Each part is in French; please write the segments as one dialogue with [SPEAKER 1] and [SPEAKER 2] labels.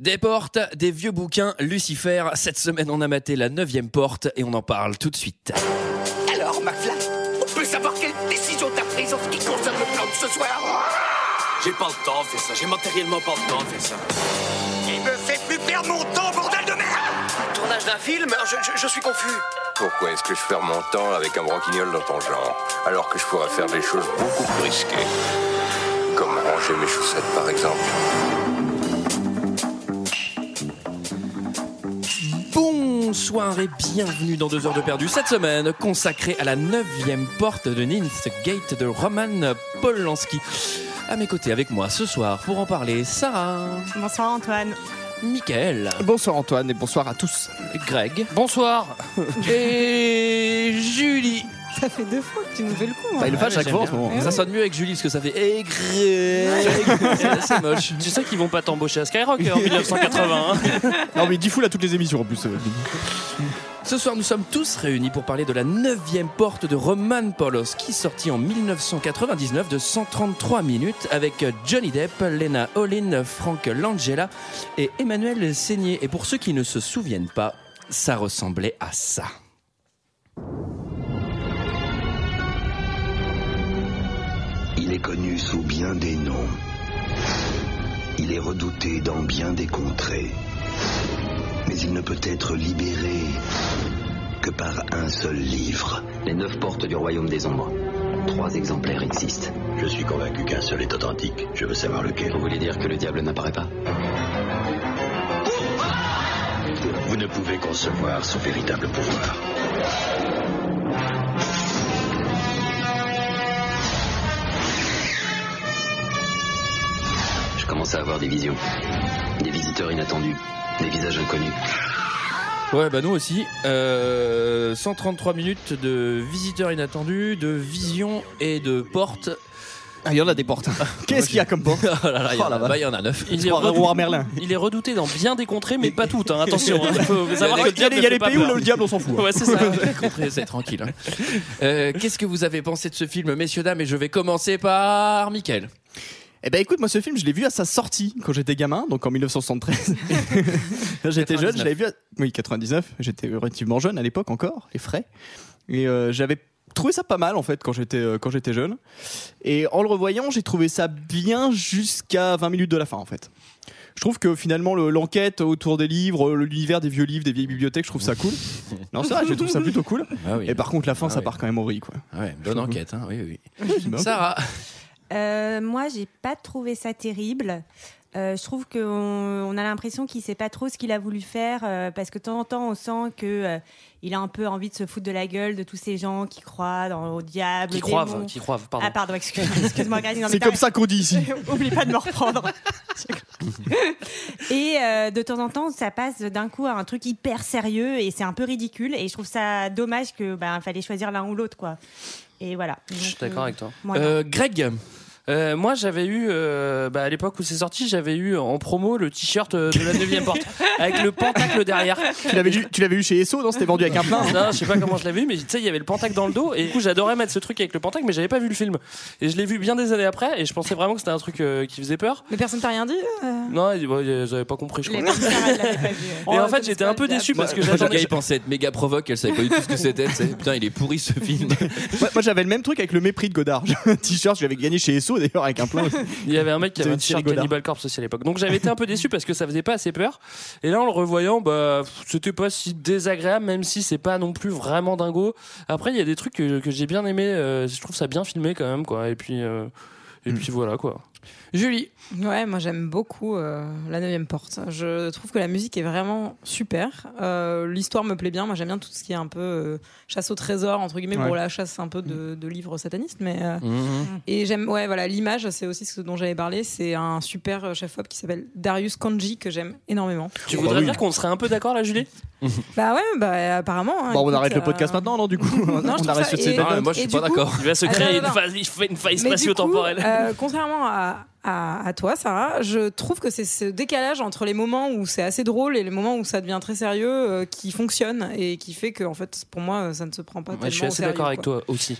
[SPEAKER 1] Des portes, des vieux bouquins, Lucifer. Cette semaine, on a maté la neuvième porte et on en parle tout de suite.
[SPEAKER 2] Alors, McFly, on peut savoir quelle décision t'as prise en ce qui concerne le plan de ce soir
[SPEAKER 3] J'ai pas le temps de faire ça, j'ai matériellement pas le temps de faire ça.
[SPEAKER 2] Il me fait plus perdre mon temps, bordel de merde
[SPEAKER 4] Tournage d'un film je, je- je suis confus.
[SPEAKER 5] Pourquoi est-ce que je perds mon temps avec un broquignol dans ton genre Alors que je pourrais faire des choses beaucoup plus risquées. Comme ranger mes chaussettes par exemple.
[SPEAKER 1] Bonsoir et bienvenue dans deux heures de perdu. Cette semaine, consacrée à la neuvième porte de Ninth Gate de Roman Polanski. À mes côtés, avec moi ce soir, pour en parler, Sarah,
[SPEAKER 6] Bonsoir Antoine.
[SPEAKER 1] Michael,
[SPEAKER 7] Bonsoir Antoine et bonsoir à tous.
[SPEAKER 1] Greg
[SPEAKER 7] Bonsoir.
[SPEAKER 1] et Julie.
[SPEAKER 6] Ça fait deux fois que tu nous fais le coup. hein.
[SPEAKER 7] Bah, il le fait à chaque fois en ce moment.
[SPEAKER 1] Ça sonne mieux avec Julie parce que ça fait et Greg. C'est- C'est moche.
[SPEAKER 8] Tu sais qu'ils vont pas t'embaucher à Skyrock
[SPEAKER 1] hein,
[SPEAKER 8] en 1980. hein.
[SPEAKER 7] Non mais il dit full à toutes les émissions en plus. euh,
[SPEAKER 1] Ce soir, nous sommes tous réunis pour parler de la neuvième porte de Roman Polanski, sortie en 1999 de 133 minutes avec Johnny Depp, Lena Olin, Frank Langella et Emmanuel Seigné. Et pour ceux qui ne se souviennent pas, ça ressemblait à ça.
[SPEAKER 9] Il est connu sous bien des noms. Il est redouté dans bien des contrées. Mais il ne peut être libéré que par un seul livre.
[SPEAKER 10] Les neuf portes du royaume des ombres. Trois exemplaires existent.
[SPEAKER 9] Je suis convaincu qu'un seul est authentique. Je veux savoir lequel.
[SPEAKER 10] Vous voulez dire que le diable n'apparaît pas
[SPEAKER 9] Vous ne pouvez concevoir ce véritable pouvoir.
[SPEAKER 10] Je commence à avoir des visions. Des visiteurs inattendus. Des visages inconnus.
[SPEAKER 1] Ouais, bah nous aussi. Euh, 133 minutes de visiteurs inattendus, de visions et de portes.
[SPEAKER 7] Ah,
[SPEAKER 1] Ah,
[SPEAKER 7] il y en a des portes. Qu'est-ce qu'il y a comme porte
[SPEAKER 1] Oh là là, il y, en
[SPEAKER 7] Oh la
[SPEAKER 1] a-
[SPEAKER 7] vache.
[SPEAKER 1] bah, il y en a neuf.
[SPEAKER 8] Il est,
[SPEAKER 7] Trois
[SPEAKER 8] redouté,
[SPEAKER 7] Roi Merlin.
[SPEAKER 8] il est redouté dans bien des contrées, mais pas toutes. hein. Attention, il faut savoir que le
[SPEAKER 7] Il y a
[SPEAKER 8] diable
[SPEAKER 7] les, il y a
[SPEAKER 8] ne
[SPEAKER 7] les
[SPEAKER 8] fait pas
[SPEAKER 7] pays où
[SPEAKER 8] peur.
[SPEAKER 7] le diable on s'en fout. hein.
[SPEAKER 8] Ouais, c'est ça.
[SPEAKER 1] Contrée, c'est tranquille. hein. Euh, Qu'est-ce que vous avez pensé de ce film, messieurs dames Et je vais commencer par Michael.
[SPEAKER 7] Eh ben écoute, moi ce film, je l'ai vu à sa sortie quand j'étais gamin, donc en 1973. j'étais jeune, je l'avais vu à... Oui, 99, j'étais relativement jeune à l'époque encore, et frais. Et euh, j'avais trouvé ça pas mal en fait quand j'étais euh, quand j'étais jeune. Et en le revoyant, j'ai trouvé ça bien jusqu'à 20 minutes de la fin en fait. Je trouve que finalement le- l'enquête autour des livres, euh, l'univers des vieux livres, des vieilles bibliothèques, je trouve ça cool. Non, c'est vrai, je trouve ça plutôt cool.
[SPEAKER 1] Ah oui.
[SPEAKER 7] Et par contre, la fin,
[SPEAKER 1] Ah
[SPEAKER 7] ça
[SPEAKER 1] oui.
[SPEAKER 7] part quand même au riz, quoi.
[SPEAKER 1] Ouais, bonne enquête, hein, oui, oui.
[SPEAKER 7] Bah,
[SPEAKER 1] Sarah,
[SPEAKER 6] Euh, moi, j'ai pas trouvé ça terrible. Euh, je trouve qu'on on a l'impression qu'il sait pas trop ce qu'il a voulu faire euh, parce que de temps en temps on sent que euh, il a un peu envie de se foutre de la gueule de tous ces gens qui croient dans, au diable,
[SPEAKER 8] Qui
[SPEAKER 6] au
[SPEAKER 8] croivent,
[SPEAKER 6] démon.
[SPEAKER 8] qui croivent,
[SPEAKER 6] Ah
[SPEAKER 8] pardon.
[SPEAKER 6] pardon, excuse- excuse-moi, Karine, non, mais
[SPEAKER 7] C'est
[SPEAKER 6] t'as-
[SPEAKER 7] comme ça qu'on dit ici.
[SPEAKER 6] Oublie pas de me reprendre. et euh, de temps en temps, ça passe d'un coup à un truc hyper sérieux et c'est un peu ridicule. Et je trouve ça dommage que ben fallait choisir l'un ou l'autre quoi. Et voilà.
[SPEAKER 8] Je suis d'accord avec toi.
[SPEAKER 6] moi.
[SPEAKER 1] euh, Greg,
[SPEAKER 8] Euh, moi, j'avais eu, euh, bah, à l'époque où c'est sorti, j'avais eu en promo le t-shirt euh, de la 9 porte avec le pentacle derrière.
[SPEAKER 7] Tu l'avais eu- tu l'avais eu chez Esso, non C'était vendu avec un plein. hein.
[SPEAKER 8] Non, je sais pas comment je l'avais vu, mais tu sais, il y avait le pentacle dans le dos. Et du coup, j'adorais mettre ce truc avec le pentacle, mais j'avais pas vu le film. Et je l'ai vu bien des années après, et je pensais vraiment que c'était un truc euh, qui faisait peur.
[SPEAKER 6] Mais personne t'a rien dit
[SPEAKER 1] Ah.
[SPEAKER 8] Non, ils bon, ils avaient pas compris, je crois.
[SPEAKER 6] Et
[SPEAKER 8] Et
[SPEAKER 1] Oh,
[SPEAKER 8] en fait, j'étais un peu déçu parce que
[SPEAKER 1] moi, le gars,
[SPEAKER 8] j'attendais.
[SPEAKER 1] il pensait être méga provoque, elle savait pas du tout ce que c'était. tu sais. Putain, il est pourri ce film.
[SPEAKER 7] Moi, moi, j'avais le même truc avec le mépris de Godard. J'avais un t-shirt, j'avais gagné chez Esso d'ailleurs avec un plein.
[SPEAKER 8] Il y avait un mec qui avait
[SPEAKER 7] C'était
[SPEAKER 8] un t-shirt
[SPEAKER 7] Thierry Godard.
[SPEAKER 8] Cannibal Corpse aussi à l'époque. Donc j'avais été un peu déçu parce que ça faisait pas assez peur. Et là, en le revoyant, bah, pff, c'était pas si désagréable, même si c'est pas non plus vraiment dingo. Après, il y a des trucs que, que j'ai bien aimé. euh, je trouve ça bien filmé quand même, quoi. Et puis. euh, et puis voilà quoi.
[SPEAKER 1] Julie,
[SPEAKER 11] Ouais, moi j'aime beaucoup euh, La Neuvième Porte. Je trouve que la musique est vraiment super. Euh, L'histoire me plaît bien. Moi j'aime bien tout ce qui est un peu euh, chasse au trésor, entre guillemets,
[SPEAKER 7] Ouais.
[SPEAKER 11] pour la chasse un peu de, de livres satanistes. Mais, euh, Et j'aime, ouais, voilà, l'image, c'est aussi ce dont j'avais parlé. C'est un super euh, chef-op qui s'appelle Darius Kanji que j'aime énormément.
[SPEAKER 8] Tu
[SPEAKER 7] Bah
[SPEAKER 8] voudrais
[SPEAKER 7] oui.
[SPEAKER 8] dire qu'on serait un peu d'accord là, Julie
[SPEAKER 11] Bah ouais, bah apparemment. hein,
[SPEAKER 7] Bon, on
[SPEAKER 11] écoute,
[SPEAKER 7] arrête le
[SPEAKER 11] euh,
[SPEAKER 7] podcast maintenant, non Du coup,
[SPEAKER 11] je
[SPEAKER 7] on
[SPEAKER 11] trouve
[SPEAKER 7] arrête
[SPEAKER 11] ça-
[SPEAKER 7] sur ces
[SPEAKER 11] et-
[SPEAKER 7] notes.
[SPEAKER 1] Ah, moi je
[SPEAKER 11] et
[SPEAKER 1] suis
[SPEAKER 11] du
[SPEAKER 1] pas
[SPEAKER 11] coup-
[SPEAKER 1] d'accord.
[SPEAKER 8] Il va se
[SPEAKER 11] Ah, non,
[SPEAKER 8] créer
[SPEAKER 11] non,
[SPEAKER 8] une,
[SPEAKER 11] non.
[SPEAKER 8] phase- il fait une faille
[SPEAKER 11] Mais du coup,
[SPEAKER 8] spatio-temporelle.
[SPEAKER 11] euh, contrairement à,
[SPEAKER 2] à, à toi, Sarah. Je trouve que c'est ce décalage entre les moments où c'est assez drôle et les moments où ça devient très sérieux euh, qui fonctionne et qui fait que, en fait, pour moi, ça ne se prend pas
[SPEAKER 1] Ouais,
[SPEAKER 2] tellement
[SPEAKER 1] je suis
[SPEAKER 2] au
[SPEAKER 1] assez
[SPEAKER 2] sérieux,
[SPEAKER 1] d'accord avec
[SPEAKER 2] quoi.
[SPEAKER 1] toi aussi.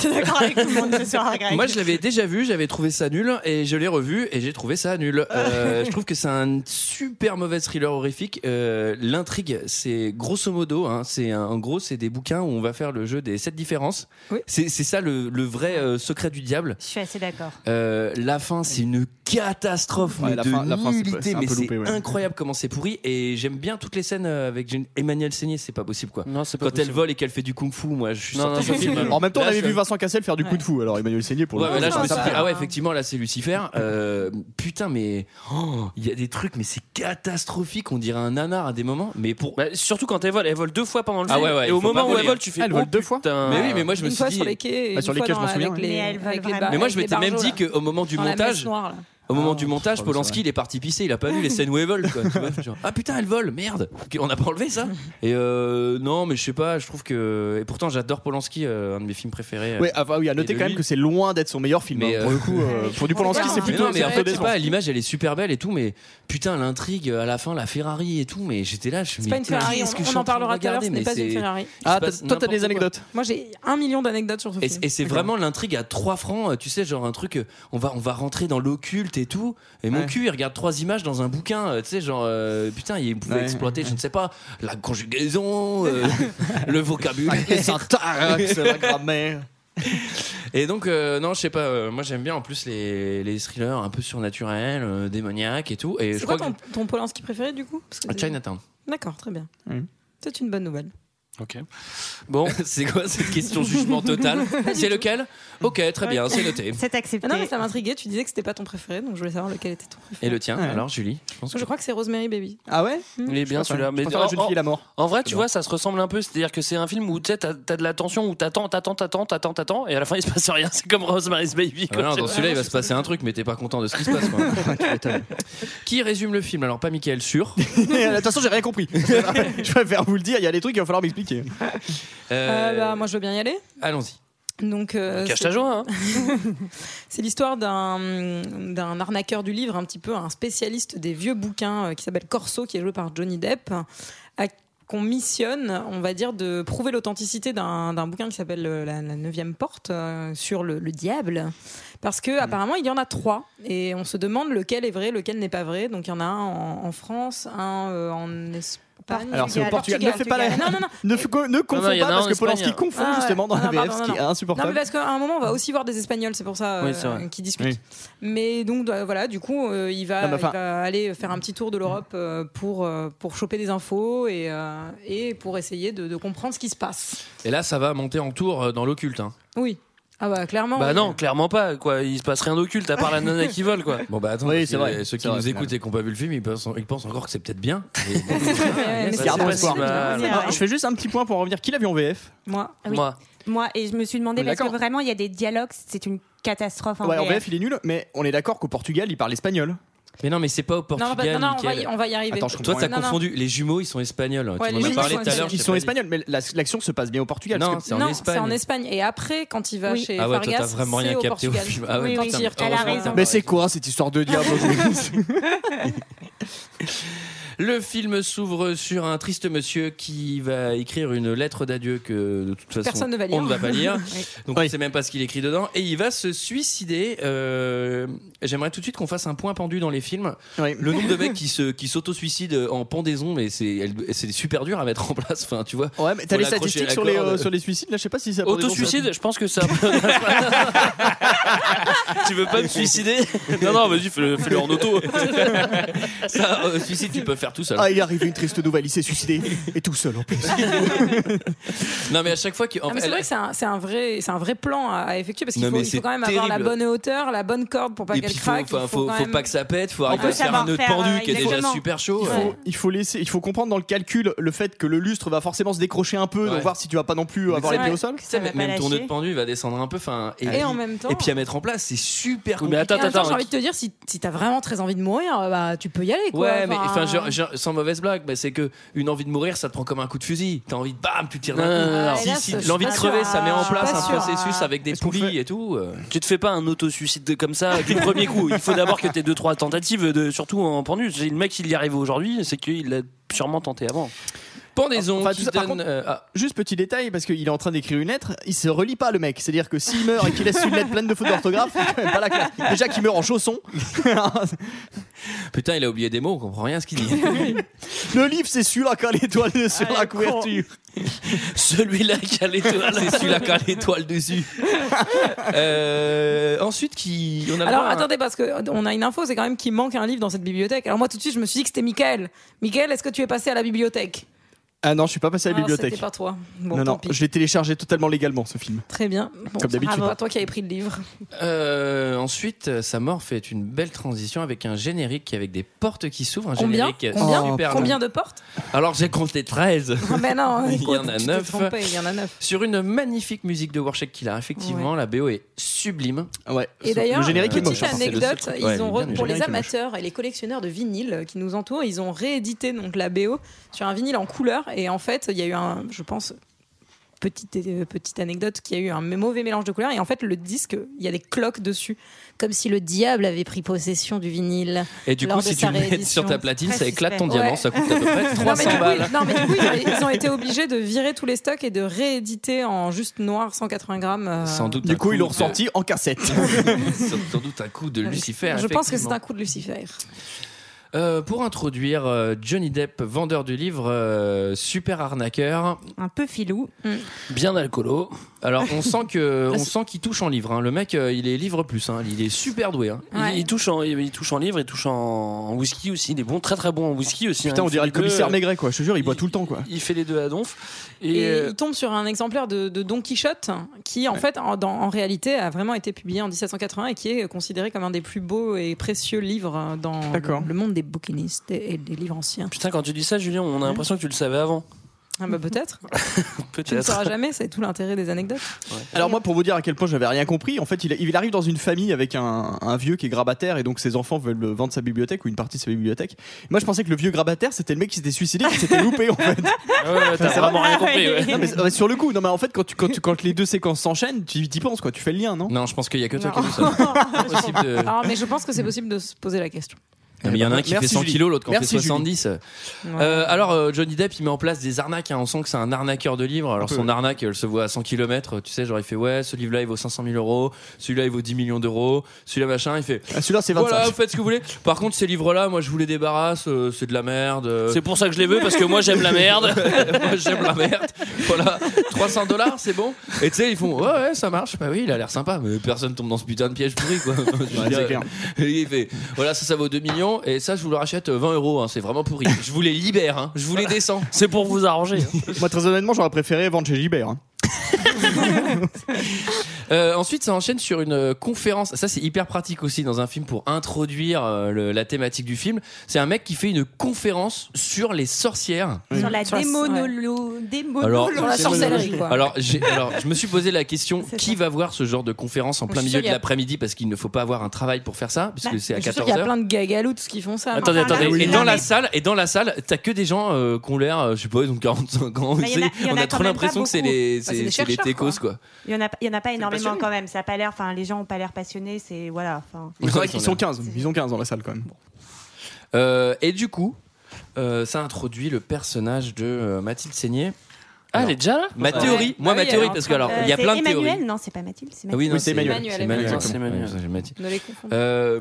[SPEAKER 2] T'es d'accord avec tout le monde ce soir, Greg
[SPEAKER 11] Moi, je l'avais déjà vu, j'avais trouvé ça nul, et je l'ai revu, et j'ai trouvé ça nul. Euh, je trouve que c'est un super mauvais thriller horrifique. Euh, L'intrigue, c'est grosso modo, hein, c'est un- en gros, c'est des bouquins où on va faire le jeu des sept différences. C'est c'est ça le, le vrai euh, secret du diable.
[SPEAKER 6] Je suis assez d'accord.
[SPEAKER 11] Euh, la fin, c'est une catastrophe,
[SPEAKER 7] Ouais,
[SPEAKER 11] mais
[SPEAKER 7] la
[SPEAKER 11] de
[SPEAKER 7] fin- la fin, c'est-
[SPEAKER 11] nullité,
[SPEAKER 7] c'est un
[SPEAKER 11] mais
[SPEAKER 7] peu loupé,
[SPEAKER 11] c'est
[SPEAKER 7] ouais.
[SPEAKER 11] incroyable comment c'est pourri. Et j'aime bien toutes les scènes euh, avec Jen- Emmanuel Seigné, c'est pas possible quoi.
[SPEAKER 1] pas
[SPEAKER 11] Quand elle
[SPEAKER 1] possible.
[SPEAKER 11] vole et qu'elle fait du kung-fu, moi, je suis
[SPEAKER 1] Non,
[SPEAKER 11] sorti
[SPEAKER 1] non,
[SPEAKER 11] du
[SPEAKER 1] ça, c'est
[SPEAKER 11] film.
[SPEAKER 1] nul.
[SPEAKER 7] En même temps, on
[SPEAKER 11] Là,
[SPEAKER 7] avait
[SPEAKER 11] je-
[SPEAKER 7] vu Vincent Cassel faire du coup de fou. Alors Emmanuel Seigné pour
[SPEAKER 11] Ouais,
[SPEAKER 7] le
[SPEAKER 11] mais là, je
[SPEAKER 7] coup,
[SPEAKER 11] me suis
[SPEAKER 7] ça-
[SPEAKER 11] dit, ah ouais, effectivement, là, c'est Lucifer. Euh, putain, mais oh, il y a des trucs, mais c'est catastrophique. On dirait un nanar à des moments. Mais pour.
[SPEAKER 1] Bah, surtout quand elle vole, elle vole deux fois pendant le
[SPEAKER 11] Ah
[SPEAKER 1] film.
[SPEAKER 11] ouais, ouais,
[SPEAKER 1] et au
[SPEAKER 11] faut pas
[SPEAKER 1] moment où
[SPEAKER 11] voler,
[SPEAKER 1] elle
[SPEAKER 11] hein.
[SPEAKER 1] vole, tu fais.
[SPEAKER 7] Elle vole
[SPEAKER 1] oh,
[SPEAKER 7] deux fois
[SPEAKER 1] putain.
[SPEAKER 11] Mais oui, mais moi, je me
[SPEAKER 2] une
[SPEAKER 11] suis
[SPEAKER 2] fois
[SPEAKER 11] dit.
[SPEAKER 2] sur les quais, et
[SPEAKER 7] Bah, sur
[SPEAKER 2] une
[SPEAKER 7] les
[SPEAKER 2] fois
[SPEAKER 7] quais,
[SPEAKER 2] dans-
[SPEAKER 7] je m'en souviens,
[SPEAKER 2] avec
[SPEAKER 7] ouais.
[SPEAKER 2] les-
[SPEAKER 6] Mais elles veulent
[SPEAKER 2] avec les
[SPEAKER 6] vraiment.
[SPEAKER 2] bar-
[SPEAKER 11] Mais moi,
[SPEAKER 2] avec
[SPEAKER 11] je
[SPEAKER 2] les
[SPEAKER 11] m'étais même
[SPEAKER 2] barjols,
[SPEAKER 11] dit
[SPEAKER 2] là.
[SPEAKER 11] qu'au moment du
[SPEAKER 2] Dans la messe
[SPEAKER 11] montage.
[SPEAKER 2] noire, là.
[SPEAKER 11] Au moment du montage,
[SPEAKER 7] crois que
[SPEAKER 11] Polanski, il est parti pisser, il a pas vu les scènes où elle vole. quoi, tu vois. Genre, ah putain, elle vole, merde. Ok, On a pas enlevé ça Et euh, non, mais je sais pas, je trouve que. Et pourtant, j'adore Polanski, euh, un de mes films préférés.
[SPEAKER 7] Ouais, enfin, oui, à
[SPEAKER 11] Et
[SPEAKER 7] noter
[SPEAKER 11] de
[SPEAKER 7] quand même
[SPEAKER 11] lui.
[SPEAKER 7] que c'est loin d'être son meilleur film.
[SPEAKER 11] Mais,
[SPEAKER 7] hein. Pour
[SPEAKER 11] euh,
[SPEAKER 7] le coup, euh, pour du Polanski, c'est
[SPEAKER 11] Mais
[SPEAKER 7] plutôt.
[SPEAKER 11] non, mais
[SPEAKER 7] c'est
[SPEAKER 11] en
[SPEAKER 7] plutôt
[SPEAKER 11] fait, je sais
[SPEAKER 7] décevant.
[SPEAKER 11] pas, l'image elle est super belle et tout, mais putain, l'intrigue à la fin, la Ferrari et tout, mais j'étais là, je me
[SPEAKER 2] C'est pas une Ferrari, on, on en parlera tout à l'heure, ce n'est pas une Ferrari.
[SPEAKER 7] Ah, t'as-
[SPEAKER 11] se passe
[SPEAKER 7] toi, t'as
[SPEAKER 11] n'importe
[SPEAKER 7] des
[SPEAKER 11] quoi.
[SPEAKER 7] anecdotes.
[SPEAKER 2] Moi, j'ai un million d'anecdotes sur ce
[SPEAKER 11] Et,
[SPEAKER 2] film.
[SPEAKER 11] et c'est vraiment l'intrigue à 3 francs, euh, tu sais, genre un truc, euh, on va, on va rentrer dans l'occulte et tout. Et mon
[SPEAKER 7] Ouais.
[SPEAKER 11] cul, il regarde trois images dans un bouquin, euh, tu sais, genre, euh, putain, il pouvait
[SPEAKER 7] Ouais.
[SPEAKER 11] exploiter, je ne sais pas, la conjugaison, euh, le vocabulaire.
[SPEAKER 7] Les syntaxes, la grammaire.
[SPEAKER 11] Et donc, euh, non, je sais pas, euh, moi j'aime bien en plus les, les thrillers un peu surnaturels, euh, démoniaques et tout. Et
[SPEAKER 2] C'est
[SPEAKER 11] je
[SPEAKER 2] quoi
[SPEAKER 11] crois
[SPEAKER 2] ton,
[SPEAKER 11] que. Ah,
[SPEAKER 2] ton Polanski préféré du coup Parce que-
[SPEAKER 11] Chinatown.
[SPEAKER 2] D'accord, très bien.
[SPEAKER 7] Mhm.
[SPEAKER 2] C'est une bonne nouvelle.
[SPEAKER 1] Ok. Bon,
[SPEAKER 11] C'est quoi cette question jugement total C'est lequel Ok, très bien, c'est noté.
[SPEAKER 6] C'est accepté.
[SPEAKER 2] Ah non, mais ça m'intriguait. Tu disais que c'était pas ton préféré, donc je voulais savoir lequel était ton préféré.
[SPEAKER 11] Et le tien,
[SPEAKER 7] Ouais.
[SPEAKER 11] alors Julie je pense que-
[SPEAKER 2] Je crois que c'est Rosemary Baby.
[SPEAKER 7] Ah ouais
[SPEAKER 1] il est bien celui-là. Mais
[SPEAKER 7] Mais la jeune
[SPEAKER 1] en-
[SPEAKER 7] fille et la mort.
[SPEAKER 1] En vrai, tu vois, ça se ressemble un peu. C'est-à-dire que c'est un film où tu sais, t'as t'as de la tension, où t'attends, t'attends, t'attends, t'attends, t'attends, et à la fin il se passe rien. C'est comme Rosemary's Baby.
[SPEAKER 11] Ah
[SPEAKER 1] quoi.
[SPEAKER 11] non,
[SPEAKER 1] Je-
[SPEAKER 11] dans celui-là, il va se passer un truc, mais t'es pas content de ce qui se passe. quoi.
[SPEAKER 2] Ah
[SPEAKER 11] qui résume le film Alors, pas Michael Sûr.
[SPEAKER 7] De toute façon, j'ai rien compris. je préfère vous le dire, il y a des trucs qu'il va falloir m'expliquer.
[SPEAKER 11] Euh,
[SPEAKER 2] Euh, bah, moi, je veux bien y aller.
[SPEAKER 11] Allons-y.
[SPEAKER 2] Donc, euh,
[SPEAKER 1] Cache
[SPEAKER 2] c'est-
[SPEAKER 1] ta joie. Hein.
[SPEAKER 2] C'est l'histoire d'un d'un arnaqueur du livre, un petit peu un spécialiste des vieux bouquins euh, qui s'appelle Corso, qui est joué par Johnny Depp, à- qu'on missionne, on va dire, de prouver l'authenticité d'un d'un bouquin qui s'appelle euh, La la Neuvième Porte euh, sur le, le diable, parce que
[SPEAKER 1] Hmm.
[SPEAKER 2] apparemment il y en a trois et on se demande lequel est vrai, lequel n'est pas vrai. Donc il y en a un en, en France, un euh, en Espagne.
[SPEAKER 7] Alors, c'est au Portugal. Ne fais pas la.
[SPEAKER 2] Ah, Non, non, non.
[SPEAKER 7] Ne, f- ne confonds
[SPEAKER 1] non, il y en
[SPEAKER 7] pas
[SPEAKER 1] a un
[SPEAKER 7] parce
[SPEAKER 1] en
[SPEAKER 7] que Polanski
[SPEAKER 1] Espagne.
[SPEAKER 7] confond
[SPEAKER 2] Ah,
[SPEAKER 7] justement dans
[SPEAKER 2] ouais.
[SPEAKER 7] la
[SPEAKER 2] Ah, non,
[SPEAKER 7] VF, ce
[SPEAKER 2] pardon,
[SPEAKER 7] qui est
[SPEAKER 2] Non, mais
[SPEAKER 7] insupportable.
[SPEAKER 2] parce qu'à un moment, on va aussi voir des Espagnols, c'est pour ça
[SPEAKER 1] Oui,
[SPEAKER 2] euh,
[SPEAKER 1] c'est vrai.
[SPEAKER 2] qui discutent. Mais donc euh, voilà, du coup, euh, il, va,
[SPEAKER 7] Non, mais enfin-
[SPEAKER 2] il va aller faire un petit tour de l'Europe euh, pour, euh, pour choper des infos et, euh, et pour essayer de, de comprendre ce qui se passe.
[SPEAKER 11] Et là, ça va monter en tour euh, dans l'occulte. hein.
[SPEAKER 2] Oui. Ah bah clairement.
[SPEAKER 1] Bah
[SPEAKER 2] oui.
[SPEAKER 1] non, clairement pas. Quoi, il se passe rien d'occulte à part la nana qui vole. Quoi.
[SPEAKER 11] Bon, bah attends,
[SPEAKER 7] Oui,
[SPEAKER 11] parce
[SPEAKER 7] c'est
[SPEAKER 11] que,
[SPEAKER 7] vrai.
[SPEAKER 11] euh, ceux qui
[SPEAKER 7] C'est vrai,
[SPEAKER 11] nous
[SPEAKER 7] c'est
[SPEAKER 11] écoutent et qui n'ont pas vu le film, ils pensent, ils pensent encore que c'est peut-être bien. Et bon,
[SPEAKER 2] Ouais, ouais, mais
[SPEAKER 1] Ça,
[SPEAKER 2] c'est
[SPEAKER 1] c'est
[SPEAKER 2] pas
[SPEAKER 7] Gardons
[SPEAKER 1] pas si
[SPEAKER 2] possible.
[SPEAKER 8] Ah,
[SPEAKER 1] mal.
[SPEAKER 6] c'est vrai.
[SPEAKER 7] Je fais juste un petit point pour en revenir. Qui l'a vu en VF
[SPEAKER 2] Moi,
[SPEAKER 6] Oui.
[SPEAKER 1] Moi,
[SPEAKER 6] Moi, et je me suis demandé,
[SPEAKER 7] Mais
[SPEAKER 6] parce que
[SPEAKER 7] d'accord.
[SPEAKER 6] vraiment, il y a des dialogues, c'est une catastrophe en
[SPEAKER 7] Ouais, en
[SPEAKER 6] VF.
[SPEAKER 7] VF, il est nul, mais on est d'accord qu'au Portugal, il parle espagnol.
[SPEAKER 11] Mais non, mais c'est pas au
[SPEAKER 2] non, non, non,
[SPEAKER 11] Portugal,
[SPEAKER 2] non, on, va
[SPEAKER 11] Michael.
[SPEAKER 2] y, on va y arriver.
[SPEAKER 7] Attends, je
[SPEAKER 11] Toi,
[SPEAKER 7] comprends.
[SPEAKER 11] t'as
[SPEAKER 2] Non, non.
[SPEAKER 11] confondu. Les jumeaux, ils sont espagnols.
[SPEAKER 2] Ouais, les
[SPEAKER 11] tu m'en as
[SPEAKER 2] jumeaux
[SPEAKER 11] parlé
[SPEAKER 2] sont
[SPEAKER 11] tout à l'heure.
[SPEAKER 7] Ils
[SPEAKER 11] je
[SPEAKER 7] sont
[SPEAKER 11] t'ai pas dit.
[SPEAKER 7] espagnols, mais la- l'action se passe bien au Portugal.
[SPEAKER 11] Non,
[SPEAKER 7] parce que-
[SPEAKER 11] c'est en
[SPEAKER 2] non,
[SPEAKER 11] Espagne.
[SPEAKER 2] c'est en Espagne. Et après, quand il va
[SPEAKER 6] Oui.
[SPEAKER 2] chez
[SPEAKER 11] Ah ouais, toi,
[SPEAKER 2] Fargas,
[SPEAKER 11] t'as vraiment
[SPEAKER 2] c'est
[SPEAKER 11] rien
[SPEAKER 2] au
[SPEAKER 11] capté au
[SPEAKER 2] Portugal.
[SPEAKER 11] film. Ah ouais,
[SPEAKER 6] Oui, oui,
[SPEAKER 11] putain,
[SPEAKER 6] elle a
[SPEAKER 11] heureusement,
[SPEAKER 6] raison.
[SPEAKER 11] t'as
[SPEAKER 7] Mais c'est quoi cette histoire de diable
[SPEAKER 11] Le film s'ouvre sur un triste monsieur qui va écrire une lettre d'adieu que de toute façon
[SPEAKER 2] Personne ne va lire.
[SPEAKER 11] on ne va pas lire.
[SPEAKER 6] Oui.
[SPEAKER 11] Donc on ne sait même pas ce qu'il écrit dedans et il va se suicider. Euh, J'aimerais tout de suite qu'on fasse un point pendu dans les films.
[SPEAKER 7] Oui.
[SPEAKER 11] Le nombre de mecs qui se qui s'auto-suicident en pendaison, mais c'est elle- c'est super dur à mettre en place. Enfin, tu vois.
[SPEAKER 7] Ouais, mais
[SPEAKER 11] Faut
[SPEAKER 7] t'as les
[SPEAKER 11] l'accrocher à
[SPEAKER 7] statistiques
[SPEAKER 11] la
[SPEAKER 7] sur les,
[SPEAKER 11] corde.
[SPEAKER 7] euh, sur les suicides, là, je sais pas si ça.
[SPEAKER 1] autosuicide, je pense que ça. tu veux pas me suicider Non, non, vas-y, fais-le fais-le en auto.
[SPEAKER 2] Ah,
[SPEAKER 11] Ça, euh, suicide, tu peux le faire tout seul.
[SPEAKER 7] Ah, il est arrivé une triste nouvelle, il s'est suicidé, et tout seul en plus.
[SPEAKER 11] Non, mais à chaque fois qu'il.
[SPEAKER 2] Ah,
[SPEAKER 11] en
[SPEAKER 2] mais
[SPEAKER 11] fait,
[SPEAKER 2] c'est
[SPEAKER 11] elle-
[SPEAKER 2] vrai que c'est un, c'est un vrai, c'est un vrai plan à, à effectuer parce qu'il
[SPEAKER 11] Non,
[SPEAKER 2] faut,
[SPEAKER 11] mais
[SPEAKER 2] il faut
[SPEAKER 11] c'est
[SPEAKER 2] quand même avoir la
[SPEAKER 11] terrible.
[SPEAKER 2] bonne hauteur, la bonne corde pour pas
[SPEAKER 11] et
[SPEAKER 2] qu'elle
[SPEAKER 11] puis faut,
[SPEAKER 2] craque.
[SPEAKER 11] enfin,
[SPEAKER 2] il
[SPEAKER 11] faut,
[SPEAKER 2] quand
[SPEAKER 11] faut
[SPEAKER 2] même-
[SPEAKER 11] pas que ça pète, faut
[SPEAKER 6] faut
[SPEAKER 11] arriver à se faire un
[SPEAKER 6] savoir
[SPEAKER 11] nœud de
[SPEAKER 6] faire,
[SPEAKER 11] pendu
[SPEAKER 6] euh,
[SPEAKER 11] qui est déjà
[SPEAKER 6] exactement.
[SPEAKER 11] super chaud.
[SPEAKER 7] Il
[SPEAKER 11] Euh,
[SPEAKER 7] faut, il faut laisser, il faut comprendre dans le calcul le fait que le lustre va forcément se décrocher un peu,
[SPEAKER 11] Ouais.
[SPEAKER 7] donc voir si tu vas pas non plus avoir
[SPEAKER 11] c'est
[SPEAKER 7] les pieds au sol.
[SPEAKER 11] Tu sais,
[SPEAKER 6] Ça va
[SPEAKER 11] même-
[SPEAKER 6] pas
[SPEAKER 11] même ton nœud de
[SPEAKER 6] lâcher.
[SPEAKER 11] pendu il va descendre un peu. Enfin,
[SPEAKER 2] Et en même temps-
[SPEAKER 11] Et puis à mettre en place, c'est super
[SPEAKER 1] Oui,
[SPEAKER 11] compliqué.
[SPEAKER 1] mais attends,
[SPEAKER 2] Et en même temps,
[SPEAKER 1] attends, attends.
[SPEAKER 2] j'ai envie de te dire, si, si t'as vraiment très envie de mourir, euh, bah tu peux y aller. Quoi.
[SPEAKER 11] Ouais, mais enfin, genre- genre, sans mauvaise blague, mais c'est que une envie de mourir, ça te prend comme un coup de fusil. T'as envie de bam, tu tires. d'un
[SPEAKER 1] Non,
[SPEAKER 11] coup.
[SPEAKER 1] non, non, non.
[SPEAKER 11] Ah, Si,
[SPEAKER 2] Ah, Et là,
[SPEAKER 11] si,
[SPEAKER 2] ça, hein, je suis
[SPEAKER 11] l'envie de
[SPEAKER 2] pas
[SPEAKER 11] crever,
[SPEAKER 2] sûre.
[SPEAKER 11] ça met en
[SPEAKER 2] Je suis
[SPEAKER 11] place hein,
[SPEAKER 2] pas
[SPEAKER 11] un
[SPEAKER 2] sûre.
[SPEAKER 11] processus avec des
[SPEAKER 7] Est-ce qu'on
[SPEAKER 11] poulies
[SPEAKER 7] fait-
[SPEAKER 11] et tout. euh.
[SPEAKER 1] Tu te fais pas un autosuicide de- comme ça du premier premier coup. Il faut d'abord que tu aies deux, trois tentatives, de, surtout en pendu. J'ai le mec, qui y arrive aujourd'hui, c'est qu'il l'a sûrement tenté avant.
[SPEAKER 11] Pendaison
[SPEAKER 7] Enfin,
[SPEAKER 11] qui
[SPEAKER 7] tout ça, par
[SPEAKER 11] donne,
[SPEAKER 7] contre,
[SPEAKER 11] euh, ah,
[SPEAKER 7] Juste petit détail, parce qu'il est en train d'écrire une lettre, il se relit pas le mec. C'est-à-dire que s'il meurt et qu'il laisse une lettre pleine de fautes d'orthographe, c'est quand même pas la classe. Déjà qu'il meurt en chaussons.
[SPEAKER 11] Putain, il a oublié des mots, on comprend rien à ce qu'il dit.
[SPEAKER 7] le livre, c'est celui-là qui a l'étoile sur
[SPEAKER 2] Ah,
[SPEAKER 7] la couverture.
[SPEAKER 11] Celui-là qui a l'étoile. C'est celui-là qui a l'étoile dessus. Euh, ensuite, qui. On a le
[SPEAKER 2] Alors
[SPEAKER 11] droit à un-
[SPEAKER 2] attendez parce que euh, on a une info, c'est quand même qu'il manque un livre dans cette bibliothèque. Alors moi tout de suite je me suis dit que c'était Michael. Michael, est-ce que tu es passé à la bibliothèque
[SPEAKER 7] Ah non, je suis pas passé à la
[SPEAKER 2] Ah,
[SPEAKER 7] bibliothèque.
[SPEAKER 2] C'était pas toi. Bon,
[SPEAKER 7] non,
[SPEAKER 2] tant
[SPEAKER 7] non,
[SPEAKER 2] pis.
[SPEAKER 7] je l'ai téléchargé totalement légalement ce film.
[SPEAKER 2] Très bien. Bon,
[SPEAKER 7] Comme d'habitude.
[SPEAKER 2] bravo à toi qui avais pris le livre.
[SPEAKER 11] Euh, ensuite, euh, Samor fait une belle transition avec un générique avec des portes qui s'ouvrent. Un
[SPEAKER 2] Combien
[SPEAKER 11] générique
[SPEAKER 2] Combien
[SPEAKER 11] super
[SPEAKER 2] Combien
[SPEAKER 11] long.
[SPEAKER 2] de portes
[SPEAKER 11] Alors j'ai compté 13.
[SPEAKER 2] Ah ben non,
[SPEAKER 11] Il y
[SPEAKER 2] écoute,
[SPEAKER 11] en a
[SPEAKER 2] tu t'es
[SPEAKER 11] neuf.
[SPEAKER 2] trompé, Il y en a neuf.
[SPEAKER 11] Sur une magnifique musique de Warshak qu'il a, effectivement, la BO est sublime.
[SPEAKER 7] Ouais.
[SPEAKER 2] Et d'ailleurs,
[SPEAKER 7] le générique est
[SPEAKER 2] petite
[SPEAKER 7] moche. hein.
[SPEAKER 11] c'est le seul
[SPEAKER 2] anecdote,
[SPEAKER 11] truc.
[SPEAKER 2] ils
[SPEAKER 11] Ouais,
[SPEAKER 2] ont
[SPEAKER 11] le
[SPEAKER 2] re-
[SPEAKER 11] générique
[SPEAKER 2] pour les
[SPEAKER 11] est moche.
[SPEAKER 2] amateurs et les collectionneurs de vinyles qui nous entourent, ils ont réédité donc la BO sur un vinyle en couleur. Et en fait, il y a eu un, je pense, petite euh, petite anecdote, qui a eu un mauvais mélange de couleurs. Et en fait, le disque, il y a des cloques dessus, comme si le diable avait pris possession du vinyle.
[SPEAKER 11] Et du
[SPEAKER 2] lors
[SPEAKER 11] coup,
[SPEAKER 2] de
[SPEAKER 11] si tu
[SPEAKER 2] sa
[SPEAKER 11] le mets
[SPEAKER 2] réédition.
[SPEAKER 11] sur ta platine,
[SPEAKER 6] Très
[SPEAKER 11] ça éclate ton
[SPEAKER 2] suspect.
[SPEAKER 11] diamant,
[SPEAKER 2] Ouais.
[SPEAKER 11] ça coûte à peu près
[SPEAKER 2] Non mais, du
[SPEAKER 11] 300
[SPEAKER 2] coup,
[SPEAKER 11] balles.
[SPEAKER 2] ils- non, mais du coup, ils ont, ils ont été obligés de virer tous les stocks et de rééditer en juste noir 180 grammes. euh,
[SPEAKER 11] Sans doute.
[SPEAKER 7] Du
[SPEAKER 11] un
[SPEAKER 7] coup, ils
[SPEAKER 11] coup
[SPEAKER 7] l'ont ressorti en cassette.
[SPEAKER 11] de- Sans doute un coup de Lucifer.
[SPEAKER 2] Je pense que c'est
[SPEAKER 11] effectivement.
[SPEAKER 2] un coup de Lucifer.
[SPEAKER 11] Euh, pour introduire euh, Johnny Depp, vendeur du livre, euh, super arnaqueur,
[SPEAKER 6] Un peu filou.
[SPEAKER 1] Bien alcoolo.
[SPEAKER 11] Alors on sent que on sent qu'il touche en livre. hein. Le mec, euh, il est livre plus. hein. Il est super doué. hein.
[SPEAKER 1] Il-
[SPEAKER 2] Ouais.
[SPEAKER 1] Il, touche en, il, il touche en livre, il touche en, en whisky aussi. Il est bon, très très bon en whisky aussi.
[SPEAKER 7] Putain,
[SPEAKER 1] hein.
[SPEAKER 7] on
[SPEAKER 1] Il fait
[SPEAKER 7] dirait le
[SPEAKER 1] les deux,
[SPEAKER 7] commissaire
[SPEAKER 1] euh,
[SPEAKER 7] Maigret, quoi. Je te jure, il boit tout le temps, quoi.
[SPEAKER 1] Il fait les deux à donf.
[SPEAKER 2] Et,
[SPEAKER 1] Et, euh,
[SPEAKER 2] il tombe sur un exemplaire de, de Don Quichotte qui, en fait, en, dans- en réalité, a vraiment été publié en 1780 et qui est considéré comme un des plus beaux et précieux livres euh, dans
[SPEAKER 7] D'accord.
[SPEAKER 2] le, le monde des bouquinistes et, et des livres anciens.
[SPEAKER 1] putain, quand tu dis ça, Julien, on a l'impression que tu le savais avant.
[SPEAKER 2] Ah bah peut-être. tu ne
[SPEAKER 1] Peut-être.
[SPEAKER 2] sauras jamais. C'est tout l'intérêt des anecdotes.
[SPEAKER 7] Alors moi, pour vous dire à quel point j'avais rien compris, en fait, il, il arrive dans une famille avec un, un vieux qui est grabataire et donc ses enfants veulent le vendre sa bibliothèque ou une partie de sa bibliothèque. Moi, je pensais que le vieux grabataire, c'était le mec qui s'était suicidé, qui s'était loupé en fait.
[SPEAKER 1] Ouais, ouais, T'as vraiment rien compris. ouais.
[SPEAKER 7] Non, mais, c'est- ouais, sur le coup, non mais en fait, quand tu, quand tu- quand les deux séquences s'enchaînent, tu y penses quoi, tu fais le lien, non
[SPEAKER 11] Non, je pense qu'il y a que toi qui
[SPEAKER 2] Non.
[SPEAKER 11] le savais. Pas possible de-
[SPEAKER 2] Ah, mais je pense que c'est possible de se poser la question.
[SPEAKER 11] Non, mais il y en a un qui
[SPEAKER 7] Merci,
[SPEAKER 11] fait 100
[SPEAKER 7] Julie.
[SPEAKER 11] kilos, l'autre qui en fait
[SPEAKER 7] Merci, Julie.
[SPEAKER 11] 70. Euh, alors euh, Johnny Depp, il met en place des arnaques. hein. On sent que c'est un arnaqueur de livres. Alors
[SPEAKER 7] peu,
[SPEAKER 11] son arnaque, elle se voit à 100 km. Tu sais, genre il fait ouais, ce livre-là il vaut 500 000 euros, celui-là il vaut 10 millions d'euros, celui-là machin, il fait.
[SPEAKER 7] Ah, Celui-là, c'est 25.
[SPEAKER 11] Voilà, vous faites ce que vous voulez. Par contre, ces livres-là, moi, je vous les débarrasse. euh, c'est de la merde. euh,
[SPEAKER 1] C'est pour ça que je les veux, parce que moi j'aime la merde.
[SPEAKER 11] Moi, j'aime la merde. Voilà, 300 dollars, c'est bon. Et tu sais, ils font, ouais, ouais, ça marche. Bah oui, il a l'air sympa, mais personne tombe dans ce putain de piège pourri, quoi. Je veux
[SPEAKER 7] Ouais,
[SPEAKER 11] dire,
[SPEAKER 7] c'est clair.
[SPEAKER 11] et il fait, voilà, ça, ça vaut 2 millions, et ça, je vous le rachète euh, 20 euros, hein, c'est vraiment pourri. Je vous les libère, hein, je vous les descends.
[SPEAKER 1] C'est pour vous arranger. hein.
[SPEAKER 7] Moi, très honnêtement, j'aurais préféré vendre chez Gilbert. hein.
[SPEAKER 11] Euh, ensuite, ça enchaîne sur une euh, conférence. Ça, c'est hyper pratique aussi dans un film pour introduire euh, le- la thématique du film. C'est un mec qui fait une conférence sur les sorcières.
[SPEAKER 6] Sur la
[SPEAKER 2] Sur la-
[SPEAKER 6] démonolo- démonologie.
[SPEAKER 11] Alors,
[SPEAKER 2] Sur la
[SPEAKER 11] C'est
[SPEAKER 2] sorcellerie, quoi.
[SPEAKER 11] Alors, j'ai- alors, je me suis posé la question
[SPEAKER 6] C'est
[SPEAKER 11] qui va voir ce genre de conférence en
[SPEAKER 2] Je
[SPEAKER 11] plein
[SPEAKER 2] suis
[SPEAKER 11] milieu
[SPEAKER 2] sûre
[SPEAKER 11] de
[SPEAKER 2] qu'il y a-
[SPEAKER 11] l'après-midi parce qu'il ne faut pas avoir un travail pour faire ça puisque
[SPEAKER 6] Bah,
[SPEAKER 11] c'est à
[SPEAKER 2] Je suis sûre qu'il y a
[SPEAKER 11] 14h.
[SPEAKER 2] plein de gagaloutes qui font ça.
[SPEAKER 1] Attendez,
[SPEAKER 6] Enfin,
[SPEAKER 1] attendez.
[SPEAKER 6] là,
[SPEAKER 11] Et
[SPEAKER 6] Non,
[SPEAKER 11] dans la
[SPEAKER 6] mais-
[SPEAKER 11] salle, et dans la salle, t'as que des gens euh, qui ont l'air, euh, je sais pas, ils ont 45 ans.
[SPEAKER 6] Bah, il y en a-
[SPEAKER 11] tu sais,
[SPEAKER 6] il y en
[SPEAKER 11] on
[SPEAKER 6] a
[SPEAKER 11] a trop
[SPEAKER 6] quand même
[SPEAKER 11] l'impression
[SPEAKER 6] pas
[SPEAKER 11] que c'est
[SPEAKER 6] beaucoup. Bah,
[SPEAKER 11] les,
[SPEAKER 2] c'est
[SPEAKER 11] c'est
[SPEAKER 2] des
[SPEAKER 11] c'est les
[SPEAKER 2] chercheurs,
[SPEAKER 11] techos quoi.
[SPEAKER 6] Il y en a, il y en a pas énormément
[SPEAKER 1] passionné.
[SPEAKER 6] quand même. Ça a pas l'air. Enfin, les gens ont pas l'air passionnés. C'est voilà. Enfin,
[SPEAKER 7] C'est vrai qu'ils sont
[SPEAKER 11] bien.
[SPEAKER 7] 15. Ils ont 15 dans la salle quand même.
[SPEAKER 11] Euh, et du coup, euh, ça introduit le personnage de euh, Mathilde Seigné.
[SPEAKER 1] Ah,
[SPEAKER 11] Alors,
[SPEAKER 1] elle est déjà là
[SPEAKER 11] Ma
[SPEAKER 2] Ah
[SPEAKER 11] théorie,
[SPEAKER 2] oui,
[SPEAKER 11] moi
[SPEAKER 2] elle
[SPEAKER 11] ma
[SPEAKER 2] est
[SPEAKER 11] théorie
[SPEAKER 2] en
[SPEAKER 11] parce que
[SPEAKER 2] train de-
[SPEAKER 11] alors il y a
[SPEAKER 6] Euh, c'est
[SPEAKER 11] plein de
[SPEAKER 6] Emmanuel,
[SPEAKER 11] théories.
[SPEAKER 6] non, c'est pas Mathilde, c'est
[SPEAKER 11] Ah
[SPEAKER 6] Mathilde.
[SPEAKER 11] oui, non,
[SPEAKER 7] Oui, c'est Emmanuel.
[SPEAKER 11] c'est
[SPEAKER 2] Emmanuel,
[SPEAKER 11] Emmanuel.
[SPEAKER 1] Emmanuel.
[SPEAKER 11] c'est Emmanuel. Ouais, j'ai mal dit.
[SPEAKER 2] Ne les confondez pas.
[SPEAKER 11] Euh,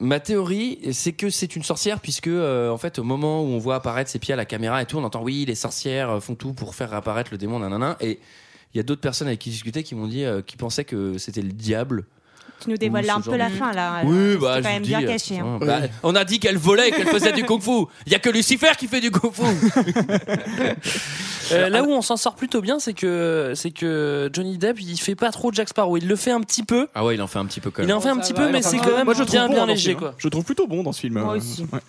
[SPEAKER 11] ma théorie, c'est que c'est une sorcière puisque euh, en fait au moment où on voit apparaître ses pieds à la caméra et tout, on entend oui les sorcières euh, font tout pour faire apparaître le démon nanana et il y a d'autres personnes avec qui je discutais qui m'ont dit euh, qui pensaient que c'était le diable.
[SPEAKER 6] Tu nous dévoiles
[SPEAKER 11] Ou
[SPEAKER 6] là un
[SPEAKER 11] ce
[SPEAKER 6] peu la
[SPEAKER 2] genre de-
[SPEAKER 6] fin là.
[SPEAKER 11] oui,
[SPEAKER 6] C'est
[SPEAKER 11] bah
[SPEAKER 6] Ah quand
[SPEAKER 11] je
[SPEAKER 6] même
[SPEAKER 11] vous
[SPEAKER 6] bien
[SPEAKER 11] dis, euh,
[SPEAKER 6] caché. hein.
[SPEAKER 11] non, bah, on a dit qu'elle volait, qu'elle faisait du kung-fu. Il y a que Lucifer qui fait du kung-fu.
[SPEAKER 1] Euh, là où on s'en sort plutôt bien, c'est que c'est que Johnny Depp, il fait pas trop Jack Sparrow. Il le fait un petit peu.
[SPEAKER 11] Ah ouais, il en fait un petit peu quand
[SPEAKER 1] Il
[SPEAKER 11] même.
[SPEAKER 1] en fait un
[SPEAKER 2] Ça
[SPEAKER 1] petit
[SPEAKER 2] va,
[SPEAKER 1] peu,
[SPEAKER 2] il en
[SPEAKER 1] mais
[SPEAKER 2] fait
[SPEAKER 1] c'est
[SPEAKER 2] un
[SPEAKER 1] quand
[SPEAKER 2] peu.
[SPEAKER 1] même
[SPEAKER 7] Moi, je le trouve
[SPEAKER 1] bien
[SPEAKER 7] bon
[SPEAKER 1] bien
[SPEAKER 7] dans le
[SPEAKER 1] léger,
[SPEAKER 7] film, hein.
[SPEAKER 1] quoi.
[SPEAKER 7] Je le trouve plutôt bon dans ce film.
[SPEAKER 6] Moi
[SPEAKER 7] euh,
[SPEAKER 6] aussi.
[SPEAKER 7] ouais.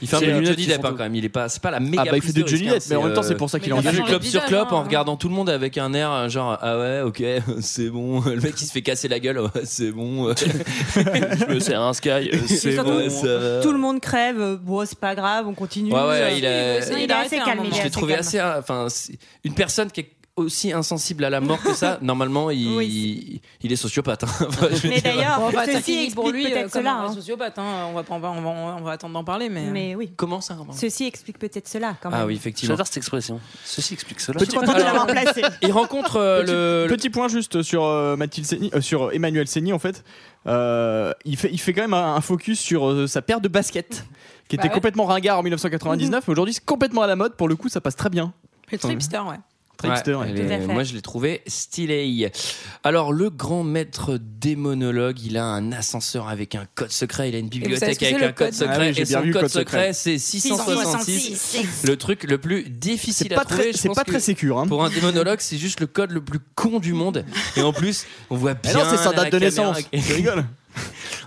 [SPEAKER 11] Il fait un
[SPEAKER 1] C'est
[SPEAKER 11] peu
[SPEAKER 1] les lunettes
[SPEAKER 11] Johnny
[SPEAKER 1] qui
[SPEAKER 11] Depp
[SPEAKER 1] font
[SPEAKER 11] hein,
[SPEAKER 1] tout.
[SPEAKER 11] quand même. Il est pas, c'est pas la méga
[SPEAKER 7] Ah bah il fait
[SPEAKER 11] prise
[SPEAKER 7] de
[SPEAKER 11] risque,
[SPEAKER 7] Johnny
[SPEAKER 11] hein,
[SPEAKER 7] Depp, mais en même temps c'est pour ça qu'il est
[SPEAKER 2] mais
[SPEAKER 7] en
[SPEAKER 2] dans
[SPEAKER 11] Il
[SPEAKER 2] Dans
[SPEAKER 11] fait
[SPEAKER 2] le
[SPEAKER 7] galère.
[SPEAKER 11] clope sur
[SPEAKER 2] visage,
[SPEAKER 11] clope
[SPEAKER 2] hein.
[SPEAKER 11] en regardant tout le monde avec un air euh, genre ah ouais ok c'est bon le mec il se fait casser la gueule ouais, c'est bon
[SPEAKER 1] Je me sers un Sky, euh, c'est
[SPEAKER 6] surtout-
[SPEAKER 1] bon.
[SPEAKER 6] Tout le monde crève. euh, Bon, c'est pas grave, on continue.
[SPEAKER 11] ouais ouais
[SPEAKER 6] Euh,
[SPEAKER 11] il a
[SPEAKER 6] il est assez calme, il est
[SPEAKER 11] je l'ai
[SPEAKER 6] assez
[SPEAKER 11] trouvé
[SPEAKER 6] calme.
[SPEAKER 11] assez enfin c'est une personne qui est aussi insensible à la mort que ça, normalement, il, il est sociopathe. hein. Enfin, je veux
[SPEAKER 2] Mais
[SPEAKER 11] dire,
[SPEAKER 2] d'ailleurs,
[SPEAKER 6] Bon, bah,
[SPEAKER 2] ceci
[SPEAKER 6] ceci
[SPEAKER 2] explique pour lui
[SPEAKER 6] explique
[SPEAKER 2] euh,
[SPEAKER 6] peut-être
[SPEAKER 2] comme
[SPEAKER 6] cela,
[SPEAKER 2] un vrai
[SPEAKER 6] hein.
[SPEAKER 2] sociopathe. hein. On, va, pas- on, va, on, va, on va attendre d'en parler, mais.
[SPEAKER 6] Mais oui.
[SPEAKER 11] Comment ça
[SPEAKER 6] Ceci explique peut-être cela quand même.
[SPEAKER 11] Ah oui, effectivement.
[SPEAKER 1] J'adore cette expression. Ceci explique cela.
[SPEAKER 7] Petit-
[SPEAKER 6] Content de l'avoir placé.
[SPEAKER 11] Il rencontre euh,
[SPEAKER 7] Petit-
[SPEAKER 11] le.
[SPEAKER 7] Petit point juste sur euh, Mathilde Seigny- euh, sur Emmanuel Seigny en fait. Euh, il fait il fait quand même un, un focus sur euh, sa paire de baskets qui
[SPEAKER 2] Bah
[SPEAKER 7] était
[SPEAKER 2] ouais.
[SPEAKER 7] complètement ringard en 1999 mais aujourd'hui c'est complètement à la mode pour le coup ça passe très bien.
[SPEAKER 2] Le
[SPEAKER 11] Hum.
[SPEAKER 2] tripster, ouais.
[SPEAKER 7] Très
[SPEAKER 11] Ouais,
[SPEAKER 7] hipster, hein. ouais.
[SPEAKER 11] elle est-
[SPEAKER 6] Tout à fait.
[SPEAKER 11] Moi, je l'ai trouvé stylé. Alors, le grand maître démonologue, il a un ascenseur avec un code secret, il a une
[SPEAKER 2] savez ce
[SPEAKER 11] bibliothèque
[SPEAKER 2] que c'est,
[SPEAKER 11] avec
[SPEAKER 2] le
[SPEAKER 11] un code
[SPEAKER 2] code
[SPEAKER 11] secret,
[SPEAKER 7] Ah oui, j'ai
[SPEAKER 11] et
[SPEAKER 7] bien
[SPEAKER 11] son
[SPEAKER 7] vu,
[SPEAKER 11] code,
[SPEAKER 7] code secret.
[SPEAKER 11] secret, c'est 666. Le truc le plus difficile
[SPEAKER 7] C'est
[SPEAKER 11] à
[SPEAKER 7] pas
[SPEAKER 11] trouver,
[SPEAKER 7] très
[SPEAKER 11] je
[SPEAKER 7] c'est
[SPEAKER 11] pense
[SPEAKER 7] pas
[SPEAKER 11] que
[SPEAKER 7] très sécure hein.
[SPEAKER 11] Pour un démonologue, c'est juste le code le plus con du monde. Et en plus, on voit
[SPEAKER 7] Ah
[SPEAKER 11] bien.
[SPEAKER 7] non, c'est sa
[SPEAKER 11] à la
[SPEAKER 7] date de
[SPEAKER 11] caméra-
[SPEAKER 7] naissance. Je rigole.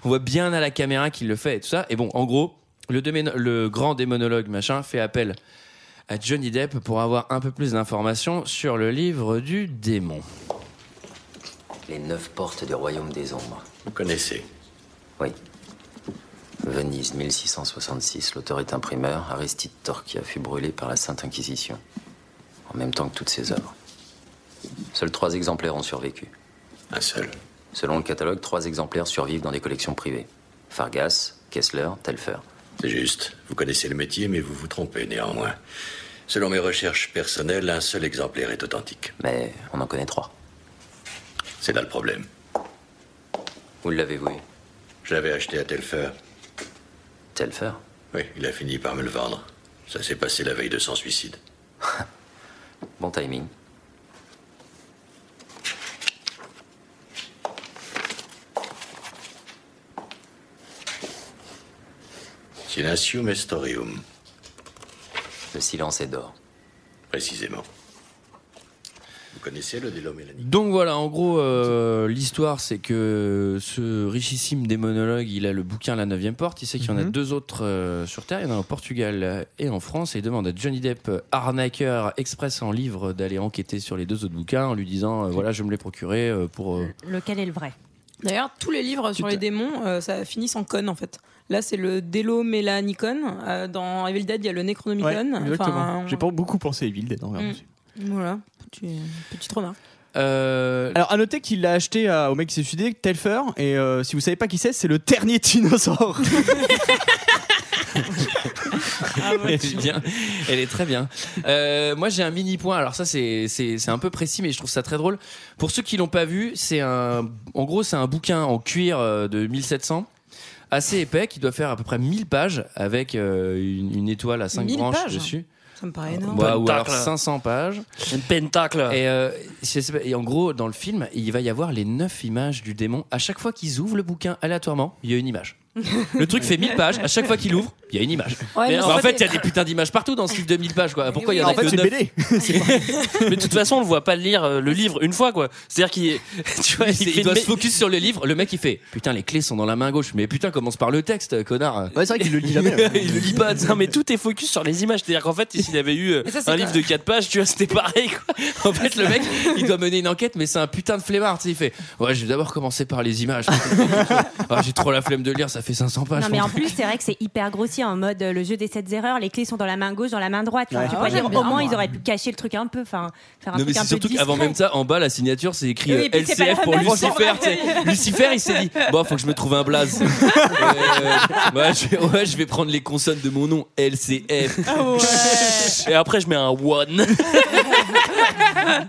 [SPEAKER 11] on voit bien à la caméra qu'il le fait et tout ça. Et bon, en gros, le, démon- le grand démonologue machin fait appel à Johnny Depp pour avoir un peu plus d'informations sur le livre du démon.
[SPEAKER 9] Les neuf portes du royaume des ombres.
[SPEAKER 3] Vous connaissez
[SPEAKER 9] Oui. Venise, 1666, l'auteur est imprimeur, Aristide Torquia fut brûlé par la Sainte Inquisition, en même temps que toutes ses œuvres. Seuls trois exemplaires ont survécu.
[SPEAKER 3] Un seul.
[SPEAKER 9] Selon le catalogue, trois exemplaires survivent dans des collections privées. Fargas, Kessler, Telfer.
[SPEAKER 3] C'est juste. Vous connaissez le métier, mais vous vous trompez néanmoins. Selon mes recherches personnelles, un seul exemplaire est authentique.
[SPEAKER 9] Mais on en connaît trois.
[SPEAKER 3] C'est là le problème.
[SPEAKER 9] Vous l'avez vu,
[SPEAKER 3] Je l'avais acheté à Telfer.
[SPEAKER 9] Telfer
[SPEAKER 3] Oui, il a fini par me le vendre. Ça s'est passé la veille de son suicide.
[SPEAKER 9] Bon timing.
[SPEAKER 3] Silentium estorium,
[SPEAKER 9] Le silence est d'or.
[SPEAKER 3] précisément. Vous connaissez le délo Mélanie
[SPEAKER 11] Donc voilà, en gros, euh, l'histoire, c'est que ce richissime démonologue, il a le bouquin La Neuvième Porte. Il sait qu'il y en a
[SPEAKER 7] Mhm.
[SPEAKER 11] deux autres euh, sur Terre. Il y en a au Portugal et en France. Et il demande à Johnny Depp, euh, arnaqueur express en livre, d'aller enquêter sur les deux autres bouquins en lui disant euh, Voilà, je me les procurer pour. euh,
[SPEAKER 6] Lequel est le vrai
[SPEAKER 2] D'ailleurs, tous les livres sur
[SPEAKER 7] Tout
[SPEAKER 2] les
[SPEAKER 7] à-
[SPEAKER 2] démons, euh, ça finit en con en fait. Là, c'est le Delo Melanicon. Euh, dans Evil Dead, il y a le
[SPEAKER 7] Ouais,
[SPEAKER 2] Necronomicon.
[SPEAKER 7] exactement.
[SPEAKER 2] Enfin,
[SPEAKER 7] J'ai pas beaucoup pensé à Evil Dead, en vrai.
[SPEAKER 2] Mm. Voilà, Tu- petite remarque.
[SPEAKER 11] euh,
[SPEAKER 7] Alors, à noter qu'il l'a acheté à- au mec qui s'est suicidé, Telfer, et euh, si vous savez pas qui c'est, c'est le dernier dinosaure.
[SPEAKER 11] Elle est bien. Elle est très bien. Euh, moi, j'ai un mini point. Alors ça, c'est c'est c'est un peu précis, mais je trouve ça très drôle. Pour ceux qui l'ont pas vu, c'est un, en gros, c'est un bouquin en cuir euh, de 1700 assez épais qui doit faire à peu près 1000 pages avec euh, une, une étoile à 5
[SPEAKER 2] 1000
[SPEAKER 11] branches
[SPEAKER 2] pages
[SPEAKER 11] dessus
[SPEAKER 2] Ça me paraît énorme.
[SPEAKER 11] Bah, ou alors
[SPEAKER 1] Pentacle.
[SPEAKER 11] 500 pages
[SPEAKER 1] Une pentacle.
[SPEAKER 11] et, euh, je sais pas, et en gros dans le film il va y avoir les 9 images du démon à chaque fois qu'ils ouvrent le bouquin aléatoirement il y a une image le truc fait 1000 pages à chaque fois qu'il ouvre il y a une image
[SPEAKER 2] Ouais,
[SPEAKER 11] mais
[SPEAKER 2] mais
[SPEAKER 11] en fait, il y a
[SPEAKER 2] c'est-
[SPEAKER 11] des putains d'images partout dans ce livre de 1000 pages. Quoi. Pourquoi il y en
[SPEAKER 2] oui,
[SPEAKER 11] a
[SPEAKER 7] en
[SPEAKER 2] En
[SPEAKER 11] que
[SPEAKER 7] fait, c'est une
[SPEAKER 11] neuf
[SPEAKER 7] BD.
[SPEAKER 1] Mais de toute façon, on le voit pas lire euh, le livre une fois, quoi. C'est-à-dire qu'il est- tu vois,
[SPEAKER 11] Il,
[SPEAKER 1] il,
[SPEAKER 11] fait-
[SPEAKER 1] fait
[SPEAKER 11] il
[SPEAKER 1] une
[SPEAKER 11] doit
[SPEAKER 1] mé-
[SPEAKER 11] se focus sur le livre. Le mec, il fait Putain, les clés sont dans la main gauche. Mais putain, commence par le texte, connard.
[SPEAKER 7] Ouais, c'est vrai qu'il le lit jamais. ouais.
[SPEAKER 1] il le lit pas, non, mais tout est focus sur les images. C'est-à-dire qu'en fait, s'il avait eu euh,
[SPEAKER 2] Mais ça, c'est
[SPEAKER 1] un
[SPEAKER 2] quoi
[SPEAKER 1] livre de 4 pages, tu vois, c'était pareil, quoi.
[SPEAKER 11] En fait, le mec, il doit mener une enquête, mais c'est un putain de flemmard. tu sais, Il fait Ouais, je vais d'abord commencer par les images. Ah, J'ai trop la flemme de lire, ça fait 500 pages.
[SPEAKER 6] Non, mais en plus, c'est vrai que c'est hyper grossier en mode euh, le jeu des sept erreurs. Les clés sont dans la main gauche, dans la main droite. Enfin,
[SPEAKER 7] Ouais.
[SPEAKER 6] tu
[SPEAKER 7] Ah
[SPEAKER 6] pourrais
[SPEAKER 2] ouais,
[SPEAKER 6] dire,
[SPEAKER 2] j'aime
[SPEAKER 6] au
[SPEAKER 2] bien,
[SPEAKER 6] moins,
[SPEAKER 2] moi.
[SPEAKER 6] ils auraient pu cacher le truc un peu. Enfin, faire un
[SPEAKER 11] Non, mais
[SPEAKER 6] truc un
[SPEAKER 11] c'est
[SPEAKER 6] peu
[SPEAKER 11] surtout qu'avant
[SPEAKER 6] discret.
[SPEAKER 11] même ça, en bas, la signature, c'est écrit
[SPEAKER 2] Oui,
[SPEAKER 11] euh,
[SPEAKER 2] et puis c'est pas la
[SPEAKER 11] LCF pour
[SPEAKER 2] même
[SPEAKER 11] Lucifer.
[SPEAKER 2] chose.
[SPEAKER 11] tu sais. Lucifer, il s'est dit Bon, faut que je me trouve un blaze. Euh, ouais, je vais, ouais, je vais prendre les consonnes de mon nom, LCF.
[SPEAKER 1] Et après, je mets un one.
[SPEAKER 2] Non,
[SPEAKER 11] Non,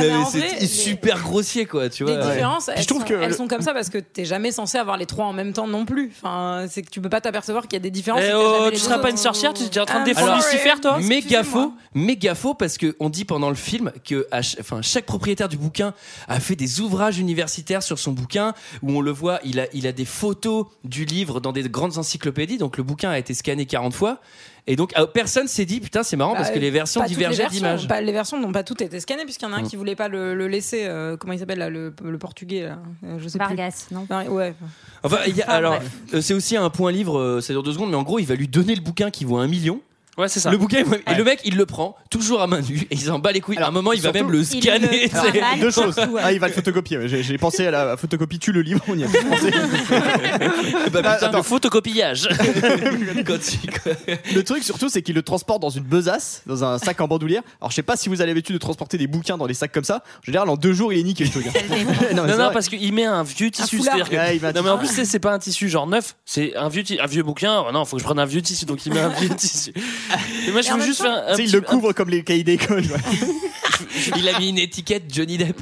[SPEAKER 2] mais
[SPEAKER 11] mais
[SPEAKER 2] en vrai,
[SPEAKER 11] c'est
[SPEAKER 2] les-
[SPEAKER 11] super grossier quoi, tu
[SPEAKER 2] Les
[SPEAKER 11] vois.
[SPEAKER 2] différences, elles,
[SPEAKER 7] Je trouve
[SPEAKER 2] sont,
[SPEAKER 7] que
[SPEAKER 2] elles
[SPEAKER 7] le-
[SPEAKER 2] sont comme ça parce que t'es jamais censé avoir les trois en même temps non plus. Enfin, c'est que tu peux pas t'apercevoir qu'il y a des différences. et
[SPEAKER 1] Eh
[SPEAKER 2] que t'as
[SPEAKER 1] oh,
[SPEAKER 2] jamais
[SPEAKER 1] tu
[SPEAKER 2] les
[SPEAKER 1] seras
[SPEAKER 2] autres.
[SPEAKER 1] pas une sorcière, tu es déjà en train de
[SPEAKER 2] I'm
[SPEAKER 1] défendre
[SPEAKER 11] sorry.
[SPEAKER 1] Lucifer, toi
[SPEAKER 11] Méga
[SPEAKER 2] Excusez-moi.
[SPEAKER 11] faux, méga faux parce que on dit pendant le film que à ch- enfin, chaque propriétaire du bouquin a fait des ouvrages universitaires sur son bouquin où on le voit, il a, il a des photos du livre dans des grandes encyclopédies, donc le bouquin a été scanné 40 fois et donc euh, personne s'est dit putain c'est marrant
[SPEAKER 2] Bah,
[SPEAKER 11] parce que les versions
[SPEAKER 2] Pas toutes les
[SPEAKER 11] divergeaient
[SPEAKER 2] versions,
[SPEAKER 11] d'images. Mm.
[SPEAKER 2] pas- Les versions n'ont pas toutes été scannées puisqu'il y en a un qui voulait pas le, le laisser. euh, comment il s'appelle là, le, le portugais là, euh, Je sais
[SPEAKER 6] Vargas, non
[SPEAKER 2] plus. Var- Ouais.
[SPEAKER 11] Enfin, il y a-
[SPEAKER 6] Enfin,
[SPEAKER 11] alors
[SPEAKER 6] bref.
[SPEAKER 11] euh, c'est aussi un point livre, euh, ça dure deux secondes, mais en gros il va lui donner le bouquin qui vaut un million.
[SPEAKER 1] Ouais, c'est ça.
[SPEAKER 11] Le bouquin, ouais. et le mec, il le prend toujours à main nue et il s'en bat les couilles. à un moment, il va même le scanner.
[SPEAKER 7] Alors, deux choses. Ah, il va le photocopier. ouais. J'ai j'ai pensé à la à photocopie, tu le livre, on y a tous pensé.
[SPEAKER 11] bah, putain,
[SPEAKER 7] Attends.
[SPEAKER 11] le photocopillage. Quand tu-
[SPEAKER 7] Le truc surtout, c'est qu'il le transporte dans une besace, dans un sac en bandoulière. Alors, je sais pas si vous avez l'habitude de transporter des bouquins dans des sacs comme ça. En général, en deux jours, il est niqué le truc. hein. non,
[SPEAKER 1] Non, non, parce qu'il met un vieux tissu.
[SPEAKER 7] foulard.
[SPEAKER 1] c'est-à-dire que-
[SPEAKER 7] Ouais, il met un
[SPEAKER 1] non, mais en plus,
[SPEAKER 7] tissu.
[SPEAKER 1] c'est- c'est pas un tissu genre neuf, c'est un vieux, ti- un vieux bouquin. Oh non, faut que je prenne un vieux tissu, donc il met un vieux tissu. Et moi, je
[SPEAKER 11] en
[SPEAKER 1] veux
[SPEAKER 11] même
[SPEAKER 1] juste
[SPEAKER 11] temps-
[SPEAKER 1] faire un.
[SPEAKER 7] il
[SPEAKER 1] petit-
[SPEAKER 7] le couvre comme les cahiers d'école. ouais.
[SPEAKER 11] il a mis une étiquette Johnny Depp.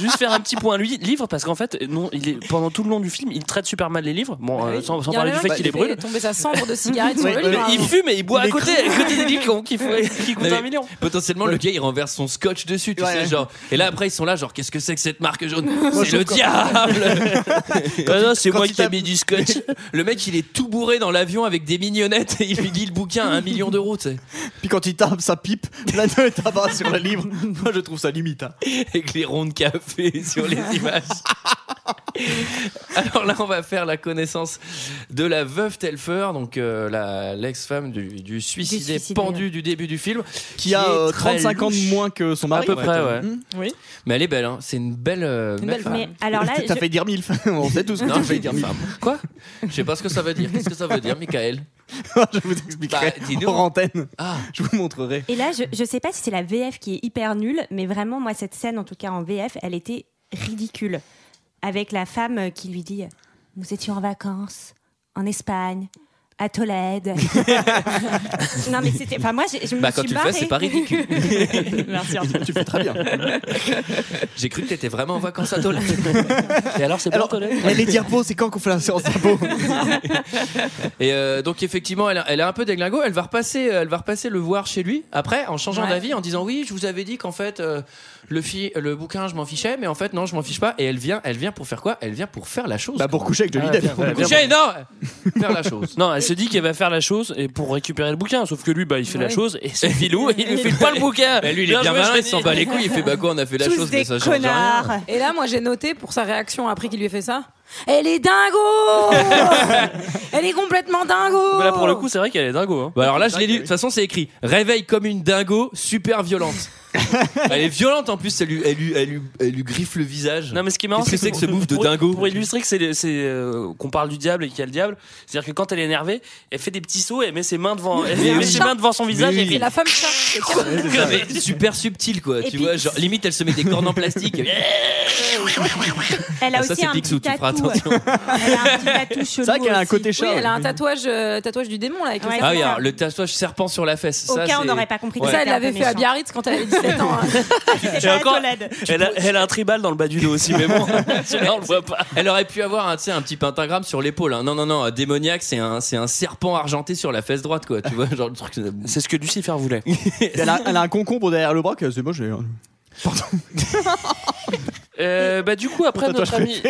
[SPEAKER 1] juste faire un petit point lui livre parce qu'en fait non il est pendant tout le long du film il traite super mal les livres bon euh, sans, sans
[SPEAKER 2] Il y en a
[SPEAKER 1] parler du
[SPEAKER 2] un
[SPEAKER 1] fait
[SPEAKER 2] qui
[SPEAKER 1] qu'il les
[SPEAKER 2] fait
[SPEAKER 1] brûle
[SPEAKER 2] tomber sa cendre de cigarette sur
[SPEAKER 7] Ouais,
[SPEAKER 2] le
[SPEAKER 7] ouais,
[SPEAKER 2] livre.
[SPEAKER 1] il fume et il boit
[SPEAKER 7] Il
[SPEAKER 1] à
[SPEAKER 7] est
[SPEAKER 1] côté, à côté des livres qui ont- qui, font- qui coûtent
[SPEAKER 11] Non, mais-
[SPEAKER 1] un million
[SPEAKER 11] Potentiellement, le gars, il renverse son scotch dessus, tu
[SPEAKER 7] Ouais,
[SPEAKER 11] sais,
[SPEAKER 7] ouais.
[SPEAKER 11] genre. Et là, après, ils sont là, genre, qu'est-ce que c'est que cette marque jaune
[SPEAKER 7] Moi,
[SPEAKER 11] C'est
[SPEAKER 7] je
[SPEAKER 11] le
[SPEAKER 7] trouve
[SPEAKER 11] diable Ah non, c'est
[SPEAKER 7] quand
[SPEAKER 11] moi
[SPEAKER 7] il
[SPEAKER 11] qui t'ai
[SPEAKER 7] tape-
[SPEAKER 11] mis du scotch. Le mec, il est tout bourré dans l'avion avec des mignonnettes et il lui dit le bouquin à un million d'euros, tu sais.
[SPEAKER 7] Puis quand il tape sa pipe, plein de tabac sur le livre. Moi, je trouve ça limite. hein.
[SPEAKER 11] Avec les ronds de café sur les images. Alors là, on va faire la connaissance de la veuve Telfer, donc euh, la- l'ex-femme du, du suicidé
[SPEAKER 6] suicidé,
[SPEAKER 11] pendu du début du film,
[SPEAKER 7] Qui a
[SPEAKER 11] est
[SPEAKER 7] euh,
[SPEAKER 11] très
[SPEAKER 7] 35 ans
[SPEAKER 11] louche.
[SPEAKER 7] de moins que son mari. Hmm.
[SPEAKER 1] à peu
[SPEAKER 7] ouais.
[SPEAKER 1] près ouais
[SPEAKER 2] Oui.
[SPEAKER 11] Mais elle est belle, hein. c'est une belle. euh,
[SPEAKER 2] Une
[SPEAKER 11] meuf,
[SPEAKER 2] belle
[SPEAKER 11] hein.
[SPEAKER 6] Mais alors là,
[SPEAKER 7] T'as fait dire mille. On sait tous que
[SPEAKER 11] Non,
[SPEAKER 7] t'as
[SPEAKER 11] je vais
[SPEAKER 7] fait dire
[SPEAKER 11] dire
[SPEAKER 7] mille.
[SPEAKER 11] femme. Quoi Je sais pas ce que ça veut dire. Qu'est-ce que ça veut dire, Michael
[SPEAKER 7] je vous expliquerai
[SPEAKER 11] Bah, dis-nous.
[SPEAKER 7] en antenne.
[SPEAKER 11] Ah.
[SPEAKER 7] Je vous montrerai.
[SPEAKER 6] Et là, je, je sais pas si c'est la VF qui est hyper nulle, mais vraiment, moi, cette scène, en tout cas en VF, elle était ridicule. Avec la femme euh, qui lui dit Nous étions en vacances, en Espagne, à Tolède. non, mais c'était. Enfin, moi, j'ai- je me
[SPEAKER 11] Bah,
[SPEAKER 6] suis
[SPEAKER 11] quand tu le fais,
[SPEAKER 6] barrée.
[SPEAKER 11] c'est pas ridicule.
[SPEAKER 2] Merci Arthur.
[SPEAKER 7] Tu le fais très bien.
[SPEAKER 11] J'ai cru que t'étais vraiment en vacances à Tolède.
[SPEAKER 1] et alors c'est pas
[SPEAKER 7] Alors, eh, les diapos, c'est quand qu'on fait la séance diapo
[SPEAKER 11] Et euh, donc effectivement, elle, elle est un peu déglingo. Elle va repasser, euh, elle va repasser le voir chez lui après, en changeant
[SPEAKER 2] Ouais.
[SPEAKER 11] d'avis, en disant oui, je vous avais dit qu'en fait euh, le, fi- le bouquin, je m'en fichais, mais en fait non, je m'en fiche pas. Et elle vient, elle vient pour faire quoi Elle vient pour faire la chose.
[SPEAKER 7] Bah pour coucher avec Johnny
[SPEAKER 1] Ah,
[SPEAKER 7] Depp.
[SPEAKER 1] bien, ouais, bien.
[SPEAKER 11] Coucher, non, faire la chose.
[SPEAKER 1] non elle se dit qu'elle va faire la chose et pour récupérer le bouquin sauf que lui bah il fait la
[SPEAKER 2] Oui.
[SPEAKER 1] chose et c'est filou et il lui fait pas le bouquin
[SPEAKER 11] Bah, lui, il est bien
[SPEAKER 1] joué,
[SPEAKER 11] malin, il
[SPEAKER 1] Johnny.
[SPEAKER 11] s'en bat les couilles. Il fait bah quoi, on a fait la
[SPEAKER 6] Tous
[SPEAKER 11] chose, mais
[SPEAKER 6] des
[SPEAKER 11] ça change rien.
[SPEAKER 6] connards.
[SPEAKER 2] Et là, moi, j'ai noté pour sa réaction après qu'il lui ait fait ça. Elle est dingo Elle est complètement dingo
[SPEAKER 1] voilà pour le coup c'est vrai qu'elle est dingo hein.
[SPEAKER 11] Bah alors là, je l'ai lu. De toute façon, c'est écrit Réveil comme une dingo, super violente. elle est violente en plus, elle lui, elle lui, elle lui, elle lui griffe le visage.
[SPEAKER 1] Non mais ce qui est marrant,
[SPEAKER 11] Qu'est-ce que c'est que ce
[SPEAKER 1] pour-
[SPEAKER 11] bouffe de
[SPEAKER 1] pour-
[SPEAKER 11] dingo
[SPEAKER 1] Pour illustrer que c'est le- c'est, euh, qu'on parle du diable et qu'il y a le diable, c'est-à-dire que quand elle est énervée, elle fait des petits sauts, elle met ses mains devant, elle met ses mains devant son visage et
[SPEAKER 2] C'est
[SPEAKER 1] elle fait
[SPEAKER 2] la femme chat.
[SPEAKER 11] Non, mais super subtil quoi,
[SPEAKER 6] Et
[SPEAKER 11] tu
[SPEAKER 6] puis-
[SPEAKER 11] vois, genre limite elle se met des cornes en plastique. Ah,
[SPEAKER 6] Elle a
[SPEAKER 11] ça
[SPEAKER 6] aussi
[SPEAKER 11] c'est
[SPEAKER 6] un
[SPEAKER 11] Picsou,
[SPEAKER 6] petit
[SPEAKER 11] tu feras
[SPEAKER 6] tatou.
[SPEAKER 11] attention.
[SPEAKER 6] Elle a un petit tatou
[SPEAKER 7] C'est
[SPEAKER 6] chelou.
[SPEAKER 7] vrai qu'elle a un
[SPEAKER 6] aussi.
[SPEAKER 7] côté
[SPEAKER 2] Oui,
[SPEAKER 7] chat.
[SPEAKER 2] elle a un tatouage, euh, tatouage du démon là. Avec le
[SPEAKER 6] Ouais.
[SPEAKER 2] serpent.
[SPEAKER 11] Ah oui, alors le tatouage serpent sur la fesse. ça,
[SPEAKER 6] hein. Aucun, on
[SPEAKER 11] c'est-
[SPEAKER 6] n'aurait pas compris que
[SPEAKER 11] Ouais.
[SPEAKER 2] Ça,
[SPEAKER 6] c'était
[SPEAKER 2] elle
[SPEAKER 6] un
[SPEAKER 2] l'avait
[SPEAKER 6] peu
[SPEAKER 2] fait à
[SPEAKER 6] méchant.
[SPEAKER 2] Biarritz quand elle avait 17 ans. hein.
[SPEAKER 6] C'était
[SPEAKER 1] Et
[SPEAKER 6] pas à
[SPEAKER 1] encore-
[SPEAKER 6] Tolède.
[SPEAKER 1] Elle a, elle a un tribal dans le bas du dos aussi, mais bon, celui-là on le voit pas.
[SPEAKER 11] Elle aurait pu avoir un, tu sais, un petit pentagramme sur l'épaule. hein. Non, non, non, euh, démoniaque, c'est un, c'est un serpent argenté sur la fesse droite, quoi. Tu vois, genre le truc.
[SPEAKER 1] C'est ce que Lucifer voulait.
[SPEAKER 7] Elle a, elle a un concombre derrière le bras. que C'est moi, j'ai.
[SPEAKER 1] Euh, bah du coup après
[SPEAKER 7] Ton
[SPEAKER 1] notre
[SPEAKER 7] tatouage
[SPEAKER 1] ami,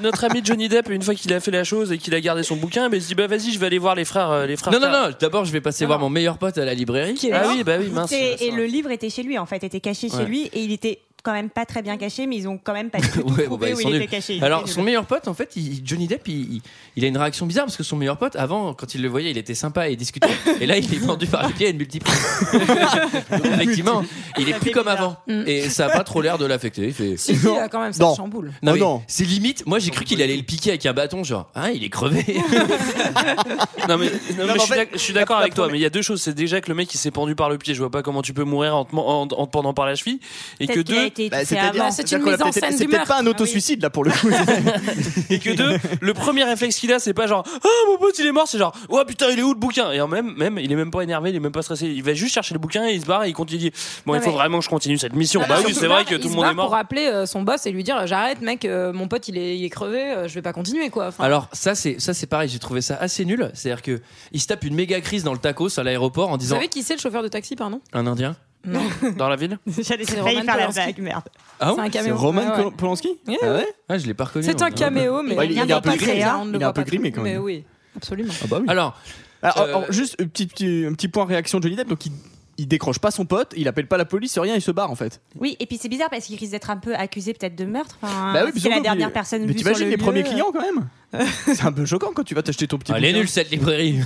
[SPEAKER 1] notre ami Johnny Depp, une fois qu'il a fait la chose et qu'il a gardé son bouquin, bah, il se dit bah vas-y je vais aller voir les frères, euh, les frères.
[SPEAKER 11] Non, non,
[SPEAKER 1] Tar-
[SPEAKER 11] Ah non, d'abord je vais passer voir mon meilleur pote à la librairie.
[SPEAKER 6] Qui est
[SPEAKER 1] Ah
[SPEAKER 6] mort.
[SPEAKER 1] oui bah oui mince.
[SPEAKER 6] Et,
[SPEAKER 1] c'est
[SPEAKER 6] et
[SPEAKER 1] vrai.
[SPEAKER 6] le livre était chez lui en fait, était caché
[SPEAKER 11] Ouais.
[SPEAKER 6] chez lui et il était quand même pas très bien caché, mais ils ont quand même pas du tout
[SPEAKER 11] Ouais,
[SPEAKER 6] trouvé
[SPEAKER 11] bon, bah, ils
[SPEAKER 6] où
[SPEAKER 11] sont
[SPEAKER 6] il
[SPEAKER 11] nuls.
[SPEAKER 6] était caché. Il
[SPEAKER 11] Alors
[SPEAKER 6] était
[SPEAKER 11] son
[SPEAKER 6] nul.
[SPEAKER 11] meilleur pote en fait, il- Johnny Depp, il, il- il a une réaction bizarre parce que son meilleur pote avant, quand il le voyait, il était sympa et il discutait, et là il est vendu par les pieds à une multiple. Donc, effectivement, il est
[SPEAKER 6] Ça
[SPEAKER 11] plus
[SPEAKER 6] fait
[SPEAKER 11] comme avant
[SPEAKER 6] bizarre.
[SPEAKER 11] et ça a pas trop l'air de l'affecter. Il fait.
[SPEAKER 2] Mm. Si, si, là, quand même, ça
[SPEAKER 7] Non.
[SPEAKER 2] chamboule.
[SPEAKER 11] Non,
[SPEAKER 7] Oh
[SPEAKER 11] mais
[SPEAKER 7] non.
[SPEAKER 11] c'est limite. Moi j'ai cru qu'il allait le piquer avec un bâton, genre ah il est crevé.
[SPEAKER 1] Non mais, non, mais
[SPEAKER 7] mais en
[SPEAKER 1] je, suis
[SPEAKER 7] fait,
[SPEAKER 1] d'ac- je suis d'accord
[SPEAKER 7] la- la
[SPEAKER 1] avec toi,
[SPEAKER 7] première-
[SPEAKER 1] mais il y a deux choses. C'est déjà que le mec il s'est pendu par le pied. Je vois pas comment tu peux mourir en te, man- en, en te pendant par la cheville. Et que
[SPEAKER 6] Peut-être qu'il a
[SPEAKER 1] deux,
[SPEAKER 6] été
[SPEAKER 7] Bah,
[SPEAKER 6] étouffé
[SPEAKER 7] c'est-à-dire-
[SPEAKER 6] avant.
[SPEAKER 2] c'est une
[SPEAKER 7] c'est-à-dire qu'on l'a
[SPEAKER 2] mise en
[SPEAKER 7] peut-être-
[SPEAKER 2] scène
[SPEAKER 7] c'est
[SPEAKER 2] du
[SPEAKER 7] peut-être
[SPEAKER 2] meurtre.
[SPEAKER 7] pas un auto-suicide là pour le coup.
[SPEAKER 1] et que deux, le premier réflexe qu'il a c'est pas genre ah mon pote il est mort, c'est genre oh putain il est où le bouquin Et en même même il est même pas énervé, il est même pas stressé. Il va juste chercher le bouquin et il se barre et il continue. Bon
[SPEAKER 2] Non,
[SPEAKER 1] il faut
[SPEAKER 2] mais-
[SPEAKER 1] vraiment que je continue cette mission.
[SPEAKER 2] Non,
[SPEAKER 1] bah
[SPEAKER 2] mais
[SPEAKER 1] oui
[SPEAKER 2] il
[SPEAKER 1] c'est
[SPEAKER 2] se barre-
[SPEAKER 1] vrai que tout
[SPEAKER 2] il
[SPEAKER 1] le
[SPEAKER 2] se
[SPEAKER 1] monde
[SPEAKER 2] barre
[SPEAKER 1] est mort.
[SPEAKER 2] pour appeler euh, son boss et lui dire j'arrête mec euh, mon pote il est, il est crevé euh, je vais pas continuer quoi Enfin,
[SPEAKER 11] Alors ça c'est ça c'est pareil. J'ai trouvé ça assez nul. C'est-à-dire que il se tape une méga crise dans le tacos à l'aéroport en
[SPEAKER 2] vous
[SPEAKER 11] disant
[SPEAKER 2] savez qui c'est le chauffeur de taxi pardon
[SPEAKER 11] un Indien.
[SPEAKER 1] Dans la ville
[SPEAKER 6] J'allais
[SPEAKER 2] C'est
[SPEAKER 6] failli
[SPEAKER 2] Roman
[SPEAKER 6] faire la
[SPEAKER 2] Polanski.
[SPEAKER 6] blague, merde.
[SPEAKER 11] Ah
[SPEAKER 2] c'est un
[SPEAKER 7] C'est
[SPEAKER 2] caméo
[SPEAKER 7] Roman
[SPEAKER 2] Ouais, ouais.
[SPEAKER 7] Col- Polanski
[SPEAKER 2] Ouais,
[SPEAKER 7] Ah ouais
[SPEAKER 11] Ah je l'ai pas reconnu. Ah
[SPEAKER 2] c'est
[SPEAKER 11] moi.
[SPEAKER 2] un caméo mais
[SPEAKER 7] Bah, il-
[SPEAKER 2] on
[SPEAKER 7] il est
[SPEAKER 2] voit
[SPEAKER 7] un peu
[SPEAKER 2] pas
[SPEAKER 7] grimé,
[SPEAKER 2] très bien,
[SPEAKER 7] hein.
[SPEAKER 2] on ne
[SPEAKER 7] Il
[SPEAKER 2] le
[SPEAKER 7] est
[SPEAKER 2] voit
[SPEAKER 7] un peu
[SPEAKER 2] pas
[SPEAKER 7] grimé,
[SPEAKER 2] trop.
[SPEAKER 7] quand même.
[SPEAKER 2] mais oui absolument
[SPEAKER 7] Ah bah oui.
[SPEAKER 11] Alors
[SPEAKER 7] Alors,
[SPEAKER 11] Euh,
[SPEAKER 7] alors, juste un petit, petit- un petit point réaction de Johnny Depp. Donc, il, il décroche pas son pote, il appelle pas la police, rien, il se barre en fait.
[SPEAKER 6] Oui, et puis c'est bizarre parce qu'il risque d'être un peu accusé peut-être de meurtre. Enfin,
[SPEAKER 7] Bah oui, puis
[SPEAKER 6] Ah, c'est la
[SPEAKER 7] surtout,
[SPEAKER 6] dernière
[SPEAKER 7] puis-
[SPEAKER 6] personne
[SPEAKER 7] Mais
[SPEAKER 6] vue sur
[SPEAKER 7] t'imagines
[SPEAKER 6] le
[SPEAKER 7] les
[SPEAKER 6] lieu.
[SPEAKER 7] premiers clients quand même C'est un peu choquant quand tu vas t'acheter ton petit.
[SPEAKER 11] Ah, elle est
[SPEAKER 7] bouquin.
[SPEAKER 11] nulle cette librairie.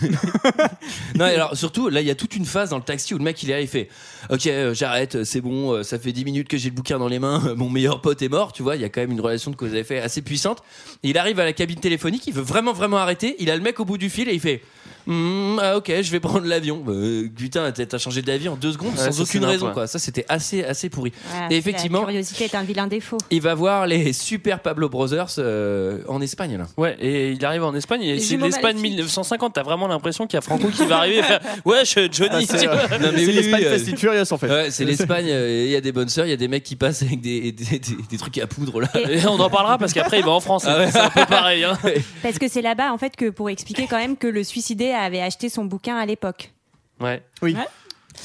[SPEAKER 11] non, et alors surtout, là, il y a toute une phase dans le taxi où le mec il est là, il fait Ok, euh, j'arrête, euh, c'est bon, euh, ça fait 10 minutes que j'ai le bouquin dans les mains, euh, mon meilleur pote est mort, tu vois, il y a quand même une relation de cause à effet assez puissante. Et il arrive à la cabine téléphonique, il veut vraiment, vraiment arrêter, il a le mec au bout du fil et il fait Hmm, ah, Ok, je vais prendre l'avion. Euh, putain, t'as t'as changé d'avis en deux secondes
[SPEAKER 1] Ouais,
[SPEAKER 11] sans
[SPEAKER 1] ça, c'est
[SPEAKER 11] aucune
[SPEAKER 1] nimp,
[SPEAKER 11] raison,
[SPEAKER 1] ouais.
[SPEAKER 11] quoi. Ça, c'était assez, assez pourri.
[SPEAKER 6] Voilà,
[SPEAKER 11] et effectivement,
[SPEAKER 6] La curiosité est un vilain défaut.
[SPEAKER 11] il va voir les super Pablo Brothers euh, en Espagne, là.
[SPEAKER 1] Ouais, et il arrive en Espagne, et
[SPEAKER 2] Les
[SPEAKER 1] c'est
[SPEAKER 2] jumeaux
[SPEAKER 1] l'Espagne
[SPEAKER 2] maléfiques.
[SPEAKER 1] 1950, t'as vraiment l'impression qu'il y a Franco qui va arriver et faire Wesh, Johnny,
[SPEAKER 7] C'est
[SPEAKER 1] tu vois.
[SPEAKER 11] Ah, Non, mais
[SPEAKER 7] c'est
[SPEAKER 11] oui,
[SPEAKER 7] l'Espagne
[SPEAKER 11] oui, euh,
[SPEAKER 7] Fast and Furious en fait.
[SPEAKER 11] Ouais, c'est l'Espagne, euh, il y a des bonnes sœurs, il y a des mecs qui passent avec des, des, des- des trucs à poudre là.
[SPEAKER 2] euh,
[SPEAKER 1] Et on en parlera parce qu'après il va en France,
[SPEAKER 11] Ah
[SPEAKER 1] c'est un peu pareil. hein.
[SPEAKER 6] Parce que c'est là-bas, en fait, que pour expliquer quand même que le suicidé avait acheté son bouquin à l'époque,
[SPEAKER 1] Ouais.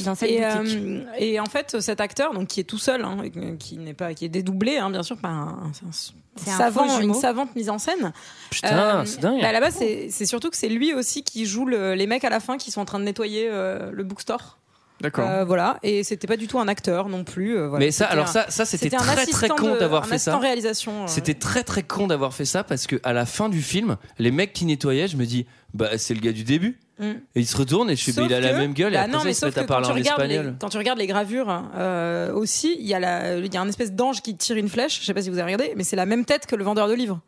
[SPEAKER 6] dans cette
[SPEAKER 2] Et,
[SPEAKER 6] boutique.
[SPEAKER 2] euh, et en fait, cet acteur, donc qui est tout seul, hein, et qui n'est pas, qui est dédoublé, hein, bien sûr, par un, un-
[SPEAKER 6] C'est un
[SPEAKER 2] savant,
[SPEAKER 6] faux jumeau.
[SPEAKER 2] une savante mise en scène.
[SPEAKER 1] Putain,
[SPEAKER 2] Euh,
[SPEAKER 1] c'est dingue.
[SPEAKER 2] bah, à la base, c'est c'est surtout que c'est lui aussi qui joue le- les mecs à la fin qui sont en train de nettoyer euh, le bookstore.
[SPEAKER 7] D'accord.
[SPEAKER 2] Euh, voilà, et c'était pas du tout un acteur non plus. euh, voilà.
[SPEAKER 11] Mais ça,
[SPEAKER 2] C'était
[SPEAKER 11] alors
[SPEAKER 2] un-
[SPEAKER 11] ça, ça c'était
[SPEAKER 2] c'était un
[SPEAKER 11] très
[SPEAKER 2] assistant
[SPEAKER 11] très con
[SPEAKER 2] de-
[SPEAKER 11] d'avoir
[SPEAKER 2] un
[SPEAKER 11] fait
[SPEAKER 2] assistant
[SPEAKER 11] ça.
[SPEAKER 2] réalisation. euh.
[SPEAKER 11] C'était très très con d'avoir fait ça parce que à la fin du film, les mecs qui nettoyaient, je me dis, bah c'est le gars du début.
[SPEAKER 2] Mm.
[SPEAKER 11] Et il se retourne et je fais,
[SPEAKER 2] Sauf
[SPEAKER 11] bah, il a la
[SPEAKER 2] que-
[SPEAKER 11] même gueule et
[SPEAKER 2] bah
[SPEAKER 11] après
[SPEAKER 2] non,
[SPEAKER 11] ça,
[SPEAKER 2] mais
[SPEAKER 11] ils se
[SPEAKER 2] sauf
[SPEAKER 11] mettent à
[SPEAKER 2] que
[SPEAKER 11] parler
[SPEAKER 2] quand
[SPEAKER 11] en
[SPEAKER 2] tu regardes les-
[SPEAKER 11] espagnol.
[SPEAKER 2] quand tu regardes les gravures euh, aussi, il y, a la- il y a un espèce d'ange qui tire une flèche. Je sais pas si vous avez regardé, mais c'est la même tête que le vendeur de livres.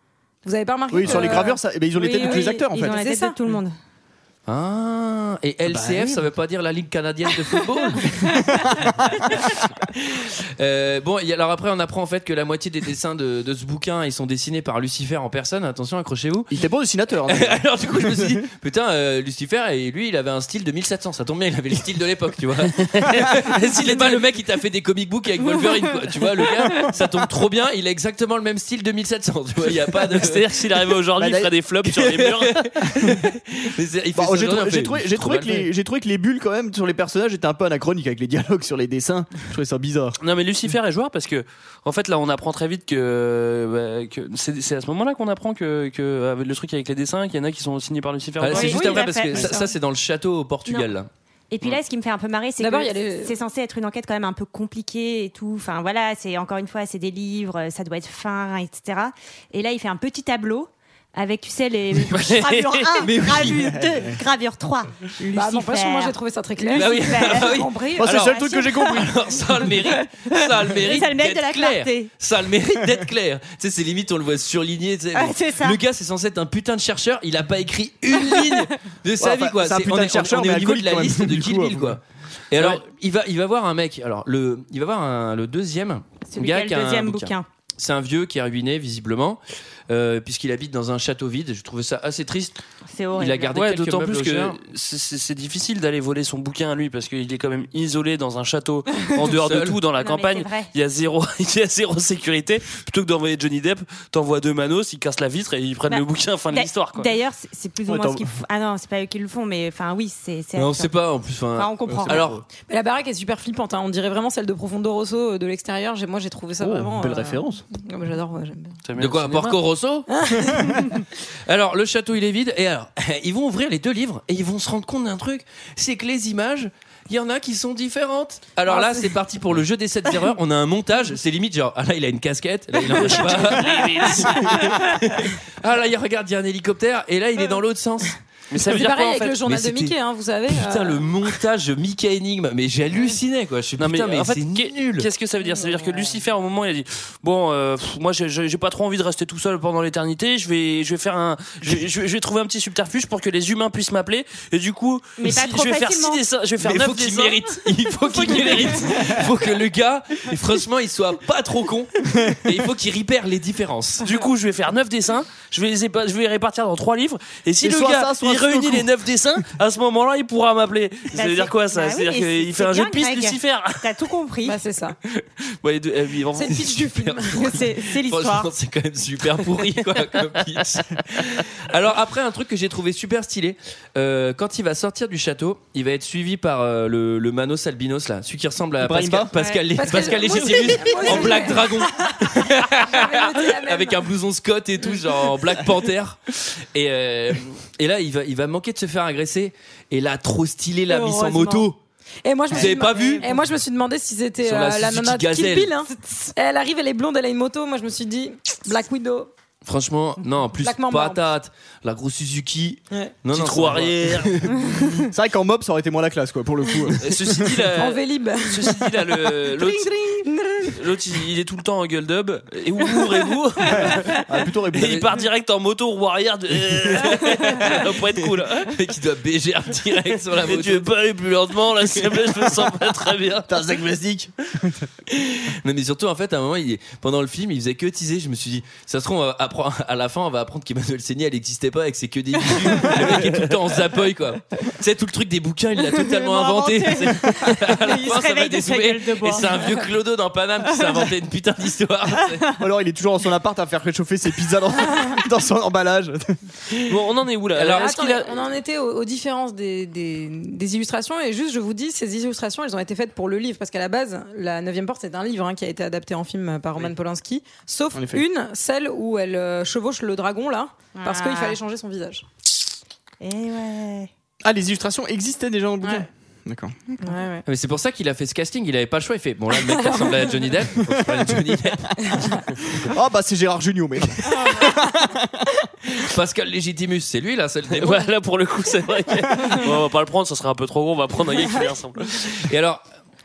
[SPEAKER 2] Vous avez pas remarqué
[SPEAKER 7] Oui, sur les
[SPEAKER 2] que-
[SPEAKER 7] gravures, ça, eh ben, ils ont les
[SPEAKER 2] oui,
[SPEAKER 7] têtes de tous les
[SPEAKER 2] oui,
[SPEAKER 7] acteurs en
[SPEAKER 6] Euh, Ils
[SPEAKER 7] fait.
[SPEAKER 6] ont la
[SPEAKER 2] C'est
[SPEAKER 6] tête
[SPEAKER 2] ça.
[SPEAKER 6] de tout le monde.
[SPEAKER 11] Ah, et
[SPEAKER 7] bah
[SPEAKER 11] LCF, ça veut pas dire la Ligue canadienne de football. Euh, bon, et alors après, on apprend en fait que la moitié des dessins de, de ce bouquin, ils sont dessinés par Lucifer en personne. Attention, accrochez-vous.
[SPEAKER 7] Il était bon dessinateur. hein.
[SPEAKER 11] Alors du coup, je me suis dit, putain, euh, Lucifer, et lui, il avait un style de 1700. Ça tombe bien, il avait le style de l'époque, tu vois. S'il est pas le mec qui t'a fait des comic books avec Wolverine, quoi. Tu vois, le gars, ça tombe trop bien. Il a exactement le même style de 1700. Tu vois, il y a pas de.
[SPEAKER 1] C'est-à-dire que s'il arrivait aujourd'hui,
[SPEAKER 7] Bah,
[SPEAKER 1] il ferait des flops sur les murs.
[SPEAKER 11] Mais c'est- il fait
[SPEAKER 7] Bon,
[SPEAKER 11] ça
[SPEAKER 7] j'ai
[SPEAKER 11] aujourd'hui,
[SPEAKER 7] trouvé,
[SPEAKER 11] on fait,
[SPEAKER 7] j'ai trouvé-
[SPEAKER 11] c'est
[SPEAKER 7] j'ai
[SPEAKER 11] trop
[SPEAKER 7] trouvé
[SPEAKER 11] mal
[SPEAKER 7] que les, j'ai trouvé que les bulles quand même sur les personnages étaient un peu anachroniques avec les dialogues sur les dessins. Je trouvais ça bizarre.
[SPEAKER 1] Non, mais Lucifer est joueur parce que, en fait, là, on apprend très vite que. bah, que c'est c'est à ce moment-là qu'on apprend que, que euh, le truc avec les dessins, qu'il y en a qui sont signés par Lucifer.
[SPEAKER 11] Ah,
[SPEAKER 1] Ouais.
[SPEAKER 11] c'est
[SPEAKER 6] Oui,
[SPEAKER 11] juste
[SPEAKER 6] oui,
[SPEAKER 11] après
[SPEAKER 6] il a
[SPEAKER 11] parce
[SPEAKER 6] fait,
[SPEAKER 11] que
[SPEAKER 6] oui,
[SPEAKER 11] ça,
[SPEAKER 6] ça.
[SPEAKER 11] ça, c'est dans le château au Portugal là.
[SPEAKER 6] Et puis là, ce qui me fait un peu marrer, c'est que
[SPEAKER 2] D'abord, il y a les-
[SPEAKER 6] c'est censé être une enquête quand même un peu compliquée et tout. Enfin voilà, c'est encore une fois, c'est des livres, euh, ça doit être fin, etc. Et là, il fait un petit tableau avec, tu sais, les gravure 1, gravure 2, gravure 3.
[SPEAKER 2] Bah, non, parce que moi
[SPEAKER 6] Lucifer.
[SPEAKER 2] j'ai trouvé ça très clair.
[SPEAKER 11] Bah oui,
[SPEAKER 6] Lucifer.
[SPEAKER 11] bah oui.
[SPEAKER 2] Compris.
[SPEAKER 7] Moi, Oh, c'est le
[SPEAKER 11] Alors-
[SPEAKER 7] seul truc que j'ai compris.
[SPEAKER 11] Alors, ça a le mérite, ça a le mérite,
[SPEAKER 6] Ça a le mérite de
[SPEAKER 11] d'être
[SPEAKER 6] la
[SPEAKER 11] clair.
[SPEAKER 6] clarté.
[SPEAKER 11] Ça a le mérite d'être clair. Tu sais, c'est limite, on le voit surligné. tu sais,
[SPEAKER 6] Ah,
[SPEAKER 11] bon.
[SPEAKER 6] c'est ça.
[SPEAKER 11] Le gars, c'est censé être un putain de chercheur. Il a pas écrit une ligne de sa
[SPEAKER 7] Ouais,
[SPEAKER 11] vie,
[SPEAKER 7] enfin,
[SPEAKER 11] quoi.
[SPEAKER 7] c'est un
[SPEAKER 11] C'est-
[SPEAKER 7] putain
[SPEAKER 11] on
[SPEAKER 7] de
[SPEAKER 11] est-
[SPEAKER 7] chercheur,
[SPEAKER 11] on est
[SPEAKER 7] mais
[SPEAKER 11] au niveau de
[SPEAKER 7] alcoolique,
[SPEAKER 11] la
[SPEAKER 7] quand même,
[SPEAKER 11] liste de
[SPEAKER 7] du
[SPEAKER 11] Kill
[SPEAKER 7] coup,
[SPEAKER 11] Bill,
[SPEAKER 7] hein.
[SPEAKER 11] quoi. Et alors, il va, il va voir un mec. Alors, le, il va voir un- le deuxième
[SPEAKER 6] Celui
[SPEAKER 11] gars
[SPEAKER 6] qui a le deuxième bouquin.
[SPEAKER 11] C'est un vieux qui est ruiné, visiblement, euh, puisqu'il habite dans un château vide. Je trouvais ça assez triste.
[SPEAKER 6] C'est horrible.
[SPEAKER 11] Il a gardé
[SPEAKER 1] Ouais,
[SPEAKER 11] quelques
[SPEAKER 1] d'autant
[SPEAKER 11] meubles
[SPEAKER 1] plus
[SPEAKER 11] au
[SPEAKER 1] que
[SPEAKER 11] cher.
[SPEAKER 1] c'est- c'est c'est difficile d'aller voler son bouquin à lui parce qu'il est quand même isolé dans un château, en dehors de
[SPEAKER 11] seul.
[SPEAKER 1] tout, dans la
[SPEAKER 6] Non, mais
[SPEAKER 1] campagne.
[SPEAKER 6] c'est vrai.
[SPEAKER 1] Il y a zéro, il y a zéro sécurité. Plutôt que d'envoyer Johnny Depp, t'envoies deux manos, ils cassent la vitre et ils prennent
[SPEAKER 6] Bah,
[SPEAKER 1] le bouquin fin de
[SPEAKER 6] D'a-
[SPEAKER 1] l'histoire. quoi.
[SPEAKER 6] D'ailleurs, c'est- c'est plus ou
[SPEAKER 7] Ouais,
[SPEAKER 6] moins
[SPEAKER 7] t'en-
[SPEAKER 6] ce qu'ils font. Ah non, c'est pas eux qui le font, mais enfin oui, c'est. c'est
[SPEAKER 11] Mais on
[SPEAKER 6] absurde.
[SPEAKER 11] sait pas, en plus. enfin,
[SPEAKER 6] Enfin, on comprend.
[SPEAKER 11] alors,
[SPEAKER 2] Mais la baraque est super flippante. hein. On dirait vraiment celle de Profondo Rosso euh, de l'extérieur. J'ai- Moi j'ai trouvé ça
[SPEAKER 7] Oh,
[SPEAKER 2] vraiment.
[SPEAKER 7] belle
[SPEAKER 2] euh,
[SPEAKER 7] référence.
[SPEAKER 2] ouais, bah, J'adore, ouais, j'aime bien.
[SPEAKER 1] T'as mis
[SPEAKER 11] De
[SPEAKER 1] au
[SPEAKER 11] quoi
[SPEAKER 1] cinéma.
[SPEAKER 11] Porco Rosso
[SPEAKER 2] Ah.
[SPEAKER 11] Alors, le château, il est vide. Et alors, ils vont ouvrir les deux livres et ils vont se rendre compte d'un truc c'est que les images. Il y en a qui sont différentes. Alors
[SPEAKER 2] Ah,
[SPEAKER 11] là,
[SPEAKER 2] c'est-
[SPEAKER 11] c'est parti pour le jeu des 7 erreurs. On a un montage. C'est limite genre, ah là, il a une casquette. Là, il en a pas. ah là, il regarde, il y a un hélicoptère. Et là, il est dans l'autre sens.
[SPEAKER 1] Mais ça veut
[SPEAKER 2] C'est
[SPEAKER 1] dire
[SPEAKER 2] pareil
[SPEAKER 1] quoi en
[SPEAKER 2] avec
[SPEAKER 1] fait
[SPEAKER 2] le journal
[SPEAKER 11] Mais
[SPEAKER 2] de
[SPEAKER 11] c'était-
[SPEAKER 2] Mickey, hein, vous savez.
[SPEAKER 11] Putain,
[SPEAKER 2] euh,
[SPEAKER 11] le montage Mickey Énigme. Mais j'hallucinais, quoi. Je suis
[SPEAKER 1] Non, mais
[SPEAKER 11] putain, mais,
[SPEAKER 1] en fait,
[SPEAKER 11] c'est
[SPEAKER 1] qu'est-
[SPEAKER 11] nul.
[SPEAKER 1] Qu'est-ce que ça veut dire Ça veut dire que Lucifer, au moment, il a dit Bon, euh, pff, moi, j'ai- j'ai j'ai pas trop envie de rester tout seul pendant l'éternité. Je vais, je vais faire un, je, je- je vais trouver un petit subterfuge pour que les humains puissent m'appeler. Et du coup,
[SPEAKER 6] Mais
[SPEAKER 1] si-
[SPEAKER 6] pas trop
[SPEAKER 1] je vais faire six
[SPEAKER 6] facilement.
[SPEAKER 1] dessins, je vais faire
[SPEAKER 11] Mais
[SPEAKER 1] neuf
[SPEAKER 11] faut qu'il
[SPEAKER 1] dessins.
[SPEAKER 11] mérite. Il faut qu'il mérite. Il faut que le gars, et franchement, il soit pas trop con. Et il faut qu'il repère les différences.
[SPEAKER 1] Du coup, je vais faire neuf dessins. Je vais les, épa- je vais les répartir dans trois livres. Et si
[SPEAKER 7] Et
[SPEAKER 1] le
[SPEAKER 7] soit
[SPEAKER 1] gars
[SPEAKER 7] ça, soit
[SPEAKER 1] il
[SPEAKER 7] Sudoku.
[SPEAKER 1] réunit les neuf dessins, à ce moment-là, il pourra m'appeler. ça veut
[SPEAKER 6] c'est-
[SPEAKER 1] dire quoi ça
[SPEAKER 6] Bah
[SPEAKER 1] Ça
[SPEAKER 6] oui,
[SPEAKER 1] veut dire
[SPEAKER 6] mais
[SPEAKER 1] qu'il
[SPEAKER 6] c'est-
[SPEAKER 1] fait un
[SPEAKER 6] c'est
[SPEAKER 1] jeu de
[SPEAKER 6] bien,
[SPEAKER 1] piste,
[SPEAKER 6] Greg.
[SPEAKER 1] Lucifer.
[SPEAKER 6] T'as tout compris.
[SPEAKER 2] Bah, c'est ça.
[SPEAKER 1] Ouais, les deux- eh oui, vraiment.
[SPEAKER 2] C'est le pitch du film.
[SPEAKER 6] C'est c'est l'histoire.
[SPEAKER 11] Franchement, c'est quand même super pourri, quoi, comme pitch. Alors, après, un truc que j'ai trouvé super stylé, euh, quand il va sortir du château, il va être suivi par euh, le, le Manos Albinos, là, celui qui ressemble à
[SPEAKER 7] Brahimba
[SPEAKER 11] Pascal, Pascal,
[SPEAKER 2] Ouais.
[SPEAKER 11] Pascal,
[SPEAKER 2] Pascal-
[SPEAKER 11] Légitimus
[SPEAKER 2] Moi aussi,
[SPEAKER 11] en
[SPEAKER 2] j'ai-
[SPEAKER 11] Black Dragon.
[SPEAKER 2] J'avais noté la même.
[SPEAKER 11] avec un blouson Scott et tout, genre en Black Panther. Et, euh, et là, il va, il va manquer de se faire agresser. Et là, trop stylé, la mise en
[SPEAKER 2] Heureusement.
[SPEAKER 11] moto.
[SPEAKER 2] Et moi, je me
[SPEAKER 11] Vous
[SPEAKER 2] suis
[SPEAKER 11] avez pas
[SPEAKER 2] demandé-
[SPEAKER 11] vu
[SPEAKER 2] Et moi, je me suis demandé si c'était
[SPEAKER 11] Sur
[SPEAKER 2] euh,
[SPEAKER 11] la
[SPEAKER 2] la,
[SPEAKER 11] Suzuki
[SPEAKER 2] nana de Kill
[SPEAKER 11] Gazelle.
[SPEAKER 2] Bill. hein. Elle arrive, elle est blonde, elle a une moto. Moi, je me suis dit Black Widow.
[SPEAKER 11] Franchement, non, plus
[SPEAKER 2] Black Mamba, en
[SPEAKER 11] patate, la grosse Suzuki,
[SPEAKER 2] Ouais.
[SPEAKER 11] non,
[SPEAKER 7] Petite
[SPEAKER 11] non, ça
[SPEAKER 7] roue
[SPEAKER 11] va.
[SPEAKER 7] arrière. C'est vrai qu'en mob, ça aurait été moins la classe, quoi, pour le coup.
[SPEAKER 11] Et Ceci dit, la-
[SPEAKER 2] En Vélib.
[SPEAKER 11] ceci dit, là, le- l'autre, l'autre, il il est tout le temps en gueule d'hub. Et ouvrez-vous.
[SPEAKER 7] Ah, plutôt
[SPEAKER 1] Et
[SPEAKER 7] répondu.
[SPEAKER 1] il part direct en moto roue arrière. De... ça doit pas être cool.
[SPEAKER 11] Et qui doit BGR direct sur la
[SPEAKER 1] Mais
[SPEAKER 11] moto.
[SPEAKER 1] tu veux pas aller plus lentement là, s'il te plaît, je me sens pas très bien.
[SPEAKER 7] T'as un sac plastique.
[SPEAKER 11] Non, mais surtout, en fait, à un moment, il, pendant le film, il faisait que teaser. Je me suis dit, ça se trouve, on va apprendre- à la fin, on va apprendre qu'Emmanuel Seigny, elle n'existait pas et que c'est que des issues. le mec est tout le temps en zapoy, quoi. Tu sais, tout le truc des bouquins, il l'a
[SPEAKER 2] Ils
[SPEAKER 11] totalement
[SPEAKER 2] l'ont
[SPEAKER 11] inventé.
[SPEAKER 2] inventé.
[SPEAKER 11] À la
[SPEAKER 2] Il
[SPEAKER 11] fin,
[SPEAKER 2] se
[SPEAKER 11] ça va
[SPEAKER 2] réveille de sa
[SPEAKER 11] dézoomer.
[SPEAKER 2] gueule de bois.
[SPEAKER 11] Et c'est un vieux clodo dans Paname qui s'est inventé une putain d'histoire.
[SPEAKER 7] Alors, il est toujours dans son appart à faire réchauffer ses pizzas dans, dans son emballage.
[SPEAKER 1] Bon, on en est où là
[SPEAKER 11] Alors,
[SPEAKER 1] est-ce
[SPEAKER 2] Attendez,
[SPEAKER 1] qu'il a-
[SPEAKER 2] On en était aux, aux différences des, des- des illustrations et juste je vous dis ces illustrations elles ont été faites pour le livre parce qu'à la base la 9 porte c'est un livre hein, qui a été adapté en film par Roman Polanski sauf
[SPEAKER 7] En effet.
[SPEAKER 2] une celle où elle euh, chevauche le dragon là parce
[SPEAKER 6] Ah.
[SPEAKER 2] qu'il fallait changer son visage.
[SPEAKER 6] Et ouais.
[SPEAKER 7] Ah, les illustrations existaient déjà dans le bouquin.
[SPEAKER 2] Ouais.
[SPEAKER 7] D'accord.
[SPEAKER 2] Ouais, ouais.
[SPEAKER 11] Mais c'est pour ça qu'il a fait ce casting. Il avait pas le choix. Il fait, bon, là, le mec qui ressemblait à Johnny Depp. faut que je prenne Johnny Depp.
[SPEAKER 7] Ah, bah, c'est Gérard Junior, mec.
[SPEAKER 11] Pascal Légitimus, c'est lui, là, c'est le démon.
[SPEAKER 1] Ouais, là pour le coup, c'est vrai. que- Bon, on va pas le prendre, ça serait un peu trop gros. On va prendre un gars qui lui ressemble.
[SPEAKER 11] Et alors,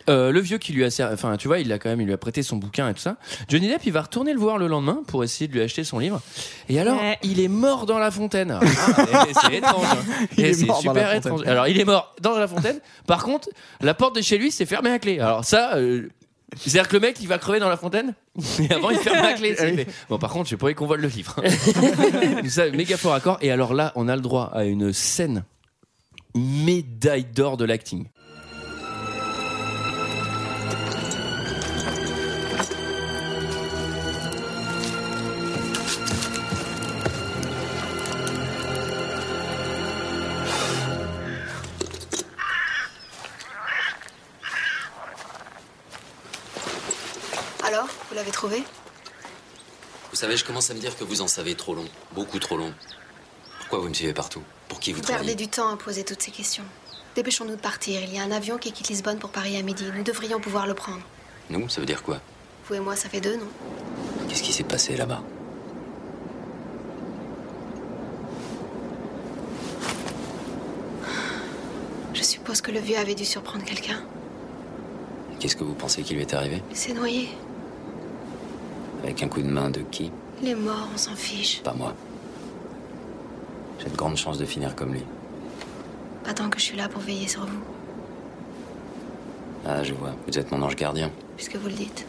[SPEAKER 11] euh, le vieux qui lui a servi, enfin, tu vois, il a quand même, il lui a prêté son bouquin et tout ça. Johnny Depp, il va retourner le voir le lendemain pour essayer de lui acheter son livre. Et alors,
[SPEAKER 6] Ouais.
[SPEAKER 11] il est mort dans la fontaine. Ah, et c'est étrange. hein.
[SPEAKER 7] Il
[SPEAKER 11] Et
[SPEAKER 7] est
[SPEAKER 11] c'est
[SPEAKER 7] mort dans la
[SPEAKER 11] super
[SPEAKER 7] fontaine.
[SPEAKER 11] étrange. Alors, il est mort dans la fontaine. Par contre, la porte de chez lui s'est fermée à clé. Alors ça. euh, c'est-à-dire que le mec il va crever dans la fontaine et avant il ferme la clé. tu sais, il fait, Bon par contre j'ai pas envie qu'on vole le livre. Donc ça méga fort accord. Et alors là on a le droit à une scène médaille d'or de l'acting.
[SPEAKER 12] Alors, vous l'avez trouvé
[SPEAKER 9] Vous savez, je commence à me dire que vous en savez trop long, beaucoup trop long. Pourquoi vous me suivez partout Pour qui vous
[SPEAKER 12] Vous perdez
[SPEAKER 9] travaillez
[SPEAKER 12] du temps à poser toutes ces questions. Dépêchons-nous de partir. Il y a un avion qui quitte Lisbonne pour Paris à midi. Nous devrions pouvoir le prendre.
[SPEAKER 9] Nous, ça veut dire quoi
[SPEAKER 12] Vous et moi, ça fait deux, non
[SPEAKER 9] Qu'est-ce qui s'est passé là-bas
[SPEAKER 12] Je suppose que le vieux avait dû surprendre quelqu'un.
[SPEAKER 9] Qu'est-ce que vous pensez qui lui est arrivé
[SPEAKER 12] Il s'est noyé.
[SPEAKER 9] Avec un coup de main de qui
[SPEAKER 12] Il est mort, on s'en fiche.
[SPEAKER 9] Pas moi. J'ai de grandes chances de finir comme lui.
[SPEAKER 12] Pas tant que je suis là pour veiller sur vous,
[SPEAKER 9] Ah, je vois. Vous êtes mon ange gardien.
[SPEAKER 12] puisque vous le dites.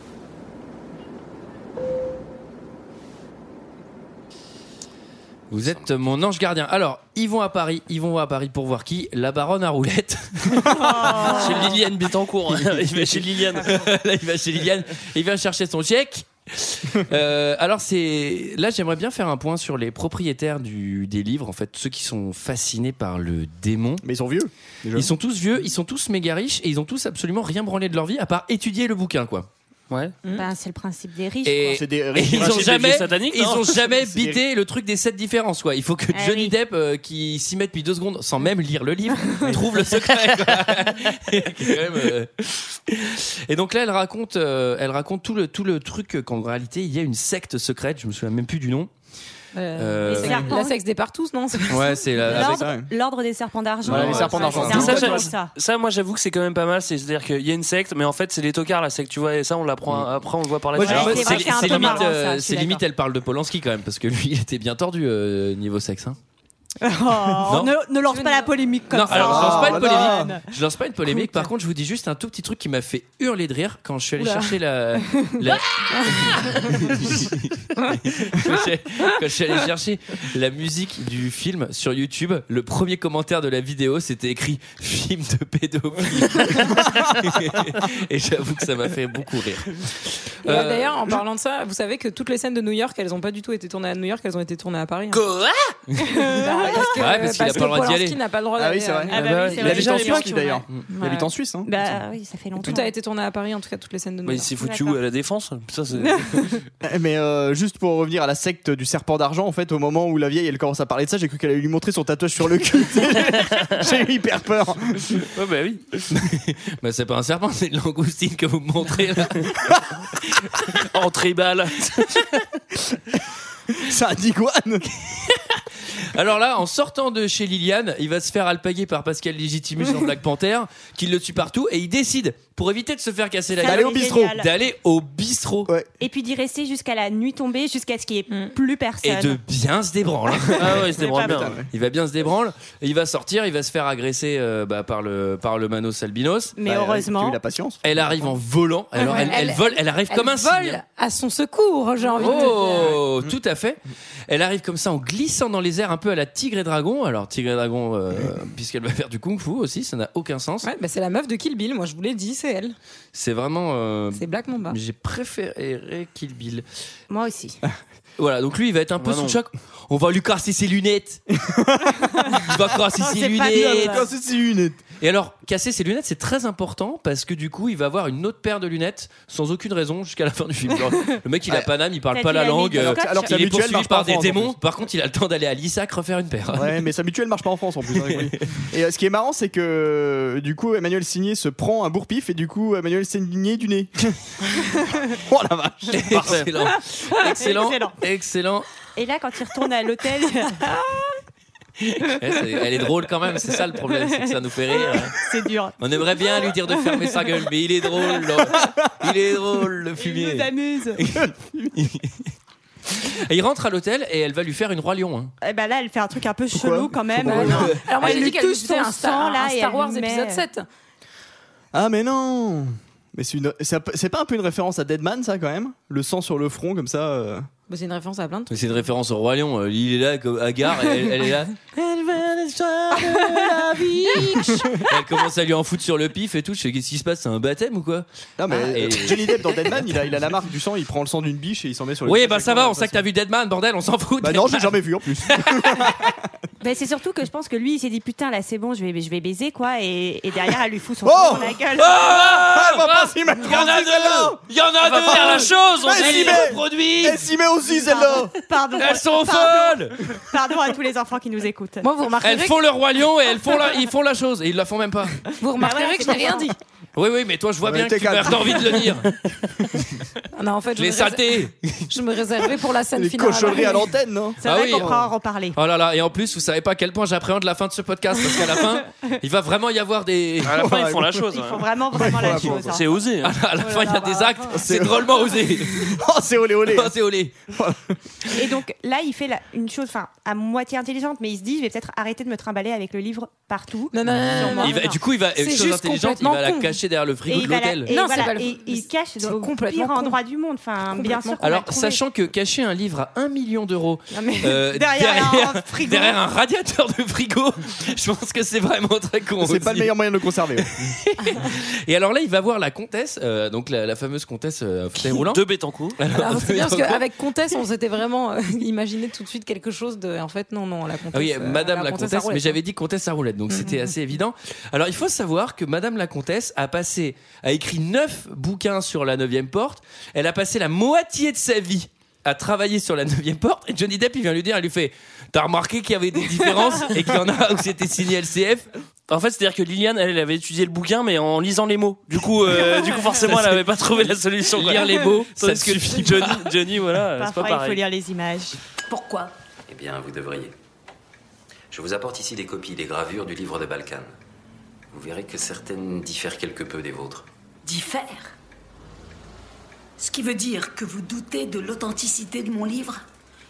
[SPEAKER 11] Vous êtes mon ange gardien. Alors, ils vont à Paris, ils vont à Paris pour voir qui La baronne à roulette.
[SPEAKER 1] Chez Liliane Bettencourt. hein. Il va chez Liliane.
[SPEAKER 11] Là, il va chez Liliane, il vient chercher son chèque. Euh, alors c'est là j'aimerais bien faire un point sur les propriétaires du, des livres en fait ceux qui sont fascinés par le démon
[SPEAKER 7] Mais ils sont vieux. déjà.
[SPEAKER 11] ils sont tous vieux ils sont tous méga riches et ils ont tous absolument rien branlé de leur vie à part étudier le bouquin quoi
[SPEAKER 1] Ouais.
[SPEAKER 2] Hmm.
[SPEAKER 6] Ben, c'est le principe des riches.
[SPEAKER 11] et,
[SPEAKER 7] C'est des
[SPEAKER 11] et ils
[SPEAKER 1] Enfin,
[SPEAKER 11] ont
[SPEAKER 1] c'est
[SPEAKER 11] jamais
[SPEAKER 1] des sataniques,
[SPEAKER 11] ils
[SPEAKER 1] non
[SPEAKER 11] ont jamais
[SPEAKER 7] C'est des-
[SPEAKER 11] bidé le truc des sept différences quoi il faut que
[SPEAKER 6] Ah
[SPEAKER 11] Johnny
[SPEAKER 6] oui.
[SPEAKER 11] Depp euh, qui s'y met depuis deux secondes sans même lire le livre trouve le secret quoi. Quand même, euh. et donc là elle raconte euh, elle raconte tout le tout le truc qu'en réalité il y a une secte secrète je me souviens même plus du nom
[SPEAKER 2] Euh,
[SPEAKER 11] Euh,
[SPEAKER 2] la sexe- la sexe des partous non c'est-
[SPEAKER 11] ouais c'est la-
[SPEAKER 7] Ah,
[SPEAKER 6] L'ordre
[SPEAKER 7] c'est ça, ouais.
[SPEAKER 6] l'ordre des serpents d'argent.
[SPEAKER 7] Voilà, les serpents
[SPEAKER 6] Ouais,
[SPEAKER 7] d'argent.
[SPEAKER 6] c'est un
[SPEAKER 1] Ça,
[SPEAKER 6] peu
[SPEAKER 1] ça-
[SPEAKER 6] comme ça.
[SPEAKER 1] Ça, moi, j'avoue que c'est quand même pas mal. C'est-à-dire qu'il y a une secte, mais en fait, c'est les tocards la secte, tu vois. Et ça, on l'apprend après, on le voit par la
[SPEAKER 7] Moi,
[SPEAKER 1] suite.
[SPEAKER 7] j'ai-
[SPEAKER 6] Ouais,
[SPEAKER 11] Alors,
[SPEAKER 6] c'est vrai que c'est un peu
[SPEAKER 11] limite,
[SPEAKER 6] marrant,
[SPEAKER 11] euh,
[SPEAKER 6] ça, je suis
[SPEAKER 11] c'est limite, elle parle de Polanski quand même, parce que lui, il était bien tordu euh, niveau sexe. hein.
[SPEAKER 6] Oh,
[SPEAKER 11] Non.
[SPEAKER 6] ne, ne lance
[SPEAKER 2] Je
[SPEAKER 6] pas
[SPEAKER 2] ne-
[SPEAKER 6] la polémique comme
[SPEAKER 11] non,
[SPEAKER 6] ça. Oh,
[SPEAKER 11] alors je lance pas
[SPEAKER 7] Ah,
[SPEAKER 11] une
[SPEAKER 7] voilà.
[SPEAKER 11] polémique. Je lance pas une polémique. Par contre, je vous dis juste un tout petit truc qui m'a fait hurler de rire quand je suis allé
[SPEAKER 2] Oula.
[SPEAKER 11] chercher la. la- quand, je, quand je suis allé chercher la musique du film sur YouTube, le premier commentaire de la vidéo, c'était écrit film de pédophile. Et j'avoue que ça m'a fait beaucoup rire.
[SPEAKER 2] Et, euh,
[SPEAKER 11] Euh,
[SPEAKER 2] D'ailleurs, en parlant de ça, vous savez que toutes les scènes de New York, elles ont pas du tout été tournées à New York, elles ont été tournées à Paris. hein. Bah, parce que,
[SPEAKER 11] Ouais, parce qu'il a pas le droit d'y
[SPEAKER 2] Polanski
[SPEAKER 11] aller.
[SPEAKER 2] n'a pas le droit
[SPEAKER 7] Ah
[SPEAKER 2] d'aller,
[SPEAKER 7] oui, c'est vrai.
[SPEAKER 2] euh,
[SPEAKER 6] Ah bah oui, c'est
[SPEAKER 7] Il
[SPEAKER 6] vrai.
[SPEAKER 7] habite en
[SPEAKER 6] J'ai
[SPEAKER 7] Suisse,
[SPEAKER 6] entendu,
[SPEAKER 7] d'ailleurs.
[SPEAKER 11] ouais.
[SPEAKER 7] Il habite en Suisse, hein.
[SPEAKER 6] Bah oui, ça fait longtemps.
[SPEAKER 2] Tout a été tourné à Paris, en tout cas toutes les scènes de New
[SPEAKER 1] Mais Bah, il
[SPEAKER 2] York.
[SPEAKER 1] s'est foutu où à la défense Putain, c'est-
[SPEAKER 7] Mais euh, juste pour revenir à la secte du serpent d'argent, en fait, au moment où la vieille elle commence à parler de ça, j'ai cru qu'elle allait lui montrer son tatouage sur le cul. j'ai eu hyper peur.
[SPEAKER 1] Ouais, bah oui.
[SPEAKER 11] Bah, c'est pas un serpent, c'est une langoustine que vous me montrez là.
[SPEAKER 1] En tribal.
[SPEAKER 7] c'est un diguane
[SPEAKER 11] Alors là, en sortant de chez Liliane, il va se faire alpaguer par Pascal Légitimus en Black Panther, qui le tue partout, et il décide, pour éviter de se faire casser la
[SPEAKER 6] Ça,
[SPEAKER 11] gueule,
[SPEAKER 6] c'est génial.
[SPEAKER 11] d'aller au bistrot.
[SPEAKER 6] Et puis d'y rester jusqu'à la nuit tombée, jusqu'à ce qu'il n'y
[SPEAKER 2] Mm.
[SPEAKER 6] ait plus personne.
[SPEAKER 11] Et de bien se débranler.
[SPEAKER 1] Ah ouais, il se débranle
[SPEAKER 6] bien.
[SPEAKER 11] Il va bien se débranler. Et il va sortir, il va se faire agresser euh, bah, par, le, par le Manos Albinos.
[SPEAKER 6] Mais Bah, heureusement.
[SPEAKER 7] eu la patience.
[SPEAKER 11] Elle arrive en volant. Alors
[SPEAKER 2] Ouais.
[SPEAKER 11] elle, elle vole, elle arrive comme un cygne.
[SPEAKER 2] vole à son secours, j'ai envie de te dire.
[SPEAKER 11] Oh, tout à fait. Elle arrive comme ça en glissant dans les airs un peu à la Tigre et Dragon. Alors Tigre et Dragon, euh, puisqu'elle va faire du kung fu aussi, ça n'a aucun sens.
[SPEAKER 2] Ouais, bah, c'est la meuf de Kill Bill, moi je vous l'ai dit, c'est elle.
[SPEAKER 11] C'est vraiment. euh,
[SPEAKER 2] C'est Black Mamba.
[SPEAKER 11] J'ai préféré Kill Bill.
[SPEAKER 6] Moi aussi.
[SPEAKER 11] Voilà, donc lui il va être un
[SPEAKER 7] Ah
[SPEAKER 11] peu
[SPEAKER 7] bah
[SPEAKER 1] Moi
[SPEAKER 11] sous
[SPEAKER 1] non.
[SPEAKER 11] le choc. On va lui casser ses lunettes. il va casser ses
[SPEAKER 6] C'est pas
[SPEAKER 11] lunettes.
[SPEAKER 6] noble.
[SPEAKER 7] Casser ses lunettes.
[SPEAKER 11] Et alors, casser ses lunettes, c'est très important parce que du coup, il va avoir une autre paire de lunettes sans aucune raison jusqu'à la fin du film. Genre, le mec, il a
[SPEAKER 7] Ouais.
[SPEAKER 11] pas d'âme, il parle
[SPEAKER 6] Peut-être
[SPEAKER 11] pas la
[SPEAKER 6] il a mis
[SPEAKER 11] langue.
[SPEAKER 6] du
[SPEAKER 11] euh,
[SPEAKER 6] scotch.
[SPEAKER 7] Alors que sa
[SPEAKER 11] il est
[SPEAKER 7] mutuelle
[SPEAKER 11] poursuivi
[SPEAKER 7] marche pas
[SPEAKER 11] par
[SPEAKER 7] en
[SPEAKER 11] des
[SPEAKER 7] France, en
[SPEAKER 11] démons. Par contre, il a le temps d'aller à l'ISAC refaire une paire.
[SPEAKER 7] Ouais, mais sa mutuelle marche pas en France en plus. hein, oui. Et euh, ce qui est marrant, c'est que euh, du coup, Emmanuel Signé se prend un bourre-pif et du coup, Emmanuel Signé du nez. oh la vache!
[SPEAKER 11] Excellent. Excellent.
[SPEAKER 6] Excellent.
[SPEAKER 11] Excellent.
[SPEAKER 6] Et là, quand il retourne à l'hôtel,
[SPEAKER 11] Ouais, Eh, c'est- Elle est drôle quand même, c'est ça le problème, c'est que ça nous fait rire. hein.
[SPEAKER 6] c'est dur.
[SPEAKER 11] On aimerait bien lui dire de fermer sa gueule, mais il est drôle. là. Il est drôle, le fumier.
[SPEAKER 6] Il nous amuse.
[SPEAKER 11] Et il rentre à l'hôtel et elle va lui faire une roi lion. hein.
[SPEAKER 6] Et bah là, elle fait un truc un peu chelou quand même.
[SPEAKER 2] Pourquoi
[SPEAKER 6] Euh,
[SPEAKER 2] Ah Alors moi
[SPEAKER 6] Elle
[SPEAKER 2] j'ai dit
[SPEAKER 6] lui
[SPEAKER 2] qu'elle
[SPEAKER 6] touche
[SPEAKER 2] lui faisait
[SPEAKER 6] son
[SPEAKER 2] un Star,
[SPEAKER 6] sang,
[SPEAKER 2] un
[SPEAKER 6] là, et
[SPEAKER 2] Star
[SPEAKER 6] elle
[SPEAKER 2] Wars
[SPEAKER 6] lui met-
[SPEAKER 2] épisode 7.
[SPEAKER 7] Ah, mais non! Mais c'est une- c'est un peu- c'est pas un peu une référence à Deadman, ça quand même? Le sang sur le front, comme ça. euh.
[SPEAKER 2] Bah, c'est une référence à plein de trucs.
[SPEAKER 11] C'est une référence au roi lion. euh, Il est là comme Agar, et elle, elle est là. Ah.
[SPEAKER 6] Ah
[SPEAKER 11] Elle commence à lui en foutre sur le pif et tout. Je sais qu'est-ce qui se passe, c'est un baptême ou quoi
[SPEAKER 7] Non, mais
[SPEAKER 11] Ah, et-
[SPEAKER 7] euh, Johnny Depp dans Deadman, il a, il a la marque du sang, il prend le sang d'une biche et il s'en met sur le
[SPEAKER 11] Oui,
[SPEAKER 7] visage
[SPEAKER 11] bah ça
[SPEAKER 7] avec
[SPEAKER 11] va.
[SPEAKER 7] moi,
[SPEAKER 11] On sait que
[SPEAKER 7] de
[SPEAKER 11] t'as vu Deadman, bordel. On s'en fout. Ah,
[SPEAKER 7] toute façon. Bah non, j'ai
[SPEAKER 11] Deadman.
[SPEAKER 7] jamais vu en plus.
[SPEAKER 6] Mais Bah, c'est surtout que je pense que lui, il s'est dit putain, là, c'est bon, je vais, je vais baiser quoi. Et, et derrière, elle lui fout son
[SPEAKER 7] Oh
[SPEAKER 6] sang dans la gueule.
[SPEAKER 7] Ah, elle va pas s'y mettre
[SPEAKER 11] Il y en a
[SPEAKER 7] aussi, celle-là.
[SPEAKER 11] deux ah, Il y en a deux faire la chose On
[SPEAKER 7] Mais
[SPEAKER 11] est
[SPEAKER 7] si,
[SPEAKER 11] libre
[SPEAKER 7] mais-
[SPEAKER 11] de produit
[SPEAKER 7] Elle s'y met aussi celle-là!
[SPEAKER 6] Pardon.
[SPEAKER 11] Elles sont
[SPEAKER 6] pardon,
[SPEAKER 11] folles
[SPEAKER 6] pardon à tous les enfants qui nous écoutent.
[SPEAKER 2] Moi vous remarquerez,
[SPEAKER 11] Elles font le roi lion et elles font la, ils font la chose. Et ils la font même pas.
[SPEAKER 2] que, vous remarquerez
[SPEAKER 6] Bah voilà,
[SPEAKER 2] que je n'ai rien dit.
[SPEAKER 11] Oui, oui, Ah, mais toi, je vois
[SPEAKER 7] Ouais,
[SPEAKER 11] bien que
[SPEAKER 7] t'es
[SPEAKER 11] tu
[SPEAKER 7] calme.
[SPEAKER 11] meurs d'envie de le dire.
[SPEAKER 2] Non, en fait, je
[SPEAKER 11] Les
[SPEAKER 2] me, réservais,
[SPEAKER 11] saletés
[SPEAKER 2] je me réservais pour la scène
[SPEAKER 7] Les
[SPEAKER 2] finale.
[SPEAKER 7] cochonneries à l'antenne, non?
[SPEAKER 6] C'est
[SPEAKER 11] Ah
[SPEAKER 6] vrai
[SPEAKER 11] oui,
[SPEAKER 6] qu'on
[SPEAKER 11] on-
[SPEAKER 6] pourra en reparler.
[SPEAKER 11] Oh là là, et en plus, vous savez pas à quel point j'appréhende la fin de ce podcast parce qu'à la fin, il va vraiment y avoir des.
[SPEAKER 1] À la fin, ils font la chose.
[SPEAKER 6] Ils font
[SPEAKER 1] hein.
[SPEAKER 6] vraiment, vraiment la
[SPEAKER 7] faut la
[SPEAKER 6] chose. hein.
[SPEAKER 1] C'est osé. hein.
[SPEAKER 11] À la fin, il y a des actes, c'est
[SPEAKER 7] C'est-
[SPEAKER 11] drôlement osé.
[SPEAKER 7] Oh, c'est olé olé!
[SPEAKER 11] Oh, c'est olé.
[SPEAKER 6] Et donc là, il fait la- une chose, enfin, à moitié intelligente, mais il se dit, je vais peut-être arrêter de me trimballer avec le livre partout.
[SPEAKER 2] Non, non, non, non, non.
[SPEAKER 11] Il va- du coup, il va,
[SPEAKER 2] C'est
[SPEAKER 11] chose
[SPEAKER 2] juste
[SPEAKER 11] intelligente, il
[SPEAKER 2] complètement
[SPEAKER 11] va la
[SPEAKER 2] con.
[SPEAKER 11] cacher derrière le
[SPEAKER 6] Et
[SPEAKER 11] frigo de
[SPEAKER 6] il, va la-
[SPEAKER 11] l'hôtel.
[SPEAKER 6] et
[SPEAKER 2] Non,
[SPEAKER 6] voilà,
[SPEAKER 2] c'est pas le-
[SPEAKER 6] et il se cache
[SPEAKER 2] c'est
[SPEAKER 6] dans le
[SPEAKER 2] complètement
[SPEAKER 6] pire
[SPEAKER 2] con.
[SPEAKER 6] endroit du monde. Enfin, bien sûr. qu'on
[SPEAKER 11] Alors,
[SPEAKER 6] va le trouver.
[SPEAKER 11] sachant que cacher un livre à 1 million d'euros
[SPEAKER 6] Non, mais
[SPEAKER 11] euh,
[SPEAKER 6] derrière,
[SPEAKER 11] derrière-
[SPEAKER 6] un frigo.
[SPEAKER 11] derrière un radiateur de frigo, je pense que c'est vraiment très con.
[SPEAKER 7] C'est pas
[SPEAKER 11] aussi.
[SPEAKER 7] le meilleur moyen de le conserver. ouais.
[SPEAKER 11] Et alors là, il va voir la comtesse, euh, donc la, la fameuse comtesse euh, à fauteuil roulant.
[SPEAKER 1] De Bétancourt.
[SPEAKER 11] Alors,
[SPEAKER 6] Ah,
[SPEAKER 2] Alors, c'est
[SPEAKER 11] de-
[SPEAKER 2] bien parce qu'avec Comtesse, on s'était vraiment euh, imaginé tout de suite quelque chose de. En fait, non, non, la Comtesse. hein. Mm-hmm.
[SPEAKER 11] Ah oui,
[SPEAKER 2] euh,
[SPEAKER 11] Madame la
[SPEAKER 2] à
[SPEAKER 11] comtesse, mais
[SPEAKER 2] roulette.
[SPEAKER 11] j'avais dit comtesse à roulette, donc c'était assez évident. Alors il faut savoir que Madame la comtesse a passé, a écrit neuf bouquins sur la neuvième porte. Elle a passé la moitié de sa vie à travailler sur la neuvième porte. Et Johnny Depp, il vient lui dire, elle lui fait, t'as remarqué qu'il y avait des différences et qu'il y en a où c'était signé LCF.
[SPEAKER 1] En fait, c'est-à-dire que Liliane, elle, elle avait étudié le bouquin, mais en lisant les mots. Du coup, euh, du coup forcément, elle avait pas trouvé la solution. quoi.
[SPEAKER 11] Lire les mots, ça
[SPEAKER 1] Tandis
[SPEAKER 11] te
[SPEAKER 1] que
[SPEAKER 11] suffit.
[SPEAKER 1] Johnny, Johnny, voilà, c'est pas
[SPEAKER 6] Parfois, il faut
[SPEAKER 1] pareil.
[SPEAKER 6] lire les images.
[SPEAKER 13] Pourquoi
[SPEAKER 9] Eh bien, vous devriez. Je vous apporte ici des copies des gravures du livre des Balkans. Vous verrez que certaines diffèrent quelque peu des vôtres.
[SPEAKER 13] Diffère. Ce qui veut dire que vous doutez de l'authenticité de mon livre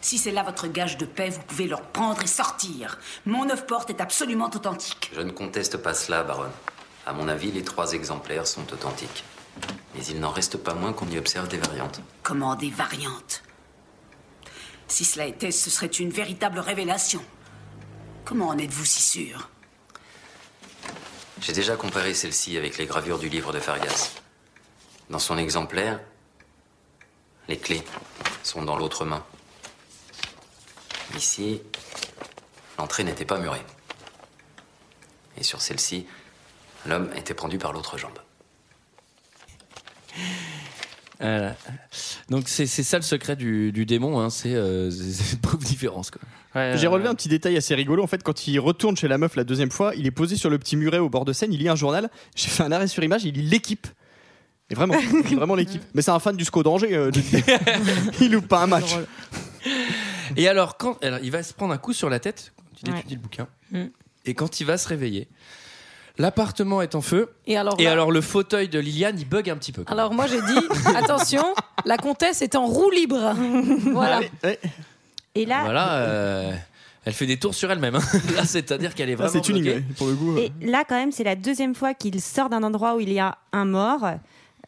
[SPEAKER 13] Si c'est là votre gage de paix, vous pouvez le reprendre et sortir. Mon œuvre porte est absolument authentique.
[SPEAKER 9] Je ne conteste pas cela, baronne. À mon avis, les trois exemplaires sont authentiques. Mais il n'en reste pas moins qu'on y observe des variantes.
[SPEAKER 13] Comment des variantes Si cela était, ce serait une véritable révélation. Comment en êtes-vous si sûr
[SPEAKER 9] J'ai déjà comparé celle-ci avec les gravures du livre de Fargas. Dans son exemplaire, les clés sont dans l'autre main. Ici, l'entrée n'était pas murée. Et sur celle-ci, l'homme était pendu par l'autre jambe.
[SPEAKER 11] Voilà. Donc c'est c'est ça le secret du, du démon, hein, c'est euh, c'est- c'est une pauvre différence. Quoi.
[SPEAKER 1] Ouais,
[SPEAKER 7] J'ai
[SPEAKER 1] ouais,
[SPEAKER 7] relevé
[SPEAKER 11] Euh.
[SPEAKER 1] ouais.
[SPEAKER 7] un petit détail assez rigolo. En fait, quand il retourne chez la meuf la deuxième fois, il est posé sur le petit muret au bord de scène, il lit un journal. J'ai fait un arrêt sur image, il lit l'équipe. Et vraiment, Ah, il lit vraiment l'équipe. Mais c'est un fan du SCO d'Angers. euh, Johnny Depp. il loupe pas un match.
[SPEAKER 11] Et alors, quand alors, il va se prendre un coup sur la tête, quand il
[SPEAKER 2] Ouais.
[SPEAKER 11] étudie le bouquin,
[SPEAKER 2] Mm.
[SPEAKER 11] et quand il va se réveiller, l'appartement est en feu.
[SPEAKER 2] Et alors bah,
[SPEAKER 11] Et
[SPEAKER 2] là-
[SPEAKER 11] alors, le fauteuil de Liliane, il bug un petit
[SPEAKER 6] Ah,
[SPEAKER 11] peu. quoi.
[SPEAKER 2] Alors moi j'ai dit attention, la comtesse est en roue libre. voilà.
[SPEAKER 7] Ah,
[SPEAKER 6] Et là,
[SPEAKER 11] Voilà, euh, elle fait des tours sur elle-même. hein. Là, c'est-à-dire qu'elle est
[SPEAKER 7] Ah,
[SPEAKER 11] vraiment.
[SPEAKER 7] c'est tuning,
[SPEAKER 11] bloquée.
[SPEAKER 7] ouais, pour le coup. euh.
[SPEAKER 6] Et là, quand même, c'est la deuxième fois qu'il sort d'un endroit où il y a un mort.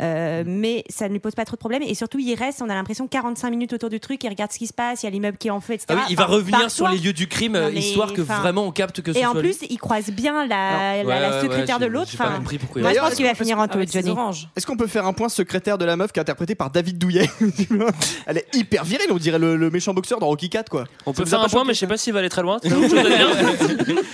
[SPEAKER 6] Euh, mais ça ne lui pose pas trop de problème et surtout il reste on a l'impression 45 minutes autour du truc il regarde ce qui se passe il y a l'immeuble qui est en feu etc
[SPEAKER 11] Ah oui, il va
[SPEAKER 6] Par-
[SPEAKER 11] revenir
[SPEAKER 6] par
[SPEAKER 11] sur
[SPEAKER 6] toi.
[SPEAKER 11] les lieux du crime,
[SPEAKER 6] Non,
[SPEAKER 11] euh,
[SPEAKER 6] mais,
[SPEAKER 11] histoire que
[SPEAKER 6] enfin,
[SPEAKER 11] vraiment on capte que ce
[SPEAKER 6] et en
[SPEAKER 11] soit
[SPEAKER 6] plus
[SPEAKER 11] lui.
[SPEAKER 6] il croise bien la,
[SPEAKER 11] Alors,
[SPEAKER 6] la- la
[SPEAKER 11] ouais, ouais,
[SPEAKER 6] secrétaire
[SPEAKER 11] ouais,
[SPEAKER 6] de l'autre
[SPEAKER 11] j'ai pas
[SPEAKER 6] enfin,
[SPEAKER 11] compris pourquoi il
[SPEAKER 6] moi
[SPEAKER 11] a
[SPEAKER 6] je
[SPEAKER 11] fait
[SPEAKER 6] pense
[SPEAKER 11] ça.
[SPEAKER 6] qu'il va finir en taule
[SPEAKER 2] avec ses
[SPEAKER 6] Johnny
[SPEAKER 2] oranges.
[SPEAKER 7] Est-ce qu'on peut faire un point secrétaire de la meuf qui est interprétée par David Douillet Elle est hyper virile, on dirait le, le méchant boxeur dans Rocky 4 quoi.
[SPEAKER 1] On peut faire un point, mais je sais pas s'il va aller très loin. C'est tout, tout va bien.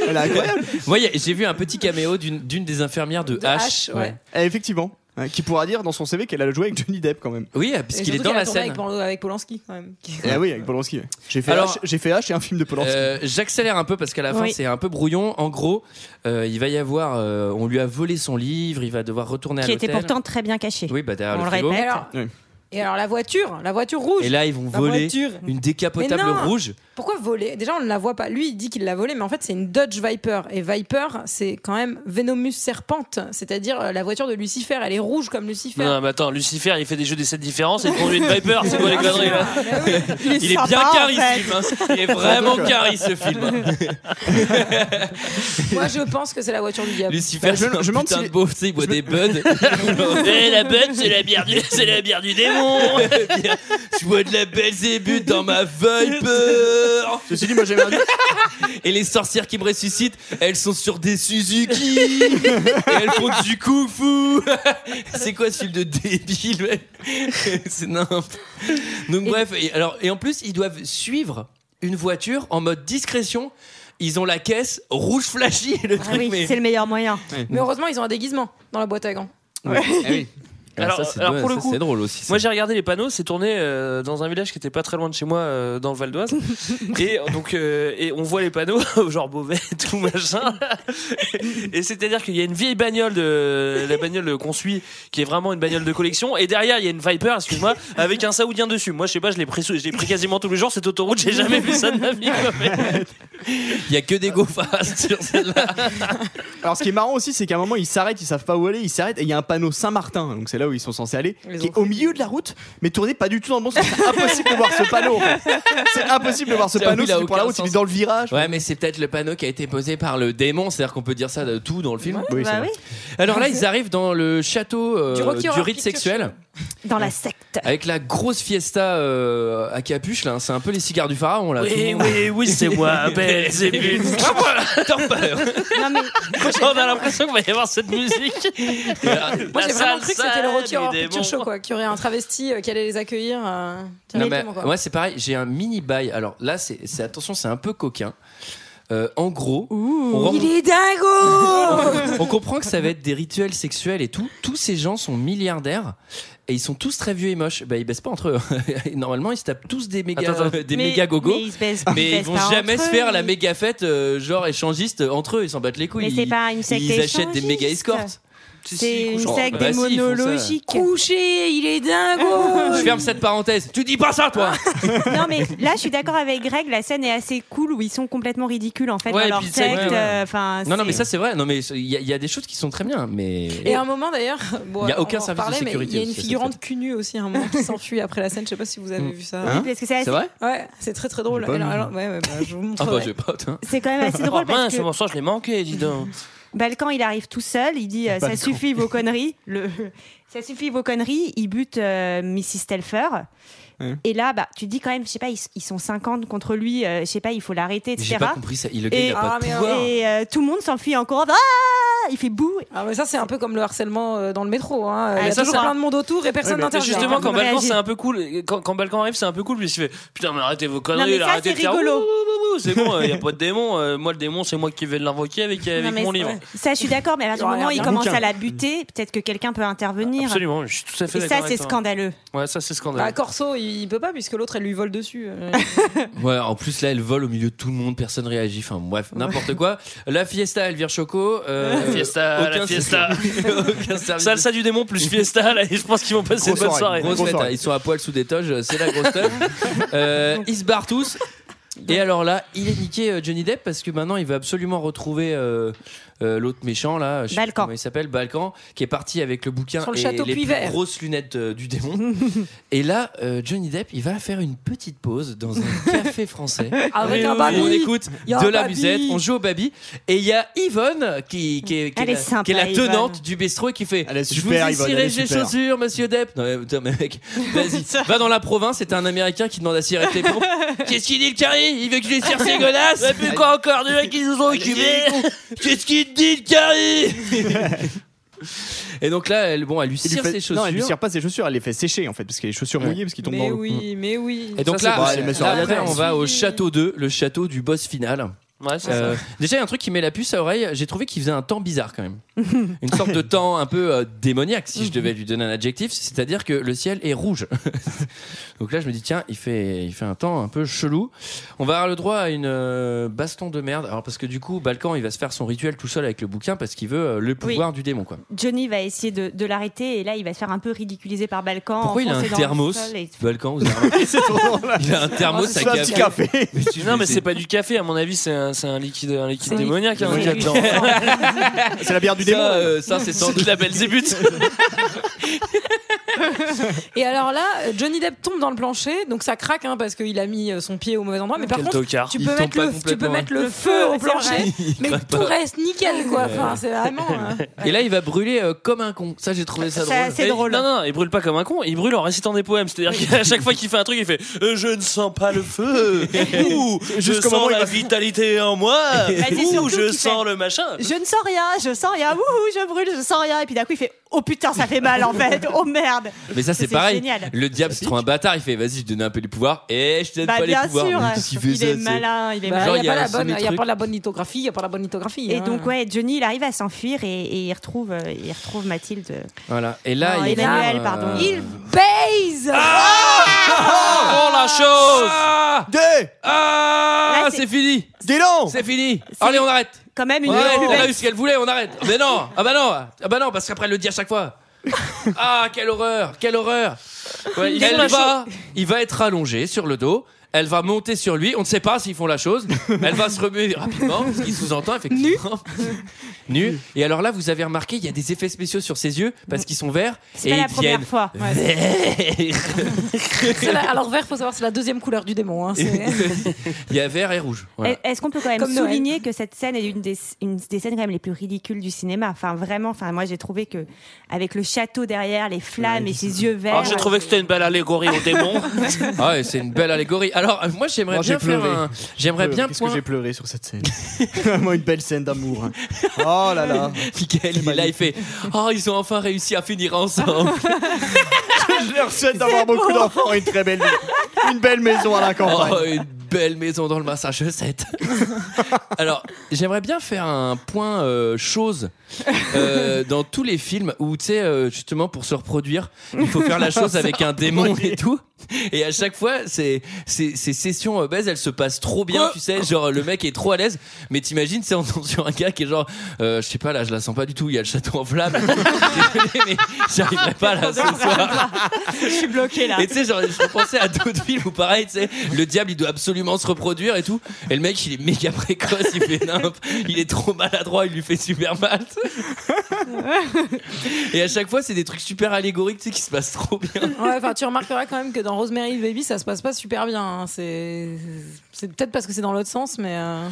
[SPEAKER 7] Elle est incroyable.
[SPEAKER 11] Moi, il y a- j'ai vu un petit caméo d'une d'une des infirmières de, H. ouais.
[SPEAKER 7] Eh, effectivement. Ouais, Qui pourra dire dans son CV qu'elle a joué avec Johnny Depp quand même.
[SPEAKER 11] Oui,
[SPEAKER 2] Et
[SPEAKER 11] puisqu'il est
[SPEAKER 2] surtout qu'elle a
[SPEAKER 11] dans la
[SPEAKER 2] tourné
[SPEAKER 11] scène.
[SPEAKER 2] avec, Pol- avec Polanski quand même.
[SPEAKER 7] Ah oui, avec Polanski. ouais. J'ai fait,
[SPEAKER 11] Alors-
[SPEAKER 7] H- j'ai fait H et un film de Polanski.
[SPEAKER 11] Euh, J'accélère un peu parce qu'à la fin
[SPEAKER 2] Oui.
[SPEAKER 11] c'est un peu brouillon. En gros, euh, il va y avoir, euh, on lui a volé son livre, il va devoir retourner à
[SPEAKER 6] qui était
[SPEAKER 11] l'hôtel.
[SPEAKER 6] pourtant très bien caché
[SPEAKER 11] Oui, bah derrière
[SPEAKER 6] On
[SPEAKER 11] le
[SPEAKER 6] le
[SPEAKER 11] frigo.
[SPEAKER 6] répète.
[SPEAKER 2] Et alors- Et alors la voiture, la voiture rouge.
[SPEAKER 11] Et là ils vont
[SPEAKER 2] La
[SPEAKER 11] voler
[SPEAKER 2] voiture.
[SPEAKER 11] une décapotable
[SPEAKER 2] Mais non.
[SPEAKER 11] rouge.
[SPEAKER 2] Pourquoi voler Déjà, on ne la voit pas. Lui, il dit qu'il l'a volée, mais en fait, c'est une Dodge Viper. Et Viper, c'est quand même Venomous Serpente, c'est-à-dire euh, la voiture de Lucifer. Elle est rouge comme Lucifer.
[SPEAKER 1] Non, mais attends, Lucifer, il fait des jeux des 7 différents, c'est conduit une Viper, c'est quoi les conneries là
[SPEAKER 2] Il est,
[SPEAKER 11] bien
[SPEAKER 2] sympa, en
[SPEAKER 11] carré ce
[SPEAKER 2] fait.
[SPEAKER 11] film, hein. Il est vraiment carré ce film. hein.
[SPEAKER 2] Moi, je pense que c'est la voiture du diable.
[SPEAKER 11] Lucifer,
[SPEAKER 7] Bah, je-
[SPEAKER 11] c'est un
[SPEAKER 7] je me demande
[SPEAKER 11] putain
[SPEAKER 7] si-
[SPEAKER 11] de beau, tu sais, il boit des buds.
[SPEAKER 1] Eh, la bonne, c'est la bière du, c'est la bière du démon.
[SPEAKER 11] Je bois de la Belzébuth dans ma Viper.
[SPEAKER 7] Je me suis dit, moi j'aimerais bien.
[SPEAKER 11] Et les sorcières qui me ressuscitent, elles sont sur des Suzuki. Et elles font du kung fu. C'est quoi ce film de débile ouais C'est n'importe. Donc bref, et, alors, et en plus, ils doivent suivre une voiture en mode discrétion. Ils ont la caisse rouge flashy, le
[SPEAKER 6] Ah
[SPEAKER 11] truc.
[SPEAKER 6] oui,
[SPEAKER 11] mais...
[SPEAKER 6] c'est le meilleur moyen
[SPEAKER 2] Mais heureusement, ils ont un déguisement dans la boîte à gants.
[SPEAKER 1] Alors,
[SPEAKER 11] Ah, ça, c'est
[SPEAKER 1] alors,
[SPEAKER 11] drôle,
[SPEAKER 1] pour le
[SPEAKER 11] ça,
[SPEAKER 1] coup,
[SPEAKER 11] c'est drôle aussi. ça.
[SPEAKER 1] Moi j'ai regardé les panneaux, c'est tourné euh, dans un village qui était pas très loin de chez moi, euh, dans le Val d'Oise. et euh, donc euh, et on voit les panneaux, genre Beauvais, tout machin. et c'est-à-dire qu'il y a une vieille bagnole, de, la bagnole qu'on suit, qui est vraiment une bagnole de collection. Et derrière il y a une Viper, excuse-moi, avec un saoudien dessus. Moi je sais pas, je l'ai pris, sous- je l'ai pris quasiment tous les jours cette autoroute, j'ai jamais vu ça de ma vie. quoi. Mais-
[SPEAKER 11] Il y a que des go fast sur celle-là.
[SPEAKER 7] Alors ce qui est marrant aussi, c'est qu'à un moment ils s'arrêtent, ils savent pas où aller, ils s'arrêtent et il y a un panneau Saint-Martin, donc c'est là où ils sont censés aller,
[SPEAKER 2] Ils
[SPEAKER 7] qui
[SPEAKER 2] ont
[SPEAKER 7] est au milieu de la route, mais tourné pas du tout dans le bon sens. C'est impossible de voir ce panneau. en fait. C'est impossible de voir ce
[SPEAKER 11] J'avoue,
[SPEAKER 7] panneau
[SPEAKER 11] il a
[SPEAKER 7] si tu prends la
[SPEAKER 11] aucun
[SPEAKER 7] route, il
[SPEAKER 11] sens.
[SPEAKER 7] est dans le virage.
[SPEAKER 11] Ouais, mais c'est peut-être le panneau qui a été posé par le démon, c'est-à-dire qu'on peut dire ça de tout dans le film.
[SPEAKER 7] Oui, c'est
[SPEAKER 6] bah
[SPEAKER 7] vrai.
[SPEAKER 6] oui
[SPEAKER 11] Alors là, ils arrivent dans le château euh,
[SPEAKER 2] Du Rocky
[SPEAKER 11] du
[SPEAKER 2] Horror
[SPEAKER 11] rite
[SPEAKER 2] Picture
[SPEAKER 11] sexuel
[SPEAKER 6] dans la secte
[SPEAKER 11] avec la grosse fiesta euh, à capuche. Là, c'est un peu les cigares du pharaon là.
[SPEAKER 1] Oui, oui, oui, c'est moi, Belzébuth.
[SPEAKER 6] non mais
[SPEAKER 1] On a l'impression qu'il va y avoir cette musique.
[SPEAKER 2] Moi, j'ai
[SPEAKER 1] La
[SPEAKER 2] vraiment cru que c'était le
[SPEAKER 1] salsa
[SPEAKER 2] Rocky Horror
[SPEAKER 1] du
[SPEAKER 2] Picture
[SPEAKER 1] démon.
[SPEAKER 2] Show, quoi, qu'il y aurait un travesti euh, qui allait les accueillir. euh,
[SPEAKER 11] Non, mais,
[SPEAKER 2] directement, quoi.
[SPEAKER 11] ouais, c'est pareil. J'ai un mini bail. Alors là, c'est c'est- attention, c'est un peu coquin. Euh, en gros, on, rend-
[SPEAKER 6] il est
[SPEAKER 2] Oh.
[SPEAKER 6] dingo
[SPEAKER 11] on comprend que ça va être des rituels sexuels et tout. Tous ces gens sont milliardaires et ils sont tous très vieux et moches. Bah, ils baissent pas entre eux. Normalement, ils se tapent tous des méga,
[SPEAKER 1] Attends, attends.
[SPEAKER 11] des
[SPEAKER 6] Mais-
[SPEAKER 11] méga gogos.
[SPEAKER 6] mais ils se baissent- se
[SPEAKER 11] Mais ils
[SPEAKER 6] baissent
[SPEAKER 11] vont
[SPEAKER 6] pas
[SPEAKER 11] jamais
[SPEAKER 6] entre
[SPEAKER 11] se faire
[SPEAKER 6] eux,
[SPEAKER 11] la
[SPEAKER 6] ils-
[SPEAKER 11] méga fête euh, genre échangiste euh, entre eux, ils s'en battent les couilles.
[SPEAKER 6] mais c'est
[SPEAKER 11] Ils-
[SPEAKER 6] pas une secte
[SPEAKER 11] ils achètent des méga
[SPEAKER 6] échangiste.
[SPEAKER 11] escortes.
[SPEAKER 6] c'est une
[SPEAKER 11] couchons.
[SPEAKER 6] secte
[SPEAKER 11] Bah
[SPEAKER 6] des
[SPEAKER 11] si, ils font ça.
[SPEAKER 6] monologiques
[SPEAKER 2] Couché, il est dingo.
[SPEAKER 11] Je ferme cette parenthèse. Tu dis pas ça toi.
[SPEAKER 6] Ah, Non mais là je suis d'accord avec Greg, la scène est assez cool où ils sont complètement ridicules en fait
[SPEAKER 11] Ouais,
[SPEAKER 6] dans leur
[SPEAKER 11] puis c'est- ouais,
[SPEAKER 6] secte.
[SPEAKER 11] ouais.
[SPEAKER 6] euh, Enfin,
[SPEAKER 11] non non mais
[SPEAKER 6] c'est-
[SPEAKER 11] ça c'est vrai. Non mais il y, a- il y a des choses qui sont très bien mais
[SPEAKER 2] Et à un moment d'ailleurs, bon,
[SPEAKER 11] Il y a
[SPEAKER 2] on va
[SPEAKER 11] aucun
[SPEAKER 2] en
[SPEAKER 11] service de
[SPEAKER 2] reparler, mais
[SPEAKER 11] sécurité
[SPEAKER 2] Il y a une
[SPEAKER 11] aussi à cette
[SPEAKER 2] figurante cul nue aussi à un moment qui s'enfuit après la scène. Je sais pas si vous avez vu ça.
[SPEAKER 11] Hein
[SPEAKER 6] parce que c'est
[SPEAKER 11] c'est
[SPEAKER 6] assez-
[SPEAKER 11] vrai
[SPEAKER 2] Ouais, c'est très très drôle.
[SPEAKER 7] J'ai pas
[SPEAKER 2] Alors-
[SPEAKER 7] vu.
[SPEAKER 2] alors- ouais, ouais, bah, je vous
[SPEAKER 11] Ah
[SPEAKER 2] montre.
[SPEAKER 11] bah j'ai pas toi.
[SPEAKER 6] c'est quand même assez
[SPEAKER 1] Oh
[SPEAKER 6] drôle parce
[SPEAKER 1] mince,
[SPEAKER 6] que
[SPEAKER 1] bon sang, je l'ai manqué, dis donc.
[SPEAKER 6] Balkan il arrive tout seul, il dit euh, ça suffit vos conneries, le ça suffit vos conneries, il bute euh, Mrs. Telfer.
[SPEAKER 7] Ouais.
[SPEAKER 6] Et là, bah, tu te dis quand même, je sais pas, ils, ils sont 50 contre lui, euh, je sais pas, il faut l'arrêter,
[SPEAKER 11] Mais J'ai
[SPEAKER 6] etc.
[SPEAKER 11] pas compris ça. Il le gars,
[SPEAKER 6] Et-
[SPEAKER 11] il a pas
[SPEAKER 2] Ah,
[SPEAKER 11] de
[SPEAKER 2] mais
[SPEAKER 11] pouvoir.
[SPEAKER 6] Et euh, tout le monde s'enfuit en courant. Ah il fait boue.
[SPEAKER 2] Ah, mais ça, c'est un peu comme le harcèlement euh, dans le métro. Hein.
[SPEAKER 1] Ah,
[SPEAKER 2] Il y
[SPEAKER 6] mais
[SPEAKER 2] a
[SPEAKER 6] ça,
[SPEAKER 2] toujours
[SPEAKER 6] ça-
[SPEAKER 2] plein de monde autour et personne
[SPEAKER 7] Ouais, mais-
[SPEAKER 2] n'intervient.
[SPEAKER 1] Justement, quand
[SPEAKER 6] Comment
[SPEAKER 1] Balkan,
[SPEAKER 6] réagir
[SPEAKER 1] c'est un peu cool. Quand, quand Balkan arrive, c'est un peu cool. Puis il fait Putain, mais arrêtez vos
[SPEAKER 6] Non,
[SPEAKER 1] conneries,
[SPEAKER 6] mais ça,
[SPEAKER 1] arrêtez
[SPEAKER 6] c'est
[SPEAKER 1] de faire
[SPEAKER 6] rigolo.
[SPEAKER 1] ouh, ouh, ouh, ouh, C'est bon, euh, il n'y a pas de démon. euh, moi, le démon, c'est moi qui vais l'invoquer avec, avec
[SPEAKER 6] Non, mais
[SPEAKER 1] mon
[SPEAKER 6] c'est-
[SPEAKER 1] livre.
[SPEAKER 6] Ça, je suis d'accord, mais à partir du
[SPEAKER 2] Ouais,
[SPEAKER 6] moment où il
[SPEAKER 2] un
[SPEAKER 6] commence
[SPEAKER 7] bouquin.
[SPEAKER 6] à la buter, peut-être que quelqu'un peut intervenir.
[SPEAKER 1] Absolument, je suis tout à fait
[SPEAKER 6] Et
[SPEAKER 1] d'accord.
[SPEAKER 6] ça, c'est
[SPEAKER 1] avec toi.
[SPEAKER 6] scandaleux.
[SPEAKER 1] Ouais, ça, c'est scandaleux.
[SPEAKER 2] Bah, Corso, il il peut pas puisque l'autre elle lui vole dessus. Euh,
[SPEAKER 11] Ouais, en plus là, elle vole au milieu de tout le monde, personne réagit. Enfin bref, n'importe quoi. La fiesta, Elvire Choco. euh,
[SPEAKER 1] La fiesta, la
[SPEAKER 11] aucun-
[SPEAKER 1] fiesta.
[SPEAKER 11] aucun service de
[SPEAKER 1] Salsa du démon plus fiesta, là, et je pense qu'ils vont passer une
[SPEAKER 7] Grosse
[SPEAKER 1] bonne
[SPEAKER 7] soirée,
[SPEAKER 1] soirée.
[SPEAKER 11] Grosse
[SPEAKER 7] Grosse
[SPEAKER 11] fête,
[SPEAKER 7] soirée.
[SPEAKER 11] hein. ils sont à poil sous des toges, c'est la grosse teuf. Euh, ils se barrent tous. Et alors là, il est niqué euh, Johnny Depp parce que maintenant il veut absolument retrouver euh, euh, l'autre méchant là, je sais plus
[SPEAKER 6] Balkan.
[SPEAKER 11] comment il s'appelle Balkan, qui est parti avec le bouquin
[SPEAKER 6] Sur le
[SPEAKER 11] et
[SPEAKER 6] château
[SPEAKER 11] les plus
[SPEAKER 6] Puyvert.
[SPEAKER 11] grosses lunettes euh, du démon. et là, euh, Johnny Depp, il va faire une petite pause dans un café français.
[SPEAKER 2] Ah
[SPEAKER 6] Avec un
[SPEAKER 11] Où
[SPEAKER 6] babi.
[SPEAKER 11] On écoute
[SPEAKER 6] Il y a
[SPEAKER 11] de
[SPEAKER 6] un
[SPEAKER 11] la
[SPEAKER 6] babi.
[SPEAKER 11] musette, on joue au baby, et il y a Yvonne qui, qui est, qui est
[SPEAKER 6] Elle
[SPEAKER 11] la,
[SPEAKER 6] est sympa,
[SPEAKER 11] qui est la
[SPEAKER 6] Yvonne.
[SPEAKER 11] tenante du bistrot et qui fait Je vous
[SPEAKER 7] super,
[SPEAKER 11] ai
[SPEAKER 7] Yvonne, elle
[SPEAKER 11] ciré
[SPEAKER 7] est
[SPEAKER 11] les
[SPEAKER 7] super.
[SPEAKER 11] chaussures, monsieur Depp. Non, mais, putain, mais mec, vas-y, va dans la province, c'est un américain qui demande à cirer tes pompes. Qu'est-ce qu'il dit le carré Il veut que je lui cire ses godasses
[SPEAKER 1] Mais puis quoi
[SPEAKER 11] encore de mecs qui nous ont occupés Qu'est-ce qu'il dit le carré Et donc là, elle, bon, elle lui
[SPEAKER 7] Il lui
[SPEAKER 11] cire
[SPEAKER 7] fait-
[SPEAKER 11] ses chaussures.
[SPEAKER 7] Non, elle lui cire pas ses chaussures, elle les fait sécher en fait, parce que les chaussures mouillées, parce qu'ils tombent dans
[SPEAKER 2] Mais
[SPEAKER 7] l'eau.
[SPEAKER 2] oui, mais oui.
[SPEAKER 11] Et donc
[SPEAKER 7] Ça,
[SPEAKER 11] là,
[SPEAKER 7] c'est bon, elle met sur
[SPEAKER 11] là,
[SPEAKER 7] la
[SPEAKER 11] après,
[SPEAKER 7] tête.
[SPEAKER 11] on va au château 2, le château du boss final. Euh,
[SPEAKER 1] c'est ça.
[SPEAKER 11] déjà, il y a un truc qui met la puce à oreille. J'ai trouvé qu'il faisait un temps bizarre quand même. Une sorte de temps un peu euh, démoniaque, si je devais lui donner un adjectif. C'est-à-dire que le ciel est rouge. Donc là, je me dis, tiens, il fait, il fait un temps un peu chelou. On va avoir le droit à une euh, baston de merde. Alors, parce que du coup, Balkan, il va se faire son rituel tout seul avec le bouquin parce qu'il veut euh, le pouvoir du démon, quoi.
[SPEAKER 6] Johnny va essayer de, de l'arrêter et là il va se faire un peu ridiculiser par Balkan.
[SPEAKER 11] Pourquoi il a un
[SPEAKER 6] enfoncé dans le
[SPEAKER 11] thermos
[SPEAKER 6] sol et-
[SPEAKER 11] Balkan, vous avez remarqué Il a un thermos à café.
[SPEAKER 1] non, mais c'est pas du café, à mon avis, c'est un, c'est un liquide, un liquide démoniaque. hein,
[SPEAKER 11] c'est-
[SPEAKER 1] qu'il y a dedans.
[SPEAKER 11] C'est la bière du démon. ça, c'est sans doute la belle zébute.
[SPEAKER 2] Et alors là, Johnny Depp tombe dans le plancher, donc ça craque hein, parce qu'il a mis euh, son pied au mauvais endroit. Mais par
[SPEAKER 1] Quel
[SPEAKER 2] contre,
[SPEAKER 1] tocard.
[SPEAKER 2] tu
[SPEAKER 1] Il
[SPEAKER 2] peux,
[SPEAKER 1] tombe
[SPEAKER 2] mettre
[SPEAKER 1] pas
[SPEAKER 2] le, tu peux
[SPEAKER 1] complètement,
[SPEAKER 2] mettre
[SPEAKER 1] hein.
[SPEAKER 2] le feu au
[SPEAKER 6] c'est vrai.
[SPEAKER 2] plancher, mais
[SPEAKER 11] craque
[SPEAKER 2] tout
[SPEAKER 11] pas.
[SPEAKER 2] reste nickel quoi. Enfin, c'est vraiment. euh,
[SPEAKER 11] Et là, il va brûler euh, comme un con. Ça, j'ai trouvé ça drôle.
[SPEAKER 1] Et- Non, non, il brûle pas comme un con, il brûle en récitant des poèmes. C'est-à-dire qu'à chaque fois qu'il fait un truc, il fait euh, Je ne sens pas le feu. Ouh, je
[SPEAKER 2] Jusqu'au moment
[SPEAKER 1] sens
[SPEAKER 2] où il
[SPEAKER 1] la
[SPEAKER 2] va-
[SPEAKER 1] vitalité en moi.
[SPEAKER 2] Bah, c'est
[SPEAKER 1] Ouh,
[SPEAKER 2] surtout
[SPEAKER 1] je
[SPEAKER 2] qu'il
[SPEAKER 1] sens
[SPEAKER 2] fait-
[SPEAKER 1] le machin.
[SPEAKER 6] Je ne sens rien, je sens rien, wouhou, je brûle, je sens rien. Et puis d'un coup, il fait Oh putain, ça fait mal en fait, oh merde.
[SPEAKER 11] Mais ça, c'est pareil.
[SPEAKER 6] génial.
[SPEAKER 11] Le diable se trouve un bâtard. Il fait vas-y, je donne un peu les pouvoirs. Et je te donne
[SPEAKER 6] Bah,
[SPEAKER 11] pas les
[SPEAKER 6] bien
[SPEAKER 11] pouvoirs.
[SPEAKER 6] sûr,
[SPEAKER 11] Mais qu'est-ce qu'il fait,
[SPEAKER 6] il
[SPEAKER 11] ça,
[SPEAKER 6] est
[SPEAKER 11] c'est-
[SPEAKER 6] malin, il est
[SPEAKER 2] bah,
[SPEAKER 11] Genre,
[SPEAKER 2] il n'y a, pas la
[SPEAKER 11] un
[SPEAKER 2] bonne, il y a
[SPEAKER 11] semi-truc.
[SPEAKER 2] pas la bonne lithographie, il n'y a pas la bonne lithographie.
[SPEAKER 6] Et
[SPEAKER 2] hein.
[SPEAKER 6] donc, ouais, Johnny, il arrive à s'enfuir et, et il, retrouve, euh, il retrouve Mathilde. euh,
[SPEAKER 11] Voilà. Et là,
[SPEAKER 6] Non,
[SPEAKER 11] il
[SPEAKER 6] Emmanuel,
[SPEAKER 11] euh,
[SPEAKER 6] pardon.
[SPEAKER 2] Il baise
[SPEAKER 11] Oh la chose
[SPEAKER 2] Ah!
[SPEAKER 11] Deux Ah,
[SPEAKER 6] Là,
[SPEAKER 11] c'est fini
[SPEAKER 2] Oh.
[SPEAKER 11] Dis-donc C'est fini Allez, on arrête
[SPEAKER 6] Quand même, une
[SPEAKER 11] On arrête,
[SPEAKER 6] belle
[SPEAKER 11] on a
[SPEAKER 6] fête.
[SPEAKER 11] eu ce qu'elle voulait, on arrête Mais non Ah bah non Ah bah non, parce qu'après, elle le dit à chaque fois Ah, quelle horreur Quelle horreur Ouais,
[SPEAKER 1] Ils font
[SPEAKER 11] elle
[SPEAKER 1] la
[SPEAKER 11] va, Il va être allongé sur le dos. Elle va monter sur lui. On ne sait pas s'ils font la chose. Elle va se remuer rapidement, ce qui sous-entend effectivement. Nu. Et alors là, vous avez remarqué, il y a des effets spéciaux sur ses yeux parce qu'ils sont verts.
[SPEAKER 6] C'est
[SPEAKER 11] Et
[SPEAKER 6] pas
[SPEAKER 11] ils
[SPEAKER 6] la
[SPEAKER 11] viennent
[SPEAKER 6] première fois. Ouais.
[SPEAKER 11] verts.
[SPEAKER 2] C'est la- Alors, vert, faut savoir, c'est la deuxième couleur du démon. hein, c'est-
[SPEAKER 11] Il y a vert et rouge. Voilà.
[SPEAKER 6] Est- Est-ce qu'on peut quand même
[SPEAKER 2] Comme Noël.
[SPEAKER 6] souligner que cette scène est une des, une des scènes quand même les plus ridicules du cinéma Enfin, vraiment, enfin, moi j'ai trouvé que, avec le château derrière, les flammes et ses yeux verts.
[SPEAKER 1] Alors, Ah, j'ai trouvé que c'était une belle allégorie au démon.
[SPEAKER 11] Ah ouais, c'est une belle allégorie. Alors euh, moi j'aimerais
[SPEAKER 7] Moi, j'ai
[SPEAKER 11] bien faire
[SPEAKER 7] pleuré.
[SPEAKER 11] un- j'aimerais
[SPEAKER 7] Pleuré.
[SPEAKER 11] bien
[SPEAKER 7] Euh, Qu'est-ce
[SPEAKER 11] point-
[SPEAKER 7] que j'ai pleuré sur cette scène Vraiment une belle scène d'amour. hein. Oh là là.
[SPEAKER 11] Michael, il est là, il fait Oh, ils ont enfin réussi à finir ensemble.
[SPEAKER 7] Je leur souhaite d'avoir beaucoup d'enfants et une très belle vie. Une belle maison à la campagne.
[SPEAKER 11] Oh, une belle maison dans le Massachusetts. Alors, j'aimerais bien faire un point euh, chose euh, dans tous les films où, tu sais, euh, justement, pour se reproduire, il faut faire la chose avec un démon et tout. Et à chaque fois, ces, ces, ces sessions euh, baise, elles se passent trop bien, tu sais. Genre, le mec est trop à l'aise. Mais t'imagines, c'est on tombe sur un gars qui est genre, euh, je sais pas, là, je la sens pas du tout. Il y a le château en flammes. Désolé, mais j'arriverai pas là ce soir.
[SPEAKER 6] Je suis bloqué là.
[SPEAKER 11] Et tu sais, genre, je pensais à d'autres films où pareil, tu sais, le diable il doit absolument se reproduire et tout. Et le mec il est méga précoce, il fait nimp, il est trop maladroit, il lui fait super mal. Et à chaque fois, c'est des trucs super allégoriques, tu sais, qui se passent trop bien.
[SPEAKER 2] Ouais, enfin, tu remarqueras quand même que dans Rosemary Baby, ça se passe pas super bien. hein. C'est c'est peut-être parce que c'est dans l'autre sens, mais. euh,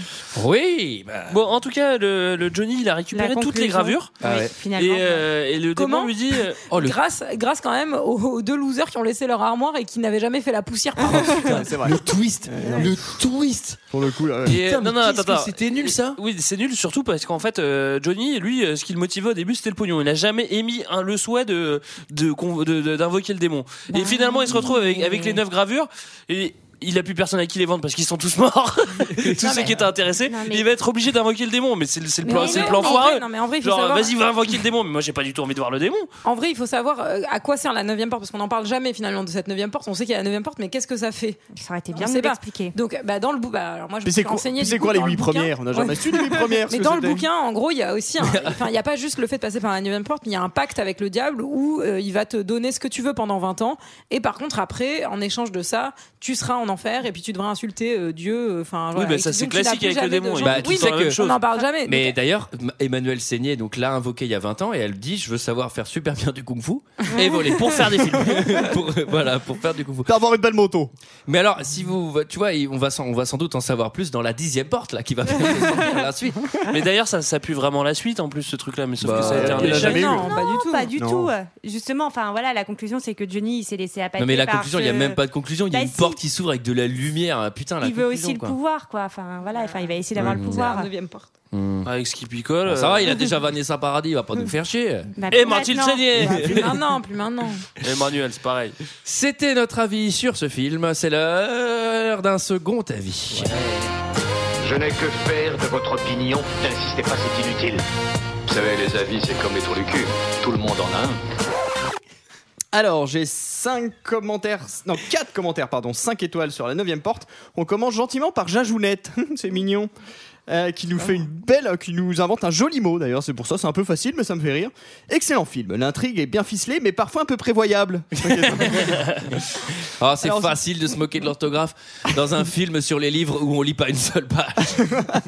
[SPEAKER 11] Oui, bah.
[SPEAKER 1] Bon, en tout cas, le, le Johnny, il a récupéré
[SPEAKER 2] La
[SPEAKER 1] toutes les
[SPEAKER 2] conclusion.
[SPEAKER 1] gravures.
[SPEAKER 2] Ah ouais.
[SPEAKER 1] Et,
[SPEAKER 2] Finalement,
[SPEAKER 1] euh, et le démon
[SPEAKER 2] Comment
[SPEAKER 1] lui dit euh,
[SPEAKER 11] oh,
[SPEAKER 2] grâce, grâce quand même aux, aux deux losers qui ont laissé leur armoire et qui n'avaient jamais fait la poussière par
[SPEAKER 7] C'est vrai.
[SPEAKER 11] oh, Le twist, le twist.
[SPEAKER 7] Pour le coup, là. ouais.
[SPEAKER 1] Et, euh,
[SPEAKER 11] Putain, mais
[SPEAKER 1] non, non,
[SPEAKER 11] qu'est-ce
[SPEAKER 1] attends,
[SPEAKER 11] que
[SPEAKER 1] attends.
[SPEAKER 11] c'était nul ça
[SPEAKER 1] Oui, c'est nul surtout parce qu'en fait, euh, Johnny, lui, euh, ce qui le motivait au début, c'était le pognon. Il n'a jamais émis un, le souhait de de con- de- de- d'invoquer le démon. et finalement, il se retrouve avec, avec les neuf gravures et il a plus personne à qui les vendre parce qu'ils sont tous morts. tous ceux qui étaient intéressés,
[SPEAKER 2] mais-
[SPEAKER 1] il va être obligé d'invoquer le démon. Mais c'est le c'est le
[SPEAKER 2] Mais
[SPEAKER 1] plan,
[SPEAKER 2] non,
[SPEAKER 1] c'est le
[SPEAKER 2] mais
[SPEAKER 1] plan
[SPEAKER 2] en vrai-
[SPEAKER 1] foireux.
[SPEAKER 2] non, mais en vrai, il faut
[SPEAKER 1] Genre,
[SPEAKER 2] savoir-
[SPEAKER 1] vas-y, va invoquer le démon. Mais moi, j'ai pas du tout envie de voir le démon.
[SPEAKER 2] En vrai, il faut savoir euh, à quoi sert la neuvième porte, parce qu'on n'en parle jamais finalement de cette neuvième porte. On sait qu'il y a la neuvième porte, mais qu'est-ce que ça fait
[SPEAKER 6] Ça aurait été
[SPEAKER 2] On
[SPEAKER 6] bien de
[SPEAKER 2] sait
[SPEAKER 6] nous
[SPEAKER 2] pas.
[SPEAKER 6] l'expliquer.
[SPEAKER 2] Donc, bah, dans le bou- bah, alors moi, je me
[SPEAKER 7] Puis
[SPEAKER 2] suis
[SPEAKER 7] c'est quoi,
[SPEAKER 2] renseignée,
[SPEAKER 7] puis
[SPEAKER 2] du
[SPEAKER 7] c'est
[SPEAKER 2] coup,
[SPEAKER 7] quoi les
[SPEAKER 2] dans le
[SPEAKER 7] 8
[SPEAKER 2] bouquin.
[SPEAKER 7] premières On n'a jamais
[SPEAKER 2] Ouais.
[SPEAKER 7] su les 8 premières. ce
[SPEAKER 2] Mais
[SPEAKER 7] que
[SPEAKER 2] dans le
[SPEAKER 7] c'était.
[SPEAKER 2] bouquin, en gros, il y a aussi, un- enfin, il n'y a pas juste le fait de passer par la neuvième porte, mais il y a un pacte avec le diable où euh, il va te donner ce que tu veux pendant 20 ans, et par contre après, en échange de ça, tu seras en en enfer et puis tu devras insulter euh, Dieu. Enfin,
[SPEAKER 1] Oui, bah, ça, c'est classique avec le démon, il y a
[SPEAKER 2] Bah,
[SPEAKER 1] tout
[SPEAKER 2] oui,
[SPEAKER 1] le temps
[SPEAKER 2] mais
[SPEAKER 1] la même
[SPEAKER 2] on
[SPEAKER 1] chose.
[SPEAKER 2] n'en parle jamais.
[SPEAKER 11] Mais d'ailleurs, M- Emmanuel Seigné donc l'a invoqué il y a 20 ans et elle dit Je veux savoir faire super bien du kung fu et voler pour faire des films. pour, euh, voilà, pour faire du kung fu. Pour
[SPEAKER 7] avoir une belle moto.
[SPEAKER 6] Ah,
[SPEAKER 11] Mais alors, si vous. Tu vois, il- on va sans, on va sans doute en savoir plus dans la dixième porte là qui va faire la suite.
[SPEAKER 2] Ah.
[SPEAKER 1] Mais d'ailleurs, ça, ça pue vraiment la suite en plus, ce truc-là. Mais sauf
[SPEAKER 11] Bah,
[SPEAKER 1] que ça a été un
[SPEAKER 11] il l'a
[SPEAKER 1] échec.
[SPEAKER 11] jamais
[SPEAKER 7] hein.
[SPEAKER 6] Non, pas du tout. euh,
[SPEAKER 11] Non.
[SPEAKER 6] Justement, enfin voilà, la conclusion c'est que Johnny il s'est laissé appâter.
[SPEAKER 11] Non, mais la
[SPEAKER 6] par
[SPEAKER 11] conclusion, il
[SPEAKER 6] ce-
[SPEAKER 11] n'y a même pas de conclusion. Il y a
[SPEAKER 6] Bah,
[SPEAKER 11] une
[SPEAKER 6] si.
[SPEAKER 11] porte qui s'ouvre avec de la lumière. Putain, la
[SPEAKER 6] Il veut
[SPEAKER 11] conclusion,
[SPEAKER 6] aussi le
[SPEAKER 11] quoi.
[SPEAKER 6] pouvoir, quoi. Enfin voilà, enfin il va essayer d'avoir
[SPEAKER 11] Oui,
[SPEAKER 6] le
[SPEAKER 11] mais-
[SPEAKER 6] pouvoir.
[SPEAKER 1] Avec ce qui picole.
[SPEAKER 11] Ah, ça va, il a
[SPEAKER 1] euh,
[SPEAKER 11] déjà Vanessa Paradis, il va pas nous faire chier.
[SPEAKER 6] Bah,
[SPEAKER 1] Et
[SPEAKER 6] plus
[SPEAKER 1] Mathilde
[SPEAKER 6] maintenant.
[SPEAKER 1] Seigné
[SPEAKER 2] Bah, Plus maintenant, plus maintenant.
[SPEAKER 1] euh, Emmanuel, c'est pareil.
[SPEAKER 11] C'était notre avis sur ce film. C'est l'heure d'un second avis.
[SPEAKER 14] Je n'ai que faire de votre opinion. N'insistez pas, c'est inutile. Vous savez, les avis, c'est comme les trous du cul. Tout le monde en a un.
[SPEAKER 7] Alors, j'ai 5 commentaires, non 4 commentaires, pardon, 5 étoiles sur la 9 porte. On commence gentiment par Jajounette, c'est mignon, euh, qui
[SPEAKER 2] Ah.
[SPEAKER 7] nous fait une belle, euh, qui nous invente un joli mot d'ailleurs, c'est pour ça, c'est un peu facile, mais ça me fait rire. Excellent film, l'intrigue est bien ficelée, mais parfois un peu prévoyable.
[SPEAKER 11] Ah, c'est
[SPEAKER 7] Alors, je-
[SPEAKER 11] facile de se moquer de l'orthographe dans un film sur les livres où on lit pas une seule page.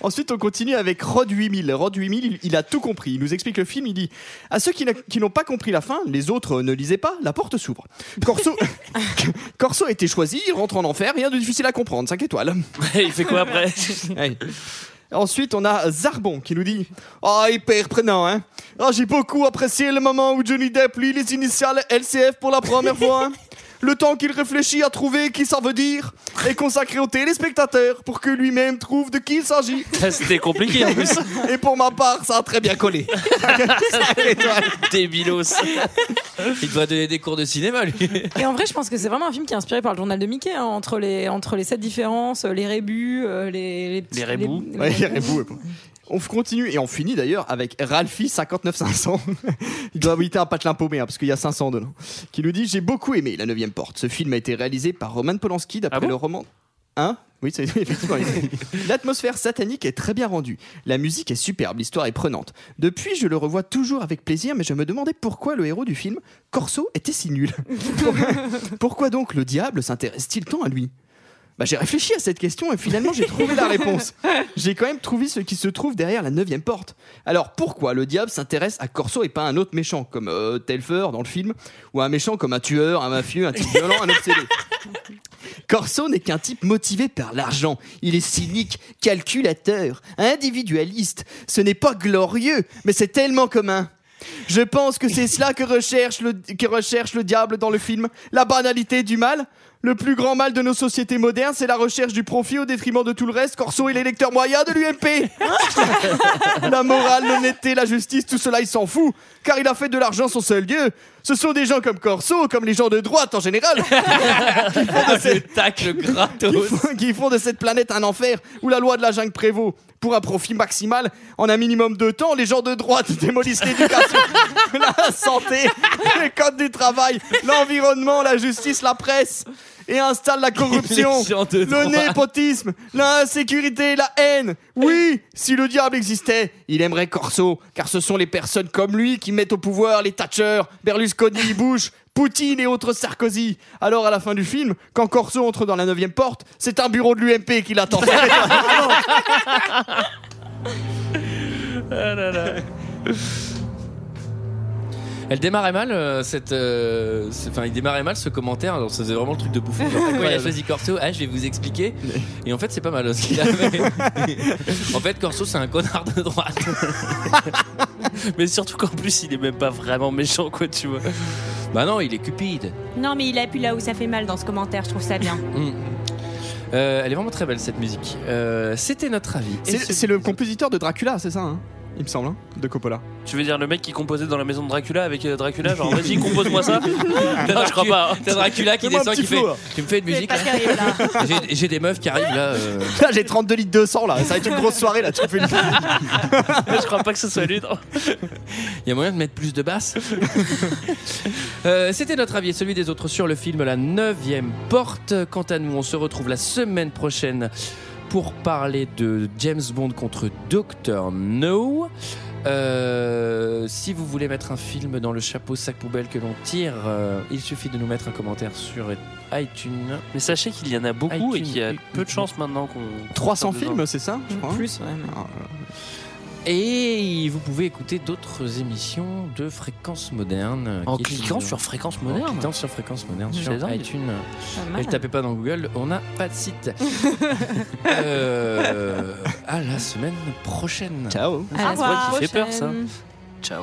[SPEAKER 7] Ensuite, on continue avec Rod 8000. Rod 8000, il, il a tout compris. Il nous explique le film. Il dit À ceux qui n'a- qui n'ont pas compris la fin, les autres euh, ne lisaient pas, la porte s'ouvre. Corso, Corso a été choisi, il rentre en enfer, rien de difficile à comprendre, 5 étoiles.
[SPEAKER 1] il fait quoi après
[SPEAKER 7] Ensuite, on a Zarbon qui nous dit Ah, hyper prenant, hein. Ah, j'ai beaucoup apprécié le moment où Johnny Depp lit les initiales LCF pour la première fois. hein. Le temps qu'il réfléchit à trouver qui ça veut dire est consacré aux téléspectateurs pour que lui-même trouve de qui il s'agit.
[SPEAKER 1] Ça, C'était compliqué
[SPEAKER 11] hein.
[SPEAKER 1] en plus.
[SPEAKER 7] Et pour ma part, ça a très bien collé.
[SPEAKER 11] Débilos. Il devrait donner des cours de cinéma, lui.
[SPEAKER 2] Et en vrai, je pense que c'est vraiment un film qui est inspiré par le journal de Mickey, hein, entre, les, entre les sept différences, euh, les rébus, euh, les, les petits. les-
[SPEAKER 7] Ouais, les rébous, ouais. On f- continue et on finit d'ailleurs avec Ralphie 59500. il doit habiter un patelin paumé hein, parce qu'il y a 500 dedans. Qui nous dit J'ai beaucoup aimé La 9 porte. Ce film a été réalisé par Roman Polanski d'après le roman. Hein oui, c'est effectivement. L'atmosphère satanique est très bien rendue. La musique est superbe, l'histoire est prenante. Depuis, je le revois toujours avec plaisir, mais je me demandais pourquoi le héros du film, Corso, était si nul. pourquoi donc le diable s'intéresse-t-il tant à lui bah, j'ai réfléchi à cette question et finalement j'ai trouvé la réponse. J'ai quand même trouvé ce qui se trouve derrière la neuvième porte. Alors pourquoi le diable s'intéresse à Corso et pas à un autre méchant comme euh, Telfer dans le film ou à un méchant comme un tueur, un mafieux, un type violent, un obsédé Corso n'est qu'un type motivé par l'argent. Il est cynique, calculateur, individualiste. Ce n'est pas glorieux, mais c'est tellement commun. Je pense que c'est cela que recherche, le, que recherche le diable dans le film. La banalité du mal Le plus grand mal de nos sociétés modernes, c'est la recherche du profit au détriment de tout le reste. Corso est l'électeur moyen de l'UMP. la morale, l'honnêteté, la justice, tout cela, il s'en fout. Car il a fait de l'argent son seul dieu. Ce sont des gens comme Corso, comme les gens de droite en général.
[SPEAKER 11] Le tacle
[SPEAKER 7] qui
[SPEAKER 11] gratos.
[SPEAKER 7] font, qui font de cette planète un enfer où la loi de la jungle prévaut. Pour un profit maximal, en un minimum de temps, les gens de droite démolissent l'éducation, la santé, les codes du travail, l'environnement, la justice, la presse, et installent la corruption,
[SPEAKER 11] Les gens de
[SPEAKER 7] le
[SPEAKER 11] droite.
[SPEAKER 7] népotisme, l'insécurité, la haine. Oui, si le diable existait, il aimerait Corso, car ce sont les personnes comme lui qui mettent au pouvoir les Thatcher, Berlusconi, Bush, Poutine et autres Sarkozy. Alors à la fin du film, quand Corso entre dans la 9 porte, c'est un bureau de l'UMP qui l'attend.
[SPEAKER 11] Elle démarrait mal, euh, cette. euh, ce- Enfin, il démarrait mal ce commentaire. Alors, ça faisait vraiment le truc de bouffon. Genre, pourquoi il a choisi Corso Ah, je vais vous expliquer. Et en fait, c'est pas mal ce qu'il a fait. En fait, Corso, c'est un connard de droite.
[SPEAKER 1] Mais surtout qu'en plus, il est même pas vraiment méchant, quoi, tu vois.
[SPEAKER 11] Bah non, il est cupide.
[SPEAKER 6] Non, mais il appuie là où ça fait mal dans ce commentaire. Je trouve ça bien.
[SPEAKER 11] Mm. Euh, elle est vraiment très belle cette musique. Euh, C'était notre avis. Et
[SPEAKER 7] C'est c'est le compositeur de Dracula, c'est ça, hein il me semble, hein, de Coppola.
[SPEAKER 1] Tu veux dire le mec qui composait dans la maison de Dracula avec euh, Dracula, genre vas-y, compose-moi ça Non, je crois pas. hein.
[SPEAKER 11] T'as Dracula qui
[SPEAKER 1] Fais-moi un
[SPEAKER 11] descend,
[SPEAKER 1] petit
[SPEAKER 11] qui fait.
[SPEAKER 1] flow, là.
[SPEAKER 11] Tu me fais une musique.
[SPEAKER 1] pas
[SPEAKER 11] là
[SPEAKER 1] sérieux,
[SPEAKER 11] J'ai- J'ai des meufs qui arrivent là. euh.
[SPEAKER 7] Là, j'ai 32 litres de sang, là. Ça va être une grosse soirée, là. Tu me fais une-
[SPEAKER 1] je crois pas que ce soit lui. non.
[SPEAKER 11] Il y a moyen de mettre plus de basse Euh, C'était notre avis et celui des autres sur le film La 9 Porte. Quant à nous, on se retrouve la semaine prochaine pour parler de James Bond contre Doctor No. Euh, si vous voulez mettre un film dans le chapeau sac poubelle que l'on tire, euh, il suffit de nous mettre un commentaire sur iTunes.
[SPEAKER 1] Mais sachez qu'il y en a beaucoup et qu'il y a peu de chances maintenant qu'on.
[SPEAKER 7] 300 films, c'est ça je crois, hein
[SPEAKER 2] Plus, ouais, mais-
[SPEAKER 11] Et vous pouvez écouter d'autres émissions de fréquence moderne.
[SPEAKER 1] En
[SPEAKER 11] qui est
[SPEAKER 1] cliquant
[SPEAKER 11] une-
[SPEAKER 1] sur Fréquence Moderne
[SPEAKER 11] En cliquant sur fréquence moderne
[SPEAKER 1] C'est
[SPEAKER 11] sur
[SPEAKER 1] dingue.
[SPEAKER 11] iTunes.
[SPEAKER 1] Pas mal.
[SPEAKER 11] Et le tapez pas dans Google, on n'a pas de site. Euh, à la semaine prochaine.
[SPEAKER 7] Ciao.
[SPEAKER 1] Ah, c'est vrai qu'il fait peur, ça. Ciao.